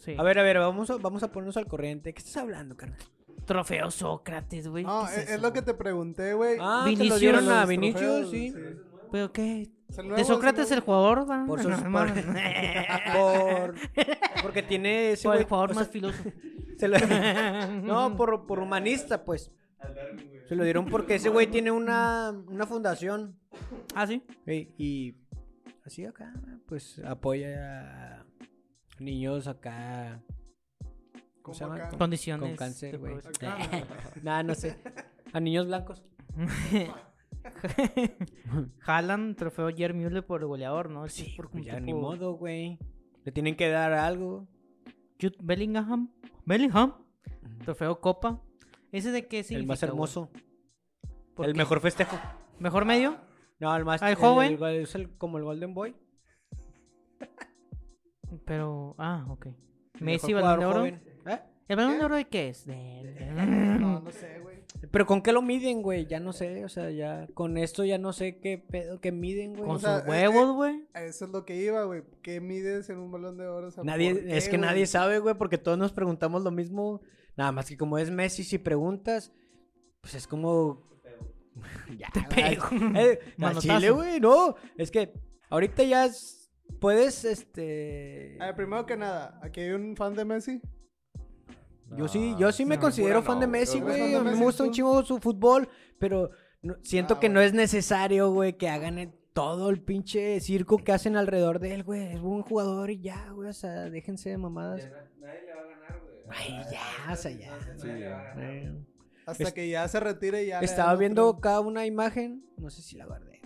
[SPEAKER 3] Sí.
[SPEAKER 1] A ver, a ver, vamos a, vamos a ponernos al corriente. ¿Qué estás hablando, carnal?
[SPEAKER 3] Trofeo Sócrates, güey.
[SPEAKER 4] No, e-,
[SPEAKER 3] ¿qué
[SPEAKER 4] es, es
[SPEAKER 3] eso,
[SPEAKER 4] lo que
[SPEAKER 3] güey?
[SPEAKER 4] te pregunté, güey.
[SPEAKER 1] Ah,
[SPEAKER 3] te lo
[SPEAKER 1] lo
[SPEAKER 3] Vinicius.
[SPEAKER 1] dieron
[SPEAKER 3] dieron
[SPEAKER 1] a
[SPEAKER 4] Los
[SPEAKER 1] Vinicius,
[SPEAKER 4] trofeos,
[SPEAKER 1] sí.
[SPEAKER 3] ¿Pero qué?
[SPEAKER 4] Es el nuevo,
[SPEAKER 3] De
[SPEAKER 4] es el
[SPEAKER 3] Sócrates el
[SPEAKER 4] nuevo.
[SPEAKER 3] jugador, ¿va?
[SPEAKER 1] Por
[SPEAKER 3] No,
[SPEAKER 1] sus-
[SPEAKER 3] no,
[SPEAKER 1] por-
[SPEAKER 3] mames.
[SPEAKER 1] Por... Porque tiene ese
[SPEAKER 3] Por
[SPEAKER 1] güey.
[SPEAKER 3] el jugador
[SPEAKER 1] o sea,
[SPEAKER 3] más filósofo.
[SPEAKER 1] se lo- No, por, por humanista, pues. Se lo dieron porque ese güey tiene una, una fundación.
[SPEAKER 3] Ah, sí.
[SPEAKER 1] Sí, y así acá, pues apoya a niños acá. ¿Cómo se
[SPEAKER 4] Como
[SPEAKER 1] llama?
[SPEAKER 4] acá.
[SPEAKER 1] Con-
[SPEAKER 3] Condiciones.
[SPEAKER 1] Con cáncer,
[SPEAKER 3] de
[SPEAKER 1] güey.
[SPEAKER 3] pobreza.
[SPEAKER 1] Nada, no sé. A niños blancos.
[SPEAKER 3] Jalan trofeo Jerry Müller por goleador, ¿no? Ese es
[SPEAKER 1] Sí,
[SPEAKER 3] por
[SPEAKER 1] pues, ya
[SPEAKER 3] tipo-
[SPEAKER 1] ni modo, güey. Le tienen que dar algo.
[SPEAKER 3] Jude Bellingham. Bellingham. Trofeo Copa. ¿Ese de qué significa?
[SPEAKER 1] el más
[SPEAKER 3] güey?
[SPEAKER 1] hermoso.
[SPEAKER 3] ¿Por
[SPEAKER 1] El
[SPEAKER 3] qué?
[SPEAKER 1] mejor festejo.
[SPEAKER 3] ¿Mejor medio?
[SPEAKER 1] No, el más.
[SPEAKER 3] ¿Al joven?
[SPEAKER 1] el- el- es el- como el Golden Boy.
[SPEAKER 3] Pero. Ah, ok.
[SPEAKER 1] el
[SPEAKER 3] Messi,
[SPEAKER 1] mejor
[SPEAKER 3] balón de oro.
[SPEAKER 1] jugador joven. ¿Eh?
[SPEAKER 3] ¿El balón de oro de qué es? De-
[SPEAKER 4] No, no sé, güey.
[SPEAKER 1] Pero ¿con qué lo miden, güey? Ya no sé, o sea, ya con esto ya no sé qué pedo que miden, güey.
[SPEAKER 3] Con
[SPEAKER 4] O sea,
[SPEAKER 3] sus
[SPEAKER 4] eh,
[SPEAKER 3] huevos,
[SPEAKER 4] eh,
[SPEAKER 3] güey. O
[SPEAKER 4] A Eso es lo que iba, güey. ¿Qué mides en un balón de oro? O sea,
[SPEAKER 1] Nadie,
[SPEAKER 4] ¿por qué,
[SPEAKER 1] es que
[SPEAKER 4] güey?
[SPEAKER 1] nadie sabe, güey, porque todos nos preguntamos lo mismo. Nada más que como es Messi, si preguntas, pues es como. ya, te Eh,
[SPEAKER 3] pego. Manotazo.
[SPEAKER 1] Chile, güey, no. Es que ahorita ya es- puedes, este.
[SPEAKER 4] A ver, primero que nada, aquí hay un fan de Messi.
[SPEAKER 1] Yo sí, yo sí me
[SPEAKER 3] no,
[SPEAKER 1] considero
[SPEAKER 6] pura
[SPEAKER 1] fan
[SPEAKER 6] no,
[SPEAKER 1] de
[SPEAKER 6] güey.
[SPEAKER 1] Messi,
[SPEAKER 4] ¿Tú eres
[SPEAKER 1] güey.
[SPEAKER 4] fan de
[SPEAKER 1] A mí me
[SPEAKER 4] Messi,
[SPEAKER 1] gusta un
[SPEAKER 4] tú?
[SPEAKER 1] chingo su fútbol, pero no- siento
[SPEAKER 4] Ah,
[SPEAKER 1] que no
[SPEAKER 4] bueno.
[SPEAKER 1] es necesario, güey, que hagan el- todo el pinche circo que hacen alrededor de él, güey. Es buen jugador y ya, güey. O sea, déjense de mamadas. Ay, ya, o sea, ya.
[SPEAKER 6] Sí.
[SPEAKER 1] Eh,
[SPEAKER 4] Hasta
[SPEAKER 1] Es-
[SPEAKER 4] que ya se retire y ya. le
[SPEAKER 1] Estaba
[SPEAKER 4] dan
[SPEAKER 1] viendo
[SPEAKER 4] otro.
[SPEAKER 1] acá una imagen, no sé si la guardé.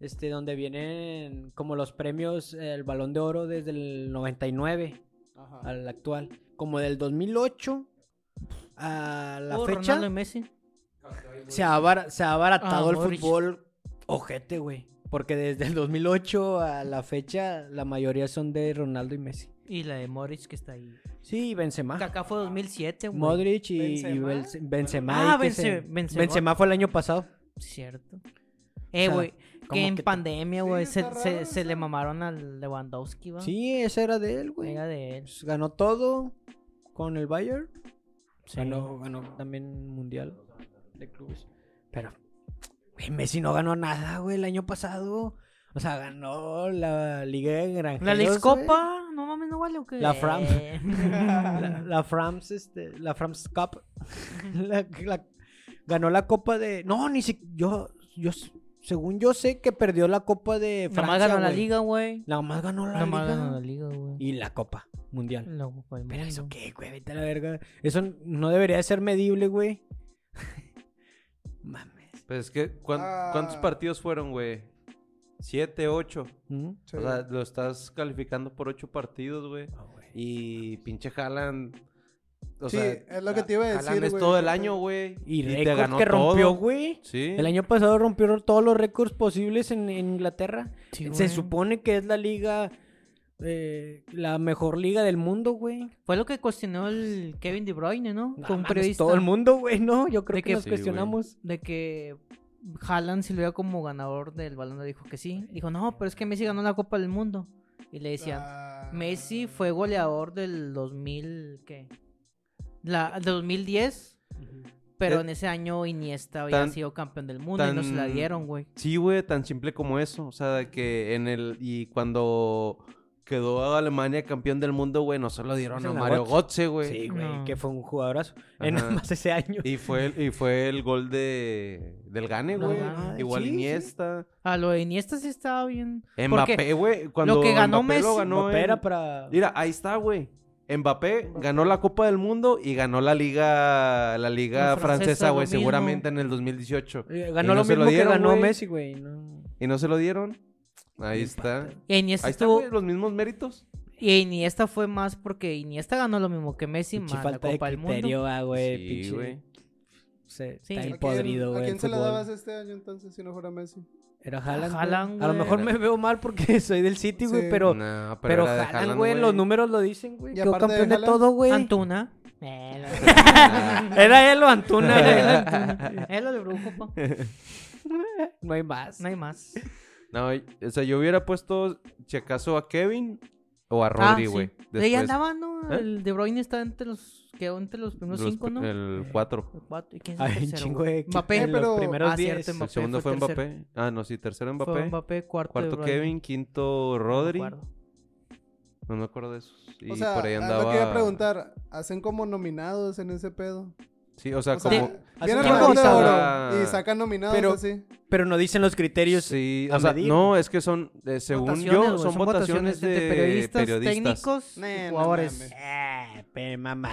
[SPEAKER 1] Este, donde vienen como los premios, eh, el balón de oro desde el 99
[SPEAKER 4] Ajá.
[SPEAKER 1] al actual. Como del 2008 a la fecha.
[SPEAKER 3] Ronaldo y Messi.
[SPEAKER 1] se ha, abara- se ha abaratado
[SPEAKER 3] Ah,
[SPEAKER 1] el
[SPEAKER 3] Modric.
[SPEAKER 1] fútbol ojete, güey. Porque desde el 2008 a la fecha, la mayoría son de Ronaldo y Messi.
[SPEAKER 3] Y la de Moritz que está ahí.
[SPEAKER 1] Sí, y Benzema.
[SPEAKER 3] Kaká fue 2007, güey.
[SPEAKER 1] Ah. Modric y y Benzema.
[SPEAKER 4] ¿Benzema?
[SPEAKER 1] y Benzema
[SPEAKER 3] Ah,
[SPEAKER 1] que se-
[SPEAKER 3] Bence- Benzema.
[SPEAKER 1] Benzema fue el año pasado.
[SPEAKER 3] Cierto. Eh,
[SPEAKER 1] O sea,
[SPEAKER 3] güey.
[SPEAKER 1] como
[SPEAKER 3] que en
[SPEAKER 1] que ta-
[SPEAKER 3] pandemia, güey,
[SPEAKER 4] Sí,
[SPEAKER 3] se,
[SPEAKER 4] está
[SPEAKER 3] se-
[SPEAKER 4] raro
[SPEAKER 3] se le
[SPEAKER 4] eso.
[SPEAKER 3] mamaron al Lewandowski, va.
[SPEAKER 1] Sí, esa era de él, güey.
[SPEAKER 3] Era de él.
[SPEAKER 1] Pues, ganó todo con el Bayern.
[SPEAKER 3] Sí.
[SPEAKER 1] Ganó, ganó también mundial de clubes. Pero güey, Messi no ganó nada, güey, el año pasado. O sea, ganó la Liga de Granjeros.
[SPEAKER 3] La Liz
[SPEAKER 1] güey.
[SPEAKER 3] Copa, Eh. no mames, no vale o qué.
[SPEAKER 1] La Fram. La,
[SPEAKER 3] la,
[SPEAKER 1] la Frams, este, la Frams Cup. La- la- ganó la Copa de. No, ni si yo, yo, según yo sé que perdió la Copa de Francia.
[SPEAKER 3] Nomás ganó la
[SPEAKER 1] güey.
[SPEAKER 3] liga, güey.
[SPEAKER 1] Nada más ganó la
[SPEAKER 3] Nomás
[SPEAKER 1] Liga.
[SPEAKER 3] ganó la liga, güey.
[SPEAKER 1] Y la Copa Mundial.
[SPEAKER 3] La Copa del
[SPEAKER 1] Pero eso
[SPEAKER 3] Mundo.
[SPEAKER 1] qué, güey, vete a la verga. Eso no debería de ser medible, güey. Mames.
[SPEAKER 2] Pues es que, ¿cuán-
[SPEAKER 4] Ah.
[SPEAKER 2] ¿cuántos partidos fueron, güey? Siete, ocho.
[SPEAKER 1] ¿Mm?
[SPEAKER 4] Sí.
[SPEAKER 2] O sea, lo estás calificando por ocho partidos, güey.
[SPEAKER 1] Ah, güey.
[SPEAKER 2] Y pinche Haaland. O
[SPEAKER 4] Sí,
[SPEAKER 2] sea,
[SPEAKER 4] es lo que te iba a
[SPEAKER 2] Haaland
[SPEAKER 4] decir,
[SPEAKER 2] es
[SPEAKER 4] güey.
[SPEAKER 2] todo el año, güey.
[SPEAKER 1] Y,
[SPEAKER 2] te
[SPEAKER 1] récord
[SPEAKER 2] ganó
[SPEAKER 1] que rompió,
[SPEAKER 2] todo.
[SPEAKER 1] güey.
[SPEAKER 2] Sí.
[SPEAKER 1] El año pasado rompió todos los récords posibles en, en Inglaterra.
[SPEAKER 3] Sí,
[SPEAKER 1] Se
[SPEAKER 3] güey.
[SPEAKER 1] supone que es la liga, eh, la mejor liga del mundo, güey.
[SPEAKER 3] Fue lo que cuestionó el Kevin De Bruyne, ¿no?
[SPEAKER 1] No
[SPEAKER 3] Con un
[SPEAKER 1] mames,
[SPEAKER 3] periodista.
[SPEAKER 1] Todo el mundo, güey, no. Yo creo
[SPEAKER 3] De
[SPEAKER 1] que,
[SPEAKER 3] que-
[SPEAKER 1] nos
[SPEAKER 2] Sí, güey.
[SPEAKER 1] cuestionamos.
[SPEAKER 3] De que Haaland se lo veía como ganador del balón, de oro, dijo que sí. Dijo, no, pero es que Messi ganó la Copa del Mundo. Y le decían,
[SPEAKER 4] Ah.
[SPEAKER 3] Messi fue goleador del 2000, ¿qué? La, 2010, pero
[SPEAKER 2] Eh,
[SPEAKER 3] en ese año Iniesta había
[SPEAKER 2] tan-
[SPEAKER 3] sido campeón del mundo y no se la
[SPEAKER 2] tan-
[SPEAKER 3] dieron, güey.
[SPEAKER 2] Sí, güey, tan simple como eso. O sea, de que en el. Y cuando quedó a Alemania campeón del mundo, güey, no se lo dieron
[SPEAKER 1] Es
[SPEAKER 2] a
[SPEAKER 1] en la
[SPEAKER 2] Mario
[SPEAKER 1] Gotze.
[SPEAKER 2] Götze, güey.
[SPEAKER 1] Sí, güey,
[SPEAKER 3] No.
[SPEAKER 1] que fue un jugadorazo. En
[SPEAKER 2] Pues, Ajá.
[SPEAKER 1] más ese año.
[SPEAKER 2] Y fue el, y fue el gol de del Gane,
[SPEAKER 3] No
[SPEAKER 2] güey.
[SPEAKER 3] mames,
[SPEAKER 2] Igual
[SPEAKER 1] sí, sí.
[SPEAKER 2] Iniesta.
[SPEAKER 3] A Ah, lo de Iniesta sí estaba bien. Porque
[SPEAKER 2] Mbappé, güey. Cuando
[SPEAKER 3] que ganó
[SPEAKER 2] Mbappé lo
[SPEAKER 3] Messi-
[SPEAKER 2] ganó
[SPEAKER 1] Mbappé
[SPEAKER 2] en-
[SPEAKER 1] era para.
[SPEAKER 2] Mira, ahí está, güey. Mbappé ganó la Copa del Mundo y ganó la Liga la Liga
[SPEAKER 3] La francesa,
[SPEAKER 2] francesa,
[SPEAKER 3] lo
[SPEAKER 2] güey,
[SPEAKER 3] mismo.
[SPEAKER 2] seguramente en el 2018.
[SPEAKER 1] Eh,
[SPEAKER 2] Y
[SPEAKER 1] Ganó
[SPEAKER 2] no
[SPEAKER 1] lo
[SPEAKER 2] se
[SPEAKER 1] mismo
[SPEAKER 2] lo dieron,
[SPEAKER 1] que ganó
[SPEAKER 2] güey.
[SPEAKER 1] Messi, güey. no.
[SPEAKER 2] ¿Y no se lo dieron? Ahí está.
[SPEAKER 3] Y Iniesta,
[SPEAKER 2] Ahí está,
[SPEAKER 3] estuvo-
[SPEAKER 2] güey, los mismos méritos.
[SPEAKER 3] y Iniesta fue más porque Iniesta ganó lo mismo que Messi
[SPEAKER 1] Pinche
[SPEAKER 3] más la
[SPEAKER 1] falta de
[SPEAKER 3] Copa del Mundo.
[SPEAKER 1] criterio, ah, güey.
[SPEAKER 2] Sí,
[SPEAKER 1] pinche-
[SPEAKER 2] güey.
[SPEAKER 1] se- Está
[SPEAKER 3] Sí. ¿A
[SPEAKER 1] bien
[SPEAKER 3] quién-
[SPEAKER 4] ¿A quién-
[SPEAKER 1] podrido, güey.
[SPEAKER 4] ¿A
[SPEAKER 1] el
[SPEAKER 4] quién se la
[SPEAKER 1] fútbol.
[SPEAKER 4] dabas este año entonces si no fuera Messi?
[SPEAKER 1] Era Haaland.
[SPEAKER 3] A
[SPEAKER 1] güey.
[SPEAKER 3] Haaland,
[SPEAKER 1] A lo
[SPEAKER 3] güey.
[SPEAKER 1] mejor me veo mal porque soy del City, güey,
[SPEAKER 4] Sí.
[SPEAKER 1] pero.
[SPEAKER 2] No,
[SPEAKER 1] Pero,
[SPEAKER 2] era de
[SPEAKER 1] Haaland,
[SPEAKER 2] Haaland,
[SPEAKER 1] güey, los números lo dicen, güey.
[SPEAKER 4] Y
[SPEAKER 1] Quedó
[SPEAKER 4] aparte de
[SPEAKER 1] campeón de,
[SPEAKER 4] Haaland,
[SPEAKER 1] todo, güey.
[SPEAKER 3] Antuna.
[SPEAKER 2] Ah,
[SPEAKER 1] Era él o Antuna, güey. era Antuna.
[SPEAKER 3] Él lo de Brujo, pa.
[SPEAKER 1] No hay más.
[SPEAKER 3] No hay más.
[SPEAKER 2] No, y- o sea, yo hubiera puesto, si acaso, a Kevin o a Rodri,
[SPEAKER 3] Ah, sí.
[SPEAKER 2] güey.
[SPEAKER 3] De ahí
[SPEAKER 2] después.
[SPEAKER 3] andaba, ¿no?
[SPEAKER 2] ¿Eh?
[SPEAKER 3] El De Bruyne está entre los, quedó entre los primeros
[SPEAKER 2] Los-
[SPEAKER 3] cinco, ¿no? Eh,
[SPEAKER 2] El 4.
[SPEAKER 3] El cuatro. ¿Y quién es el
[SPEAKER 1] Hay un
[SPEAKER 3] tercero,
[SPEAKER 1] chingo
[SPEAKER 3] güey?
[SPEAKER 1] de.
[SPEAKER 3] Mbappé.
[SPEAKER 1] En
[SPEAKER 4] Pero-
[SPEAKER 1] los primeros
[SPEAKER 3] Ah, cierto,
[SPEAKER 1] 10.
[SPEAKER 2] El
[SPEAKER 3] Mbappé
[SPEAKER 2] segundo
[SPEAKER 3] fue
[SPEAKER 2] fue
[SPEAKER 3] el
[SPEAKER 2] Mbappé. Ah, no, sí, tercero Mbappé.
[SPEAKER 3] Fue Mbappé, cuarto, De
[SPEAKER 2] Cuarto
[SPEAKER 3] Bruyne.
[SPEAKER 2] Kevin, quinto
[SPEAKER 3] No me
[SPEAKER 2] Rodri. No,
[SPEAKER 3] acuerdo.
[SPEAKER 2] me acuerdo de esos. Y
[SPEAKER 4] o sea,
[SPEAKER 2] por ahí
[SPEAKER 4] ah,
[SPEAKER 2] andaba.
[SPEAKER 4] lo quería preguntar. ¿Hacen como nominados en ese pedo?
[SPEAKER 2] Sí, o sea,
[SPEAKER 4] O sea,
[SPEAKER 2] como.
[SPEAKER 4] viene el
[SPEAKER 1] una
[SPEAKER 4] Balón de
[SPEAKER 1] lista,
[SPEAKER 4] Oro
[SPEAKER 2] ¿verdad?
[SPEAKER 4] y sacan nominados
[SPEAKER 1] Pero-
[SPEAKER 4] así.
[SPEAKER 1] Pero no dicen los criterios.
[SPEAKER 2] Sí,
[SPEAKER 1] a
[SPEAKER 2] o sea,
[SPEAKER 1] medir.
[SPEAKER 2] no, es que son, eh, según
[SPEAKER 3] Votaciones,
[SPEAKER 2] yo,
[SPEAKER 3] güey,
[SPEAKER 2] son, votaciones, de, periodistas,
[SPEAKER 3] técnicos, y
[SPEAKER 4] Nah, no
[SPEAKER 3] jugadores.
[SPEAKER 4] mames.
[SPEAKER 1] Ah, pero mamá.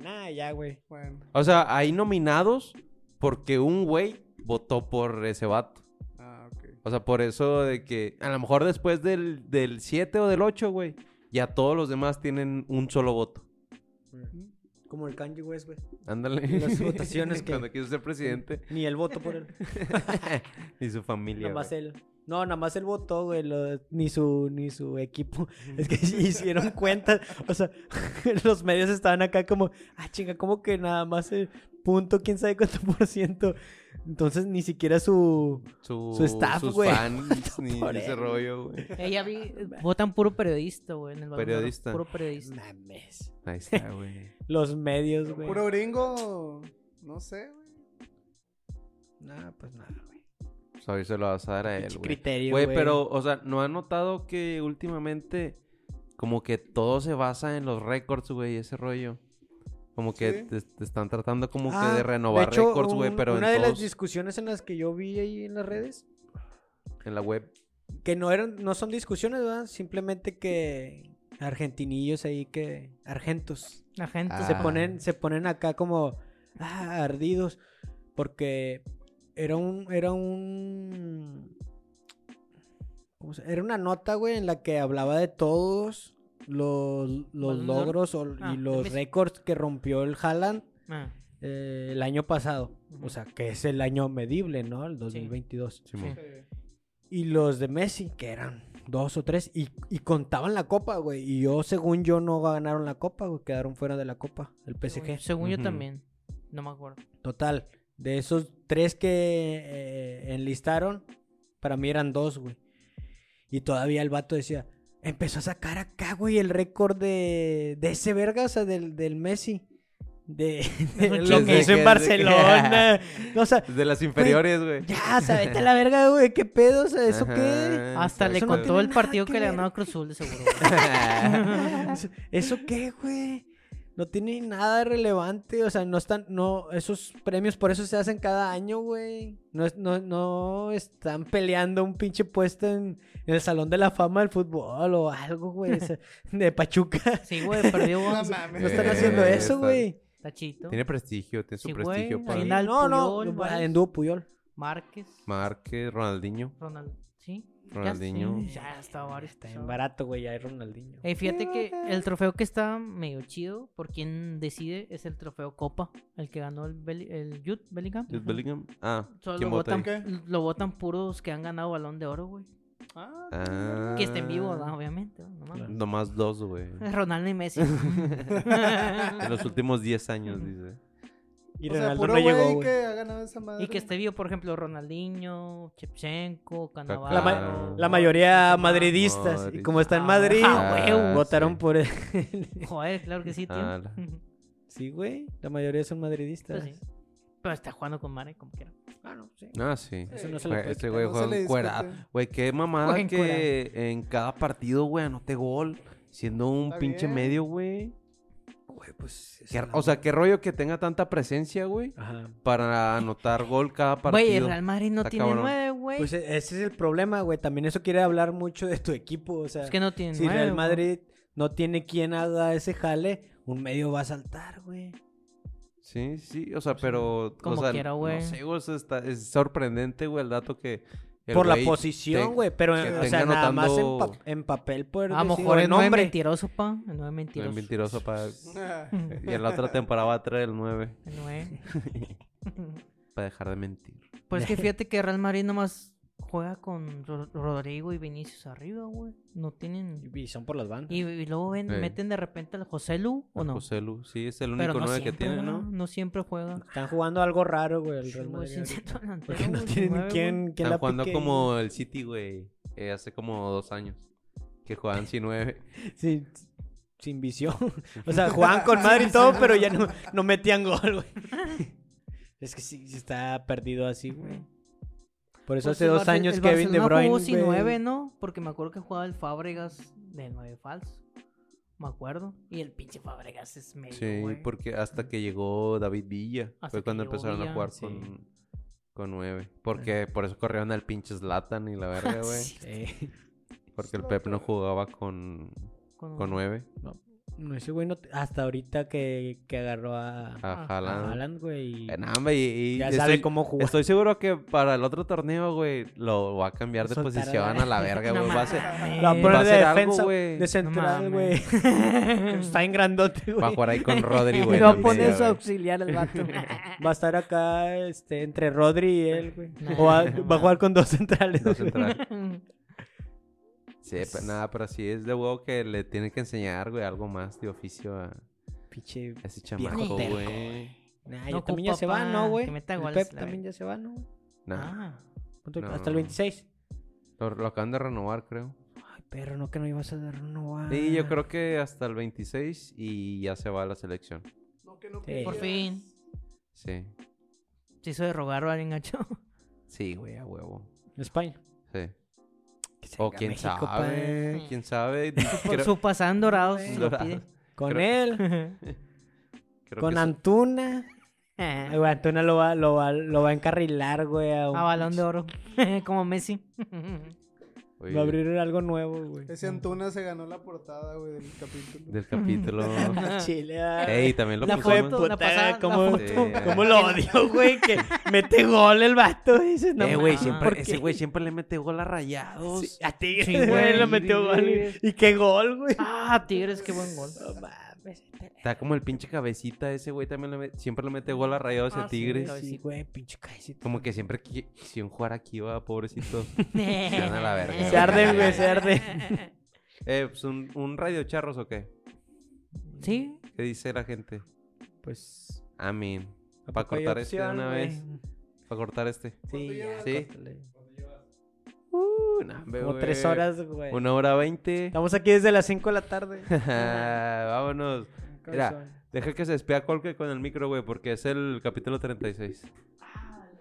[SPEAKER 1] Nah, ya, güey.
[SPEAKER 4] Bueno.
[SPEAKER 2] O sea, hay nominados porque un güey votó por ese vato.
[SPEAKER 4] Ah, ok.
[SPEAKER 2] O sea, por eso de que a lo mejor después del 7 o del 8, güey, ya todos los demás tienen un solo voto.
[SPEAKER 1] Como el Kanye West, güey.
[SPEAKER 2] Ándale.
[SPEAKER 1] Y las votaciones que-
[SPEAKER 2] Cuando quiso ser presidente
[SPEAKER 1] Ni el voto por él.
[SPEAKER 2] y su familia.
[SPEAKER 1] Nada más
[SPEAKER 2] güey.
[SPEAKER 1] él. No, nada más él votó, güey. lo- ni su ni su equipo. Es que sí hicieron cuentas. O sea, los medios estaban acá como, ah, chinga, como que nada más el punto, quién sabe cuánto por ciento. Entonces ni siquiera su.
[SPEAKER 2] Su,
[SPEAKER 1] su staff,
[SPEAKER 2] sus
[SPEAKER 1] güey.
[SPEAKER 2] fans, ni
[SPEAKER 1] Por
[SPEAKER 2] ese
[SPEAKER 1] él.
[SPEAKER 2] rollo, güey.
[SPEAKER 3] Ella vi, votan puro periodista, güey, en el Balón de Oro,
[SPEAKER 2] Periodista.
[SPEAKER 3] Puro periodista.
[SPEAKER 1] Mames.
[SPEAKER 2] Ahí está, güey.
[SPEAKER 1] Los medios, güey.
[SPEAKER 4] Puro gringo. No sé, güey.
[SPEAKER 1] No, pues nada, güey.
[SPEAKER 2] Pues hoy se lo vas a dar a él,
[SPEAKER 1] Pinche
[SPEAKER 2] güey.
[SPEAKER 1] criterio,
[SPEAKER 2] Güey,
[SPEAKER 1] güey.
[SPEAKER 2] pero, o sea, ¿no han notado que últimamente como que todo se basa en los récords, güey, ese rollo? Como que
[SPEAKER 4] Sí.
[SPEAKER 2] te, te están tratando como
[SPEAKER 1] Ah,
[SPEAKER 2] que de renovar
[SPEAKER 1] hecho,
[SPEAKER 2] récords, güey,
[SPEAKER 1] un-
[SPEAKER 2] pero en,
[SPEAKER 1] Una de las
[SPEAKER 2] todos-
[SPEAKER 1] discusiones en las que yo vi ahí en las redes,
[SPEAKER 2] en la web.
[SPEAKER 1] que no eran, no son discusiones, ¿verdad? Simplemente que argentinillos ahí que. Argentos.
[SPEAKER 3] La gente.
[SPEAKER 1] se
[SPEAKER 2] Ah.
[SPEAKER 1] ponen se ponen acá como ah, ardidos porque era un era un ¿cómo se- era una nota güey en la que hablaba de todos los, los
[SPEAKER 3] Balón de Oro.
[SPEAKER 1] logros o-
[SPEAKER 3] Ah,
[SPEAKER 1] y
[SPEAKER 3] de
[SPEAKER 1] los
[SPEAKER 3] Messi.
[SPEAKER 1] récords que rompió el Haaland
[SPEAKER 3] Ah,
[SPEAKER 1] eh, el año pasado
[SPEAKER 3] Ujú.
[SPEAKER 1] o sea que es el año medible no el 2022
[SPEAKER 2] Simón.
[SPEAKER 1] y los de Messi, que eran dos o tres, y, y contaban la copa, güey. Y yo, según yo, no ganaron la copa, güey. Quedaron fuera de la copa, el
[SPEAKER 3] Según,
[SPEAKER 1] PSG.
[SPEAKER 3] según yo
[SPEAKER 2] Ujú.
[SPEAKER 3] también. No me acuerdo.
[SPEAKER 1] Total, de esos tres que eh, enlistaron, para mí eran dos, güey. Y todavía el vato decía, empezó a sacar acá, güey, el récord de, de ese verga, o sea, del, del Messi. De, de
[SPEAKER 3] un
[SPEAKER 1] lo
[SPEAKER 2] chingo.
[SPEAKER 1] que hizo en
[SPEAKER 2] Desde que-
[SPEAKER 1] Barcelona. No, o sea,
[SPEAKER 2] De las inferiores, güey.
[SPEAKER 1] ya, o sea, vete a la verga, güey. ¿Qué pedo? O sea, ¿eso qué?
[SPEAKER 2] Ajá,
[SPEAKER 3] Hasta le
[SPEAKER 1] eso no
[SPEAKER 3] contó
[SPEAKER 1] tiene
[SPEAKER 3] el
[SPEAKER 1] nada
[SPEAKER 3] partido
[SPEAKER 1] que
[SPEAKER 3] que le
[SPEAKER 1] ver.
[SPEAKER 3] ganó a Cruz Azul, de seguro. güey.
[SPEAKER 1] ¿Eso- ¿Eso qué, güey? No tiene nada relevante, o sea, no están, no, esos premios por eso se hacen cada año, güey. No, es- no, no están peleando un pinche puesto en, en el Salón de la Fama del fútbol o algo, güey, o sea, de Pachuca.
[SPEAKER 3] Sí, güey, perdió
[SPEAKER 4] No
[SPEAKER 3] once.
[SPEAKER 4] mames.
[SPEAKER 1] No están
[SPEAKER 2] Eh,
[SPEAKER 1] haciendo eso,
[SPEAKER 2] está-
[SPEAKER 1] güey.
[SPEAKER 3] Tachito.
[SPEAKER 2] Tiene prestigio, tiene su
[SPEAKER 3] Sí, güey,
[SPEAKER 2] prestigio
[SPEAKER 3] ahí
[SPEAKER 2] para
[SPEAKER 3] la-
[SPEAKER 1] No,
[SPEAKER 3] Final
[SPEAKER 1] no,
[SPEAKER 3] Puyol,
[SPEAKER 1] para-
[SPEAKER 3] varios.
[SPEAKER 1] en dúo Puyol.
[SPEAKER 3] Márquez.
[SPEAKER 2] Márquez, Ronaldinho.
[SPEAKER 3] Ronald. Sí. Ya,
[SPEAKER 2] Ronaldinho.
[SPEAKER 3] sí, Ya, está varios.
[SPEAKER 1] Está en barato, güey, ya hay Ronaldinho.
[SPEAKER 3] Eh, fíjate que el trofeo que está medio chido, por quien decide, es el trofeo Copa, el que ganó el, Beli- el Jude Bellingham.
[SPEAKER 2] Jude
[SPEAKER 3] Ajá.
[SPEAKER 2] Bellingham. Ah,
[SPEAKER 3] Solo
[SPEAKER 2] ¿quién
[SPEAKER 3] lo,
[SPEAKER 2] vota
[SPEAKER 3] votan,
[SPEAKER 2] ahí?
[SPEAKER 4] ahí?
[SPEAKER 3] lo votan puros que han ganado balón de oro, güey.
[SPEAKER 4] Ah,
[SPEAKER 2] Ah,
[SPEAKER 3] Que estén vivos, ¿no? obviamente. ¿no? No mames.
[SPEAKER 2] Nomás dos, güey.
[SPEAKER 3] Ronaldo y Messi.
[SPEAKER 2] En los últimos 10 años, dice.
[SPEAKER 1] Y
[SPEAKER 4] o sea,
[SPEAKER 1] Ronaldo
[SPEAKER 4] puro
[SPEAKER 1] no llegó,
[SPEAKER 4] güey
[SPEAKER 1] güey.
[SPEAKER 4] que ha ganado esa madre.
[SPEAKER 3] Y que esté vivo, por ejemplo, Ronaldinho, Chepchenko, Cannavaro.
[SPEAKER 1] La, ma-
[SPEAKER 2] Claro.
[SPEAKER 1] la mayoría
[SPEAKER 3] Benzema.
[SPEAKER 1] madridistas. Y
[SPEAKER 2] Madrid.
[SPEAKER 1] como está en
[SPEAKER 3] Ah,
[SPEAKER 1] Madrid,
[SPEAKER 3] ah,
[SPEAKER 2] huevo.
[SPEAKER 1] votaron
[SPEAKER 2] Sí.
[SPEAKER 1] por él.
[SPEAKER 3] Joder, claro que sí, tío.
[SPEAKER 2] Ah, la-
[SPEAKER 1] sí, güey. La mayoría son madridistas.
[SPEAKER 3] Pues sí. Pero está jugando con Mane como quiera.
[SPEAKER 1] Ah, no, sí.
[SPEAKER 2] No, sí.
[SPEAKER 1] Eso no se le
[SPEAKER 2] Güey,
[SPEAKER 1] puede
[SPEAKER 2] Este
[SPEAKER 1] quitar.
[SPEAKER 2] güey
[SPEAKER 4] no
[SPEAKER 2] juega
[SPEAKER 4] se le
[SPEAKER 2] encuerado.
[SPEAKER 4] discute.
[SPEAKER 2] Güey, qué mamada
[SPEAKER 3] Juega
[SPEAKER 2] que en cada partido, güey, anote gol. Siendo un
[SPEAKER 4] Está
[SPEAKER 2] pinche
[SPEAKER 4] bien.
[SPEAKER 2] medio, güey.
[SPEAKER 1] Güey, pues. es
[SPEAKER 2] Qué-
[SPEAKER 1] una-
[SPEAKER 2] O sea, qué rollo que tenga tanta presencia, güey.
[SPEAKER 1] Ajá.
[SPEAKER 2] Para anotar gol cada partido.
[SPEAKER 3] Güey, el Real Madrid no
[SPEAKER 2] Está
[SPEAKER 3] tiene
[SPEAKER 2] cabrón.
[SPEAKER 3] nueve, güey.
[SPEAKER 1] Pues e- ese es el problema, güey. También eso quiere hablar mucho de tu equipo. O sea,
[SPEAKER 3] es que no tiene
[SPEAKER 1] si
[SPEAKER 3] nueve.
[SPEAKER 1] Real
[SPEAKER 3] güey.
[SPEAKER 1] Madrid no tiene quien haga ese jale, un medio va a saltar, güey.
[SPEAKER 2] Sí, sí, o sea, pero.
[SPEAKER 3] como
[SPEAKER 2] o sea,
[SPEAKER 3] quiera, güey.
[SPEAKER 2] No sé, güey, o sea, está- es sorprendente, güey, el dato que. el
[SPEAKER 1] Por la
[SPEAKER 2] güey
[SPEAKER 1] posición,
[SPEAKER 2] te-
[SPEAKER 1] güey. Pero,
[SPEAKER 2] que
[SPEAKER 1] o sea,
[SPEAKER 2] tenga
[SPEAKER 1] nada más en,
[SPEAKER 2] anotando-
[SPEAKER 1] pa- en papel poder
[SPEAKER 3] A lo
[SPEAKER 1] decir,
[SPEAKER 3] mejor
[SPEAKER 1] o
[SPEAKER 3] el
[SPEAKER 1] en
[SPEAKER 3] nueve
[SPEAKER 1] nombre.
[SPEAKER 3] mentiroso, pa. El nueve
[SPEAKER 2] no
[SPEAKER 3] mentiroso.
[SPEAKER 2] es mentiroso para.
[SPEAKER 4] Ah,
[SPEAKER 2] Y en la otra temporada va a traer el 9.
[SPEAKER 3] El nueve.
[SPEAKER 2] Para dejar de mentir.
[SPEAKER 3] Pues que fíjate que Real Madrid nomás juega con Ro- Rodrigo y Vinicius arriba, güey. No tienen...
[SPEAKER 1] Y son por las bandas.
[SPEAKER 3] Y, y luego ven,
[SPEAKER 2] Sí.
[SPEAKER 3] meten de repente al José Lu, ¿o
[SPEAKER 2] A
[SPEAKER 3] no?
[SPEAKER 2] José Lu, sí, es el único
[SPEAKER 3] Pero no
[SPEAKER 2] 9
[SPEAKER 3] siempre,
[SPEAKER 2] que tiene,
[SPEAKER 3] ¿no?
[SPEAKER 2] ¿no?
[SPEAKER 3] No siempre juega.
[SPEAKER 1] Están jugando algo raro, güey. el
[SPEAKER 3] Sí,
[SPEAKER 1] Real
[SPEAKER 3] güey,
[SPEAKER 1] Madrid
[SPEAKER 3] sin
[SPEAKER 1] ahorita.
[SPEAKER 3] centro delantero,
[SPEAKER 1] Porque no
[SPEAKER 3] güey, sin
[SPEAKER 1] tienen
[SPEAKER 3] nueve, güey.
[SPEAKER 1] quien, quien la
[SPEAKER 2] Están jugando
[SPEAKER 1] pique.
[SPEAKER 2] como el City, güey. eh, hace como dos años. Que jugaban sin 9.
[SPEAKER 1] Sí, sin visión. O sea, jugaban con madre y todo, pero ya no, no metían gol, güey. Es que sí, sí está perdido así, güey. Por eso
[SPEAKER 3] Pues
[SPEAKER 1] hace
[SPEAKER 3] el
[SPEAKER 1] dos
[SPEAKER 3] Barce-
[SPEAKER 1] años
[SPEAKER 3] el
[SPEAKER 1] Kevin De
[SPEAKER 3] Barcelona
[SPEAKER 1] Bruyne.
[SPEAKER 3] jugó sin
[SPEAKER 1] güey,
[SPEAKER 3] nueve, ¿no? Porque me acuerdo que jugaba el Fábregas de nueve falso. Me acuerdo. Y el pinche Fábregas es medio,
[SPEAKER 2] Sí,
[SPEAKER 3] güey.
[SPEAKER 2] porque hasta que llegó David Villa.
[SPEAKER 3] Hasta
[SPEAKER 2] fue
[SPEAKER 3] que
[SPEAKER 2] cuando
[SPEAKER 3] llegó
[SPEAKER 2] empezaron
[SPEAKER 3] Villa,
[SPEAKER 2] a jugar
[SPEAKER 3] sí.
[SPEAKER 2] con, con 9. Porque por eso corrieron al pinche Zlatan y la verga, güey.
[SPEAKER 1] sí.
[SPEAKER 2] Porque el Pep no jugaba con,
[SPEAKER 3] Con-
[SPEAKER 2] con 9.
[SPEAKER 1] No, ese güey no te- hasta ahorita que, que agarró a, a
[SPEAKER 2] A
[SPEAKER 3] Ah,
[SPEAKER 2] Haaland.
[SPEAKER 1] Haaland, güey. y
[SPEAKER 2] Eh, no, hombre, y- y
[SPEAKER 1] Ya
[SPEAKER 2] estoy-
[SPEAKER 1] sabe cómo jugar.
[SPEAKER 2] Estoy seguro que para el otro torneo, güey, lo va a cambiar de
[SPEAKER 1] Soltar a la
[SPEAKER 2] posición a la verga,
[SPEAKER 3] No
[SPEAKER 2] güey. Va a ser-
[SPEAKER 3] mames.
[SPEAKER 1] Lo va a poner
[SPEAKER 2] va a
[SPEAKER 1] de
[SPEAKER 2] hacer algo,
[SPEAKER 1] defensa,
[SPEAKER 2] güey.
[SPEAKER 1] de central,
[SPEAKER 3] Eh, No
[SPEAKER 1] güey.
[SPEAKER 3] mames.
[SPEAKER 1] Está en grandote, güey.
[SPEAKER 2] va a jugar ahí con Rodri, güey.
[SPEAKER 1] Lo
[SPEAKER 2] en el
[SPEAKER 1] pone
[SPEAKER 2] medio,
[SPEAKER 1] su
[SPEAKER 2] güey.
[SPEAKER 1] auxiliar el vato. Va a estar acá este, entre Rodri y él, güey.
[SPEAKER 3] No,
[SPEAKER 1] O va,
[SPEAKER 3] no
[SPEAKER 1] va a jugar con dos centrales.
[SPEAKER 2] Dos
[SPEAKER 1] güey.
[SPEAKER 2] centrales. Sí,
[SPEAKER 1] Pues
[SPEAKER 2] pero nada, pero sí es de huevo que le tiene que enseñar, güey, algo más de oficio a, a
[SPEAKER 1] Pinche.
[SPEAKER 2] ese chamaco,
[SPEAKER 1] Viejo terco,
[SPEAKER 2] güey.
[SPEAKER 1] Nah,
[SPEAKER 3] No
[SPEAKER 1] yo también ya
[SPEAKER 3] ocupa
[SPEAKER 1] se va,
[SPEAKER 3] pa-
[SPEAKER 1] ¿no, güey?
[SPEAKER 3] que meta
[SPEAKER 1] El
[SPEAKER 3] goles,
[SPEAKER 1] Pep
[SPEAKER 3] la
[SPEAKER 1] también ya se va, ¿no?
[SPEAKER 2] Nah,
[SPEAKER 3] Ah.
[SPEAKER 1] ¿Cuánto-
[SPEAKER 2] No.
[SPEAKER 1] Hasta el 26.
[SPEAKER 2] lo, lo acaban de renovar, creo.
[SPEAKER 1] Ay, pero no que no ibas a dar renovar.
[SPEAKER 2] Sí, yo creo que hasta el 26 y ya se va a la selección.
[SPEAKER 4] no, que no
[SPEAKER 1] Sí.
[SPEAKER 4] querías.
[SPEAKER 3] Por fin.
[SPEAKER 2] Sí.
[SPEAKER 3] Se hizo de rogar al engacho.
[SPEAKER 2] Sí, güey, a huevo.
[SPEAKER 1] España.
[SPEAKER 2] Sí.
[SPEAKER 1] Que se
[SPEAKER 2] O
[SPEAKER 1] venga a
[SPEAKER 2] Oh, quién
[SPEAKER 1] México, pues.
[SPEAKER 2] sabe,
[SPEAKER 3] pa.
[SPEAKER 2] quién sabe.
[SPEAKER 3] Por
[SPEAKER 2] Creo-
[SPEAKER 3] su pasán dorado. se lo
[SPEAKER 2] Dorado.
[SPEAKER 3] pide.
[SPEAKER 1] pa. Con
[SPEAKER 2] Creo-
[SPEAKER 1] él,
[SPEAKER 2] creo
[SPEAKER 1] con
[SPEAKER 2] que sí.
[SPEAKER 1] Antuna. Ay,
[SPEAKER 3] a
[SPEAKER 1] güey, Antuna lo va, lo, va, lo va a encarrilar, güey. A, un-
[SPEAKER 3] balón de oro. Como Messi.
[SPEAKER 2] Oye,
[SPEAKER 1] Va a abrir algo nuevo, güey.
[SPEAKER 4] Ese Antuna se ganó la portada, güey, del capítulo.
[SPEAKER 2] Del capítulo.
[SPEAKER 1] Chile. ah.
[SPEAKER 2] Ey, también lo
[SPEAKER 1] La
[SPEAKER 2] pusimos.
[SPEAKER 1] foto,
[SPEAKER 3] La
[SPEAKER 1] la
[SPEAKER 3] pasada, la
[SPEAKER 1] ¿cómo,
[SPEAKER 2] foto.
[SPEAKER 1] cómo-
[SPEAKER 2] Sí.
[SPEAKER 1] cómo lo odio, güey? Que mete gol el vato. Dices, no,
[SPEAKER 2] Eh, güey,
[SPEAKER 1] mames,
[SPEAKER 2] siempre,
[SPEAKER 1] ¿por
[SPEAKER 2] ese
[SPEAKER 1] qué?
[SPEAKER 2] güey siempre le mete gol a rayados.
[SPEAKER 1] Sí, a ti,
[SPEAKER 3] Sí,
[SPEAKER 1] güey,
[SPEAKER 3] güey,
[SPEAKER 1] lo metió gol.
[SPEAKER 3] güey.
[SPEAKER 1] Y qué gol, güey.
[SPEAKER 3] ah, Tigres, qué buen gol.
[SPEAKER 1] No mames. este
[SPEAKER 2] Está como el pinche cabecita ese güey también le met- siempre le mete gol a rayados y a
[SPEAKER 3] Ah, sí,
[SPEAKER 2] tigres.
[SPEAKER 3] güey.
[SPEAKER 1] Sí, güey, pinche cabecito.
[SPEAKER 2] Como que siempre qui- quisieron jugar aquí, va, pobrecito. Se van a la verga.
[SPEAKER 1] Se arden, güey, se arden.
[SPEAKER 2] Eh, pues un, un radio charros o qué?
[SPEAKER 3] Sí,
[SPEAKER 2] ¿Qué dice la gente?
[SPEAKER 1] Pues.
[SPEAKER 2] Amén.
[SPEAKER 1] ¿a
[SPEAKER 2] Para
[SPEAKER 1] poco hay
[SPEAKER 2] cortar este de
[SPEAKER 1] opción,
[SPEAKER 2] una
[SPEAKER 1] güey?
[SPEAKER 2] vez. Para cortar este.
[SPEAKER 1] Sí, ya,
[SPEAKER 2] Sí.
[SPEAKER 1] córtale.
[SPEAKER 2] Uh, no, hombre,
[SPEAKER 1] Como tres
[SPEAKER 2] güey.
[SPEAKER 1] horas, güey.
[SPEAKER 2] Una hora veinte.
[SPEAKER 1] Estamos aquí desde las 5 de la tarde.
[SPEAKER 2] Vámonos. Mira.
[SPEAKER 1] Corazón.
[SPEAKER 2] Deja que se espea Colque con el micro, güey, porque es el capítulo 36.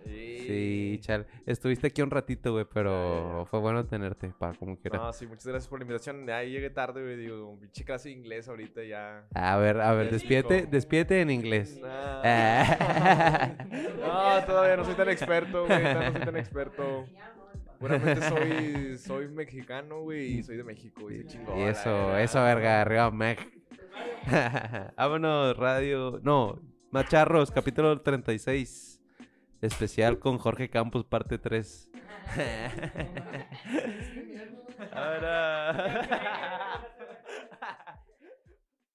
[SPEAKER 2] Sí, chal. Estuviste aquí un ratito, güey, pero fue bueno tenerte, pa, como quieras.
[SPEAKER 6] No, sí, muchas gracias por la invitación. Ahí llegué tarde, güey. Digo, un pinche clase de inglés ahorita ya.
[SPEAKER 2] A ver, a ver,
[SPEAKER 6] Ya
[SPEAKER 2] despídete,
[SPEAKER 6] explico.
[SPEAKER 2] despídete en inglés.
[SPEAKER 6] Nah. no, todavía no soy tan experto, güey. todavía No soy tan experto. Puramente soy, soy mexicano, güey, y soy de México, güey. soy chingón.
[SPEAKER 2] Y
[SPEAKER 6] la
[SPEAKER 2] eso,
[SPEAKER 6] verga.
[SPEAKER 2] eso, verga, arriba, Meg. Vámonos, radio. No, Macharros, capítulo 36. Especial con Jorge Campos, parte 3. Ahora.